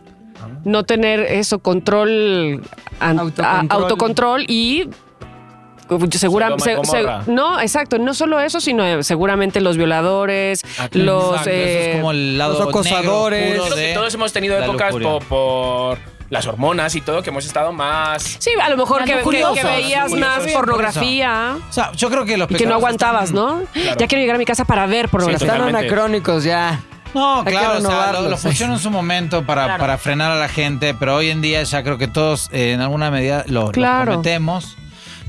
Speaker 2: no tener eso, control, an-
Speaker 4: Autocontrol.
Speaker 2: a- autocontrol y seguramente
Speaker 3: Sodoma y Gomorra.
Speaker 2: no exacto no solo eso sino eh, seguramente los violadores
Speaker 3: Ah, claro.
Speaker 2: los
Speaker 5: Exacto, eso
Speaker 2: eh,
Speaker 5: es como el lado
Speaker 4: los acosadores.
Speaker 5: negro,
Speaker 3: Yo
Speaker 5: puro
Speaker 3: creo
Speaker 5: de
Speaker 3: que todos hemos tenido
Speaker 5: la
Speaker 3: épocas
Speaker 5: lujuria.
Speaker 3: po- por, las hormonas y todo que hemos estado más.
Speaker 2: sí a lo mejor
Speaker 6: Más
Speaker 2: que, que-
Speaker 6: lujuriosos,
Speaker 2: que veías
Speaker 3: lujuriosos.
Speaker 2: más
Speaker 5: Sí, por
Speaker 2: pornografía
Speaker 5: O sea, yo creo que los
Speaker 2: y que no
Speaker 5: pecados
Speaker 2: aguantabas
Speaker 5: están-
Speaker 2: no ya quiero llegar a mi casa para ver pornografía
Speaker 4: Están
Speaker 3: Totalmente.
Speaker 4: anacrónicos ya.
Speaker 5: No,
Speaker 4: Hay que
Speaker 5: claro, o sea, lo,
Speaker 4: renovarlos.
Speaker 5: lo funcionó en su momento para,
Speaker 6: Claro.
Speaker 5: para frenar a la gente, pero hoy en día ya creo que todos eh, en alguna medida lo, lo
Speaker 2: Claro.
Speaker 5: cometemos.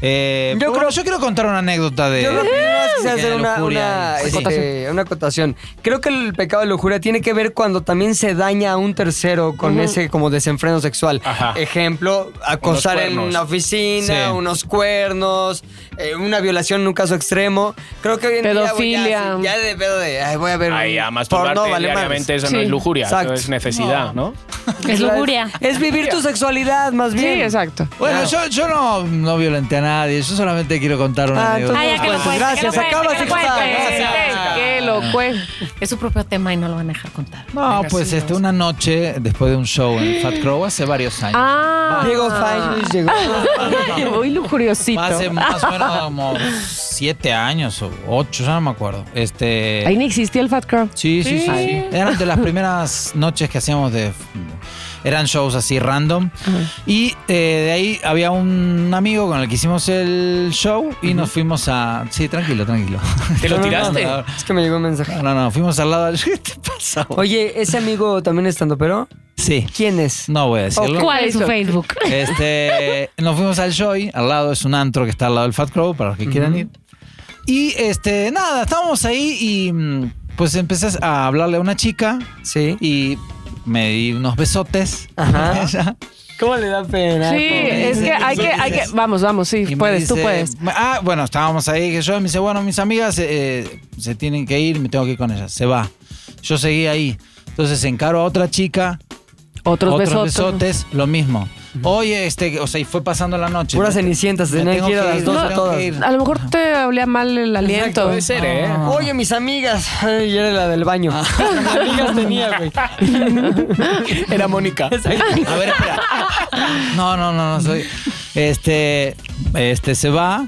Speaker 5: Eh, pero bueno, yo, quiero contar una anécdota de.
Speaker 6: Eh,
Speaker 4: Yo creo que primero quise
Speaker 5: de
Speaker 4: hacer una,
Speaker 5: lujuria.
Speaker 4: una,
Speaker 5: Sí.
Speaker 4: este, una acotación. Creo que el pecado de lujuria tiene que ver cuando también se daña a un tercero con ese como desenfreno sexual.
Speaker 3: Ajá.
Speaker 4: Ejemplo, acosar
Speaker 3: Unos
Speaker 4: en
Speaker 3: cuernos.
Speaker 4: una oficina,
Speaker 5: Sí.
Speaker 4: unos cuernos, eh, una violación en un caso extremo. Creo que hoy en día...
Speaker 2: Pedofilia.
Speaker 4: güey, Ya, sí, ya de pedo de... ay, voy a ver
Speaker 3: Ahí,
Speaker 4: un
Speaker 3: a masturbarte
Speaker 4: porno, vale madres.
Speaker 3: diariamente, eso no
Speaker 2: Sí.
Speaker 3: es lujuria, eso
Speaker 4: Exacto.
Speaker 3: es necesidad, ¿no?
Speaker 6: Es lujuria.
Speaker 4: Es vivir tu sexualidad, más
Speaker 2: sí
Speaker 4: bien.
Speaker 2: exacto
Speaker 5: Bueno, yo, yo no, no violenté a nadie, yo solamente quiero contar una
Speaker 4: Ah,
Speaker 5: anécdota.
Speaker 4: entonces-
Speaker 6: Ay, ya que lo
Speaker 4: Pues
Speaker 6: cuente,
Speaker 4: gracias,
Speaker 6: que lo cuente,
Speaker 4: acabas
Speaker 6: que
Speaker 4: de
Speaker 6: lo cuente.
Speaker 5: explicar.
Speaker 2: Eh, qué loco eh.
Speaker 6: Es su propio tema y no lo van a dejar contar.
Speaker 5: No, pues este, una noche después de un show en Fat Crow hace varios años.
Speaker 2: ah
Speaker 4: Diego Fayus llegó.
Speaker 6: Ah.
Speaker 2: muy lujuriosito
Speaker 5: Hace más o menos como siete años o ocho, ya no me acuerdo. Este.
Speaker 2: ahí ni existía el Fat Crow
Speaker 5: Sí, sí, sí,
Speaker 2: Sí.
Speaker 5: sí. Eran de las primeras noches que hacíamos de... Eran shows así random. Y eh, de ahí había un amigo con el que hicimos el show y nos fuimos a... Sí, tranquilo, tranquilo.
Speaker 3: ¿Te lo
Speaker 5: No, no,
Speaker 3: tiraste?
Speaker 5: No,
Speaker 4: Es que me llegó un mensaje.
Speaker 5: no, no, no, fuimos al lado... del- ¿Qué te pasa? güey?
Speaker 4: Oye, ese amigo también estando, pero
Speaker 5: Sí,
Speaker 4: ¿quién es?
Speaker 5: no voy a decirlo.
Speaker 6: ¿Cuál es su
Speaker 2: Eso.
Speaker 6: Facebook?
Speaker 5: Este, nos fuimos al Joy, al lado es un antro que está al lado del Fat Crow, para los que quieran ir. Y este, nada, estábamos ahí y mm, pues empecé a hablarle a una chica
Speaker 4: Sí.
Speaker 5: y me di unos besotes.
Speaker 4: Ajá.
Speaker 5: con ella.
Speaker 4: ¿Cómo le da pena?
Speaker 2: Sí,
Speaker 4: Pobre.
Speaker 2: es que hay que, hay que, vamos, vamos, sí,
Speaker 5: Y me
Speaker 2: puedes, tú
Speaker 5: dice-
Speaker 2: puedes.
Speaker 5: Ah, bueno, estábamos ahí, que yo me dice, bueno, mis amigas eh, se tienen que ir, me tengo que ir con ellas. Se va. Yo seguí ahí. Entonces encaro a otra chica,
Speaker 2: Otros,
Speaker 5: otros,
Speaker 2: besotes.
Speaker 5: besotes, lo mismo. Oye, este, o sea, y fue pasando la noche.
Speaker 4: Puras cenicientas,
Speaker 5: Me
Speaker 4: tenían
Speaker 5: tengo
Speaker 4: que ir a las
Speaker 5: ir,
Speaker 4: dos
Speaker 5: me
Speaker 4: a
Speaker 5: tengo
Speaker 4: todas.
Speaker 5: que ir.
Speaker 2: A lo mejor te olía mal el aliento.
Speaker 3: Puede ser, ¿eh?
Speaker 5: Ah.
Speaker 4: Oye, mis amigas. Ay, y era la del baño. Mis amigas tenía, güey.
Speaker 3: Era Mónica.
Speaker 5: A ver, espera. No, no, no, no soy. Este, este se va.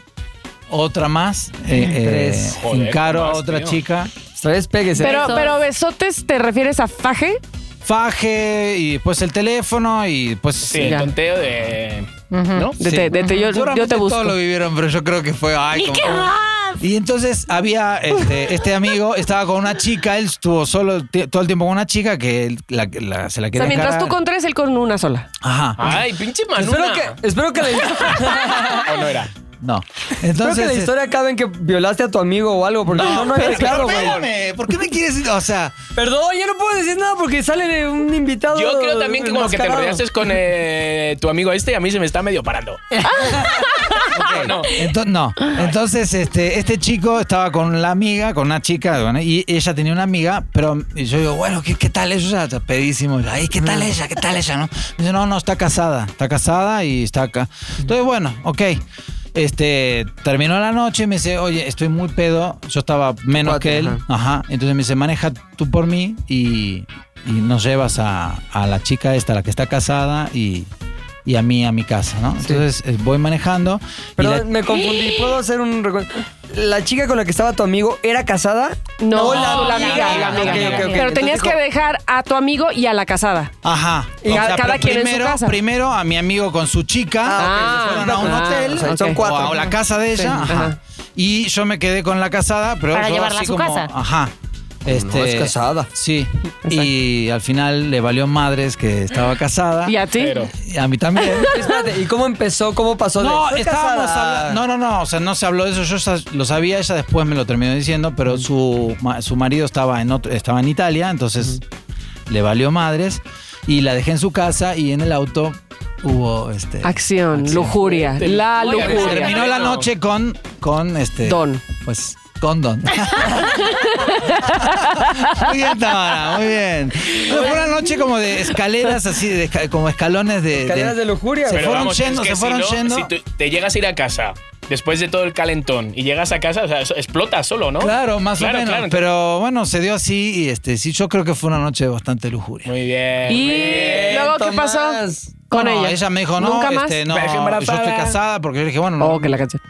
Speaker 5: Otra más. Eh,
Speaker 4: Tres.
Speaker 5: eh,
Speaker 3: Joder,
Speaker 5: encaro a
Speaker 3: más,
Speaker 5: otra
Speaker 3: tío.
Speaker 5: chica.
Speaker 4: Tres pegues.
Speaker 2: Pero,
Speaker 6: Besos.
Speaker 2: pero besotes, ¿te refieres a faje?
Speaker 5: Faje y después el teléfono y pues.
Speaker 3: Sí,
Speaker 2: Ya.
Speaker 3: tonteo de. ¿No?
Speaker 2: De te- de te- yo, yo
Speaker 5: Seguramente
Speaker 2: te busco.
Speaker 5: Todos lo vivieron, pero yo creo que fue. Ay, como-
Speaker 6: más?
Speaker 5: Y entonces había este, este amigo, estaba con una chica, él estuvo solo t- todo el tiempo con una chica que él- la- la- se la
Speaker 2: O
Speaker 5: quería
Speaker 2: sea, mientras tú
Speaker 5: encarar.
Speaker 2: con tres, él con una sola.
Speaker 5: Ajá.
Speaker 3: Ay, pinche Manuna.
Speaker 4: espero que, espero que la,
Speaker 3: ¿O no era?
Speaker 5: No.
Speaker 4: espero que
Speaker 5: Entonces.
Speaker 4: la historia acabe en que violaste a tu amigo o algo, porque este no, no, hay claro, güey.
Speaker 5: espérame, ¿Por qué me quieres.? O sea.
Speaker 4: Perdón, yo no puedo decir nada porque sale de un invitado.
Speaker 3: Yo creo también que como que te
Speaker 4: enmascarado.
Speaker 3: enrollaste con eh, tu amigo este y a mí se me está medio parando. ¿O no?
Speaker 5: Ento- no, entonces este, este chico estaba con la amiga, con una chica, bueno, y ella tenía una amiga, pero y yo digo, bueno, ¿qué, qué tal ella? Ya, pedísimo, yo, ay, ¿qué tal ella? ¿Qué tal ella? ¿No? Me dice, no, no, está casada, está casada y está acá. Entonces, bueno, ok. Este, terminó la noche y me dice, oye, estoy muy pedo, yo estaba menos
Speaker 4: Cuate,
Speaker 5: que él,
Speaker 4: ajá.
Speaker 5: ajá. Entonces me dice, maneja tú por mí y, y nos llevas a, a la chica esta, la que está casada y... y a mí, a mi casa, ¿no?
Speaker 4: Sí.
Speaker 5: Entonces eh, voy manejando. y la-
Speaker 4: Perdón, me confundí. ¿Puedo hacer un recuerdo? ¿La chica con la que estaba tu amigo era casada?
Speaker 2: No,
Speaker 4: la-
Speaker 2: su
Speaker 4: la
Speaker 6: amiga, la amiga.
Speaker 2: Ok, ok, ok.
Speaker 6: Pero
Speaker 2: Pero
Speaker 4: Entonces
Speaker 2: tenías que
Speaker 4: dijo-
Speaker 2: dejar a tu amigo y a la casada.
Speaker 5: Ajá.
Speaker 2: Y cada-
Speaker 5: pero
Speaker 2: cada quien en su
Speaker 5: primero,
Speaker 2: casa.
Speaker 5: primero a mi amigo con su chica.
Speaker 4: Ah,
Speaker 5: se
Speaker 2: ok,
Speaker 5: fueron a un
Speaker 2: ah,
Speaker 5: hotel.
Speaker 2: o sea,
Speaker 5: o
Speaker 2: son
Speaker 4: cuatro.
Speaker 5: a la casa de ella.
Speaker 2: Sí,
Speaker 5: ajá.
Speaker 2: ajá.
Speaker 5: Y yo me quedé con la casada, pero
Speaker 6: Para
Speaker 5: yo
Speaker 6: llevarla a
Speaker 5: así
Speaker 6: su
Speaker 5: como-
Speaker 6: casa.
Speaker 5: Ajá. Este,
Speaker 4: No, es casada.
Speaker 5: Sí. Y al final le valió madres que estaba casada.
Speaker 2: ¿Y a ti?
Speaker 3: Pero-
Speaker 5: Y a mí también.
Speaker 4: Espérate, ¿y cómo empezó? ¿Cómo pasó de
Speaker 5: No,
Speaker 4: "Soy
Speaker 5: estábamos
Speaker 4: casada"?
Speaker 5: hablando. No, no, no. O sea, no se habló de eso. Yo ya lo sabía, ella después me lo terminó diciendo,
Speaker 4: Mm.
Speaker 5: pero su, ma- su marido estaba en, otro- estaba en Italia, entonces le valió madres. Y la dejé en su casa y en el auto hubo este.
Speaker 2: Acción, lujuria,
Speaker 3: Te-
Speaker 2: la
Speaker 3: Oye,
Speaker 2: lujuria.
Speaker 5: Terminó la noche con. con este.
Speaker 2: Don.
Speaker 5: Pues. Con Don. muy bien, Tamara, muy bien. No, fue una noche como de escaleras, así, de esca- como escalones de.
Speaker 4: Escaleras de lujuria.
Speaker 5: Se
Speaker 4: güey.
Speaker 5: fueron yendo,
Speaker 3: es que
Speaker 5: se fueron
Speaker 3: si no,
Speaker 5: yendo.
Speaker 3: Si tú- te llegas a ir a casa después de todo el calentón y llegas a casa, o sea, eso explota solo, ¿no?
Speaker 5: Claro, más
Speaker 3: Claro,
Speaker 5: o menos.
Speaker 3: claro.
Speaker 5: Pero bueno, se dio así y este, sí, yo creo que fue una noche de bastante lujuria.
Speaker 3: Muy bien.
Speaker 2: Y
Speaker 3: muy bien.
Speaker 2: luego, ¿qué
Speaker 4: Tomás.
Speaker 2: pasó con
Speaker 5: No,
Speaker 2: ella?
Speaker 5: Ella me dijo, no,
Speaker 2: ¿Nunca más?
Speaker 5: este, no,
Speaker 3: Pero es
Speaker 5: yo
Speaker 3: embarazada.
Speaker 5: estoy casada porque yo le dije, bueno, no.
Speaker 2: Oh, que la canción.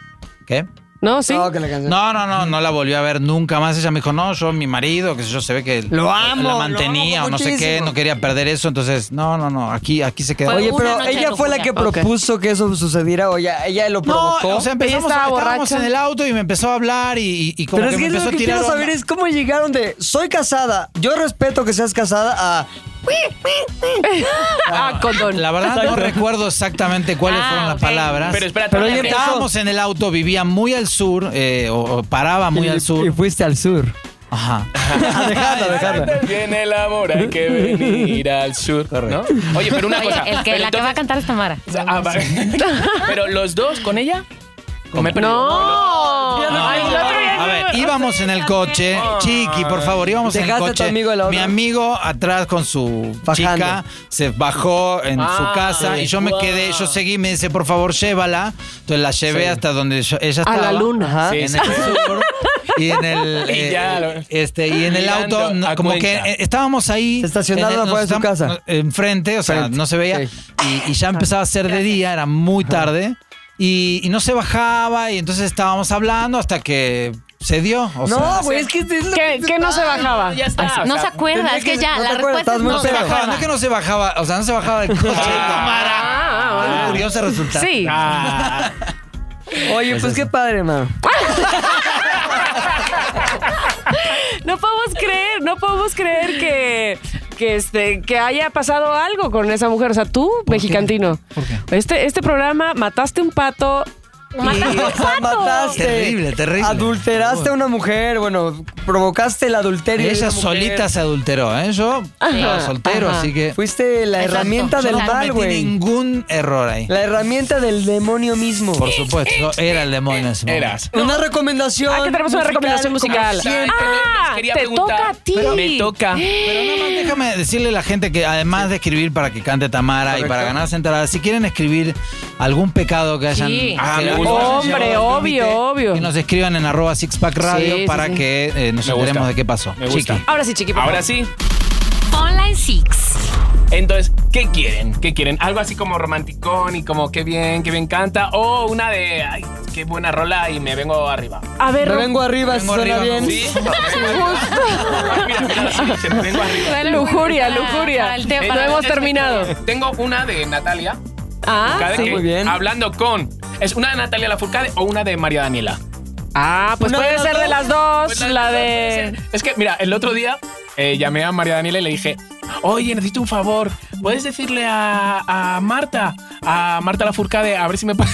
Speaker 5: ¿Qué?
Speaker 2: No, sí.
Speaker 4: No, que Ah, la canción.
Speaker 5: No, no, no, no la volvió a ver nunca más. Ella me dijo, no, yo, mi marido, que yo se ve que
Speaker 4: Lo amo,
Speaker 5: la
Speaker 4: lo
Speaker 5: mantenía
Speaker 4: amo
Speaker 5: o no sé qué,
Speaker 4: muchísimo.
Speaker 5: no quería perder eso. Entonces, no, no, no, aquí, aquí se quedó.
Speaker 6: Fue
Speaker 4: Oye,
Speaker 6: Una
Speaker 4: pero
Speaker 6: noche de
Speaker 4: ella fue la que
Speaker 6: lujuria.
Speaker 4: propuso que eso sucediera o ya, ella lo
Speaker 5: no,
Speaker 4: provocó.
Speaker 5: o sea, empezamos
Speaker 2: Ella
Speaker 5: a,
Speaker 2: estaba
Speaker 5: estábamos
Speaker 2: borracha.
Speaker 5: en el auto y me empezó a hablar y, y- y como
Speaker 4: pero es
Speaker 5: que
Speaker 4: que
Speaker 5: me
Speaker 4: lo
Speaker 5: empezó
Speaker 4: que
Speaker 5: a tirar
Speaker 4: quiero saber
Speaker 5: onda.
Speaker 4: es cómo llegaron de soy casada, yo respeto que seas casada a
Speaker 2: Ah, con don.
Speaker 5: La verdad no recuerdo exactamente cuáles
Speaker 6: Ah,
Speaker 5: fueron las
Speaker 6: ok.
Speaker 5: palabras.
Speaker 3: Pero espérate,
Speaker 4: Pero
Speaker 3: espérate.
Speaker 4: ella empezó-
Speaker 5: Estábamos en el auto, vivía muy al sur, eh, o, o paraba muy
Speaker 4: y-
Speaker 5: al
Speaker 4: Y
Speaker 5: sur.
Speaker 4: fuiste al sur.
Speaker 5: Ajá.
Speaker 4: A dejarla, a dejarla.
Speaker 3: Antes viene el amor, hay que venir al sur. ¿no? Oye, pero una
Speaker 6: Oye,
Speaker 3: cosa.
Speaker 6: el que,
Speaker 3: pero
Speaker 6: la que va a
Speaker 3: entonces-
Speaker 6: cantar es Tamara.
Speaker 3: Ah, vale. pero los dos con ella. ¿O me he perdido?
Speaker 2: No.
Speaker 5: No,
Speaker 2: Ay, el otro día-
Speaker 5: a ver, íbamos en el coche, Chiqui, por favor, íbamos en el
Speaker 4: Dejaste a tu
Speaker 5: coche.
Speaker 4: amigo el otro.
Speaker 5: Mi amigo atrás con su
Speaker 4: Bajando.
Speaker 5: chica se bajó en
Speaker 3: Ah,
Speaker 5: su casa
Speaker 3: sí.
Speaker 5: y yo me
Speaker 3: Wow.
Speaker 5: quedé, yo seguí, me dice, por favor, llévala. Entonces la llevé hasta donde yo- ella
Speaker 2: A la
Speaker 5: estaba.
Speaker 2: luna.
Speaker 4: Ajá.
Speaker 3: Sí,
Speaker 5: en
Speaker 3: sí.
Speaker 5: el sur, y en el
Speaker 3: Y ya, lo-
Speaker 5: este y en el
Speaker 3: Mirando
Speaker 5: auto no,
Speaker 3: a
Speaker 5: como
Speaker 3: cuenta.
Speaker 5: que eh, estábamos ahí
Speaker 4: Se estacionaron
Speaker 5: en el- nos
Speaker 4: afuera de su
Speaker 5: estam-
Speaker 4: casa.
Speaker 5: no, enfrente o sea
Speaker 4: Frente,
Speaker 5: no se veía
Speaker 4: sí.
Speaker 5: y, y ya empezaba a ser de día era muy tarde y, y no se bajaba y entonces estábamos hablando hasta que se dio o sea,
Speaker 4: No, güey, es que es lo
Speaker 2: ¿Qué, qué no se bajaba?
Speaker 3: Ya está.
Speaker 6: Ay,
Speaker 3: Ah, o
Speaker 6: no
Speaker 3: sea,
Speaker 6: se acuerda,
Speaker 4: tendría
Speaker 6: es que
Speaker 4: que-
Speaker 6: ya
Speaker 4: no te
Speaker 6: la
Speaker 4: acuerdas,
Speaker 6: respuesta
Speaker 4: estás
Speaker 6: es
Speaker 4: muy
Speaker 6: no se
Speaker 4: pegado.
Speaker 5: bajaba,
Speaker 6: acuerda.
Speaker 5: no es que no se bajaba o sea no se bajaba del coche Tamara.
Speaker 2: Ah,
Speaker 5: Qué curiosa resulta
Speaker 2: Sí.
Speaker 3: Ah,
Speaker 4: Oye, pues qué padre, mano.
Speaker 2: No podemos creer, no podemos creer que, que, este, que haya pasado algo con esa mujer. O sea, tú, mexicantino.
Speaker 5: ¿Por qué?
Speaker 2: Este, este programa, mataste un pato. Ah,
Speaker 6: Mataste un pato.
Speaker 4: Mataste.
Speaker 5: Terrible, terrible.
Speaker 4: Adulteraste a una mujer, bueno, provocaste el adulterio. de
Speaker 5: ella
Speaker 4: una mujer.
Speaker 5: solita se adulteró ¿eh? yo estaba soltero
Speaker 2: ajá.
Speaker 5: así que
Speaker 4: Fuiste la
Speaker 6: Exacto.
Speaker 4: herramienta
Speaker 6: Yo
Speaker 4: del
Speaker 5: no
Speaker 6: no
Speaker 4: mal,
Speaker 5: cometí
Speaker 4: güey.
Speaker 5: ningún error ahí
Speaker 4: La herramienta del demonio mismo.
Speaker 5: Por supuesto, era el demonio en ese momento.
Speaker 3: eras.
Speaker 4: Una recomendación.
Speaker 2: Ah, que tenemos una recomendación musical.
Speaker 3: como siempre, les
Speaker 2: Ah,
Speaker 3: quería
Speaker 2: te
Speaker 3: preguntar.
Speaker 2: toca a ti.
Speaker 3: Pero me toca.
Speaker 5: Pero nada más déjame decirle a la gente que además de escribir para que cante Tamara y para ganarse entradas, si quieren escribir algún pecado que hayan...
Speaker 6: Sí.
Speaker 3: Ah,
Speaker 5: que
Speaker 3: me
Speaker 5: hayan
Speaker 3: gusta.
Speaker 5: llevado
Speaker 2: Hombre,
Speaker 5: al
Speaker 2: obvio,
Speaker 5: límite,
Speaker 2: obvio.
Speaker 5: Que nos escriban en arroba sixpack radio
Speaker 2: Sí, sí,
Speaker 5: para
Speaker 2: sí.
Speaker 5: que eh, nos
Speaker 3: Me gusta.
Speaker 5: enteremos de qué pasó.
Speaker 3: Me gusta.
Speaker 5: Chiqui.
Speaker 2: Ahora sí, chiqui. por
Speaker 3: Ahora
Speaker 2: favor.
Speaker 3: sí.
Speaker 1: Online Six.
Speaker 3: Entonces, ¿qué quieren? ¿Qué quieren? Algo así como romanticón y como qué bien, qué bien canta. O una de, ay, qué buena rola y me vengo arriba.
Speaker 2: A ver,
Speaker 4: Me
Speaker 2: Ro-
Speaker 4: vengo arriba, si
Speaker 5: vengo
Speaker 4: suena
Speaker 5: arriba,
Speaker 4: bien.
Speaker 3: ¿Sí? Ay, mira, mira, sí, se me vengo arriba.
Speaker 6: Dale,
Speaker 2: lujuria,
Speaker 6: para- para
Speaker 2: lujuria.
Speaker 6: el tema.
Speaker 2: No
Speaker 3: Este
Speaker 2: hemos terminado.
Speaker 3: Tengo una de Natalia.
Speaker 2: Ah,
Speaker 3: Furcade,
Speaker 4: sí,
Speaker 3: que-
Speaker 4: muy bien.
Speaker 3: Hablando con. ¿Es una de Natalia Lafourcade o una de María Daniela?
Speaker 2: ah, pues
Speaker 4: Una de
Speaker 2: puede
Speaker 4: las
Speaker 2: ser de
Speaker 4: dos.
Speaker 2: las
Speaker 3: Pues
Speaker 2: dos, la
Speaker 3: puede
Speaker 2: de...
Speaker 3: ser. Es que, mira, el otro día eh, llamé a María Daniela y le dije, oye, necesito un favor. ¿Puedes decirle a, a Marta, a Marta Lafourcade, a ver si me paga?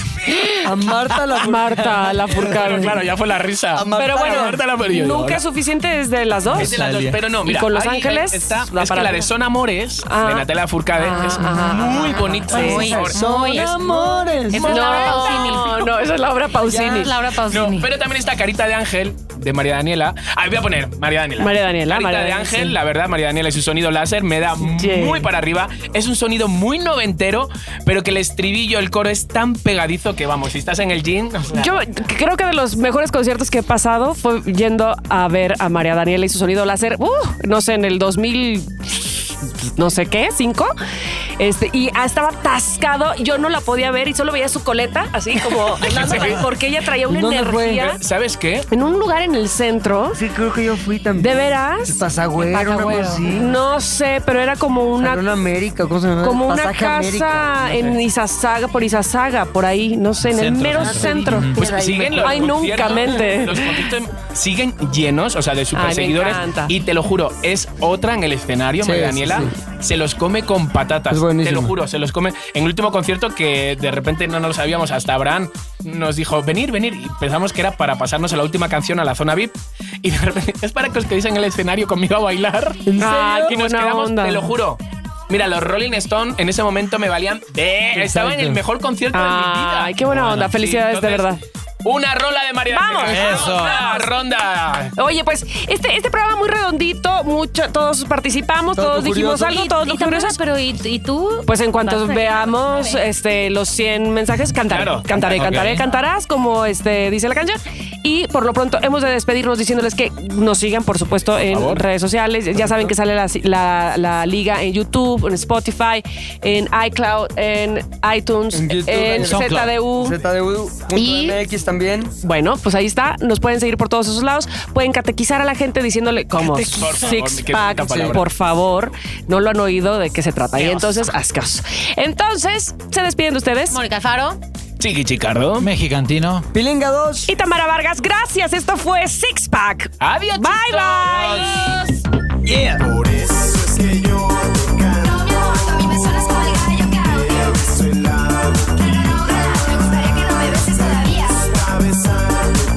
Speaker 4: A Marta la
Speaker 2: Marta, la
Speaker 3: Claro,
Speaker 2: Furcade.
Speaker 3: claro, ya fue la risa.
Speaker 4: A Marta-
Speaker 2: Pero bueno,
Speaker 3: Marta la perdió.
Speaker 2: nunca es suficiente desde las dos.
Speaker 3: Es de las dos, pero no,
Speaker 2: ¿Y
Speaker 3: mira.
Speaker 2: con Los
Speaker 3: ahí
Speaker 2: Ángeles?
Speaker 3: Está,
Speaker 2: La
Speaker 3: es que la
Speaker 2: parada.
Speaker 3: de Son Amores,
Speaker 2: Ah.
Speaker 3: de Natalia Furcade,
Speaker 2: Ah,
Speaker 3: es
Speaker 2: ah,
Speaker 3: muy
Speaker 6: ah,
Speaker 3: bonita.
Speaker 6: ah,
Speaker 3: Es-
Speaker 6: muy,
Speaker 3: ahora-
Speaker 6: muy.
Speaker 3: es-
Speaker 4: Amores.
Speaker 6: Es
Speaker 2: No,
Speaker 6: Laura
Speaker 2: no,
Speaker 6: Pausini.
Speaker 2: no, esa es Laura Pausini.
Speaker 6: Es Laura
Speaker 3: No,
Speaker 6: Pausini.
Speaker 3: pero también está Carita de Ángel, de María Daniela. Ah, voy a poner María Daniela.
Speaker 2: María Daniela,
Speaker 3: Carita
Speaker 2: María
Speaker 3: de
Speaker 2: Daniela,
Speaker 3: Ángel,
Speaker 2: sí.
Speaker 3: la verdad, María Daniela y su sonido láser me da muy para arriba. Es un sonido muy noventero, pero que el estribillo, el coro es tan pegadizo que vamos, si estás en el gym. o sea,
Speaker 2: Yo creo que de los mejores conciertos que he pasado fue yendo a ver a María Daniela y su sonido láser, uh, no sé, en el 2000, no sé qué, 5. Este, y ah, estaba atascado, yo no la podía ver y solo veía su coleta, así como andando, porque ella traía una
Speaker 4: ¿Dónde fue?
Speaker 2: energía.
Speaker 3: ¿Sabes qué?
Speaker 2: En un lugar en el centro,
Speaker 7: Sí, creo que yo fui también.
Speaker 2: ¿De veras?
Speaker 7: El Pasagüero, una cosa así.
Speaker 2: no sé, pero era como una
Speaker 7: Salón América, ¿cómo se
Speaker 4: Ah,
Speaker 7: llama?
Speaker 2: como una
Speaker 7: Pasaje
Speaker 2: casa
Speaker 7: América.
Speaker 2: en Izazaga, por Izazaga, por ahí, no sé, en el
Speaker 5: Centro,
Speaker 2: mero centro.
Speaker 5: centro.
Speaker 3: Pues siguen los
Speaker 2: Ay, nunca
Speaker 3: conciertos,
Speaker 2: mente.
Speaker 3: Los conciertos siguen llenos, o sea, de
Speaker 2: Ay, me
Speaker 3: super seguidores.
Speaker 2: encanta.
Speaker 3: Y te lo juro, es otra en el escenario,
Speaker 4: Sí,
Speaker 3: María Daniela.
Speaker 4: sí,
Speaker 3: Se los come con patatas.
Speaker 4: Es
Speaker 3: te
Speaker 4: buenísimo.
Speaker 3: lo juro, se los come. En el último concierto que de repente no nos lo sabíamos, hasta Abraham nos dijo, venir, venir. Y pensamos que era para pasarnos a la última canción a la zona VIP. Y de repente, es para que os quedéis en el escenario conmigo a bailar.
Speaker 2: Ay,
Speaker 3: Y
Speaker 2: qué
Speaker 3: nos
Speaker 2: buena
Speaker 3: quedamos,
Speaker 2: onda.
Speaker 3: te lo juro. Mira, los Rolling Stone en ese momento me valían. de- Estaba en el mejor concierto de mi vida.
Speaker 2: Ay, qué buena onda. Felicidades, de verdad.
Speaker 3: Una rola de María
Speaker 2: ¡Vamos!
Speaker 3: Ángeles.
Speaker 5: ¡Eso!
Speaker 3: Una ronda.
Speaker 2: Oye, pues este, este programa muy redondito, mucho, todos participamos,
Speaker 4: Todo
Speaker 2: todos dijimos
Speaker 4: curioso.
Speaker 2: algo, todos los
Speaker 6: también,
Speaker 2: curiosos.
Speaker 6: Pero ¿y, y tú?
Speaker 2: Pues en cuanto
Speaker 6: Vas a-
Speaker 2: veamos este, los 100 mensajes, cantaré,
Speaker 3: Claro.
Speaker 2: cantaré, cantaré,
Speaker 3: Ok.
Speaker 2: cantarás, como este, dice la canción. Y por lo pronto hemos de despedirnos diciéndoles que nos sigan, por supuesto, en
Speaker 3: favor.
Speaker 2: redes sociales. Ya saben que sale la, la- la liga en YouTube, en Spotify, en iCloud, en iTunes,
Speaker 4: En
Speaker 2: en,
Speaker 4: YouTube, en
Speaker 5: SoundCloud.
Speaker 2: ZDU. Y-
Speaker 4: ZDU.mx también.
Speaker 2: Bueno, pues ahí está. Nos pueden seguir por todos esos lados. Pueden catequizar a la gente diciéndole como
Speaker 3: Catequizar. Por favor,
Speaker 2: six
Speaker 3: qué
Speaker 2: pack,
Speaker 3: bonita palabra.
Speaker 2: por favor. No lo han oído de qué se trata. Y entonces, asqueroso. Entonces, se despiden de ustedes.
Speaker 6: Mónica Alfaro.
Speaker 3: Chiqui Chicardo.
Speaker 5: Mexicantino.
Speaker 4: Pilinga 2.
Speaker 2: Y Tamara Vargas, gracias. Esto fue Six Pack.
Speaker 3: Adiós.
Speaker 2: Bye,
Speaker 3: chicos.
Speaker 2: bye.
Speaker 8: Por eso es que yo te canto.
Speaker 9: Mi amor, tú a mí me suenas como el gallo que
Speaker 8: Te
Speaker 9: audio.
Speaker 8: beso en la boca
Speaker 9: Pero no, ojalá, me gustaría que no me beses todavía.
Speaker 8: para besar,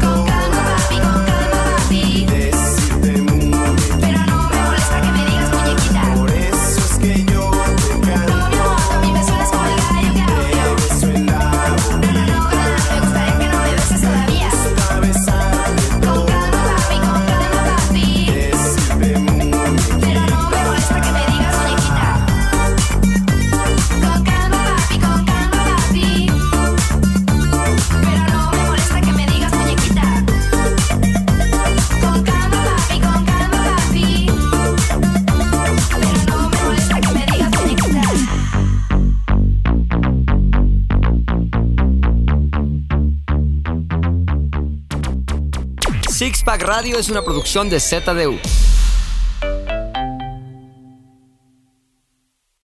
Speaker 9: Con calma, papi, con calma, papi.
Speaker 8: decirte mucho.
Speaker 9: Pero no me molesta que me digas muñequita.
Speaker 8: Por eso es que yo te canto.
Speaker 9: No, mi amor, tú a mí me suenas como el gallo que audio.
Speaker 8: Te beso en la boca
Speaker 9: Pero no, ojalá, me gustaría que no me beses todavía.
Speaker 8: para besar,
Speaker 9: Con calma, papi, con calma, papi.
Speaker 8: decirte mucho.
Speaker 9: Pero no me molesta que me digas muñequita. Con calma, papi, con calma, papi. Pero no me molesta que me digas muñequita. Con calma, papi, con calma, papi. Pero no me molesta que me digas muñequita.
Speaker 4: Six Pack Radio es una producción de ZDU.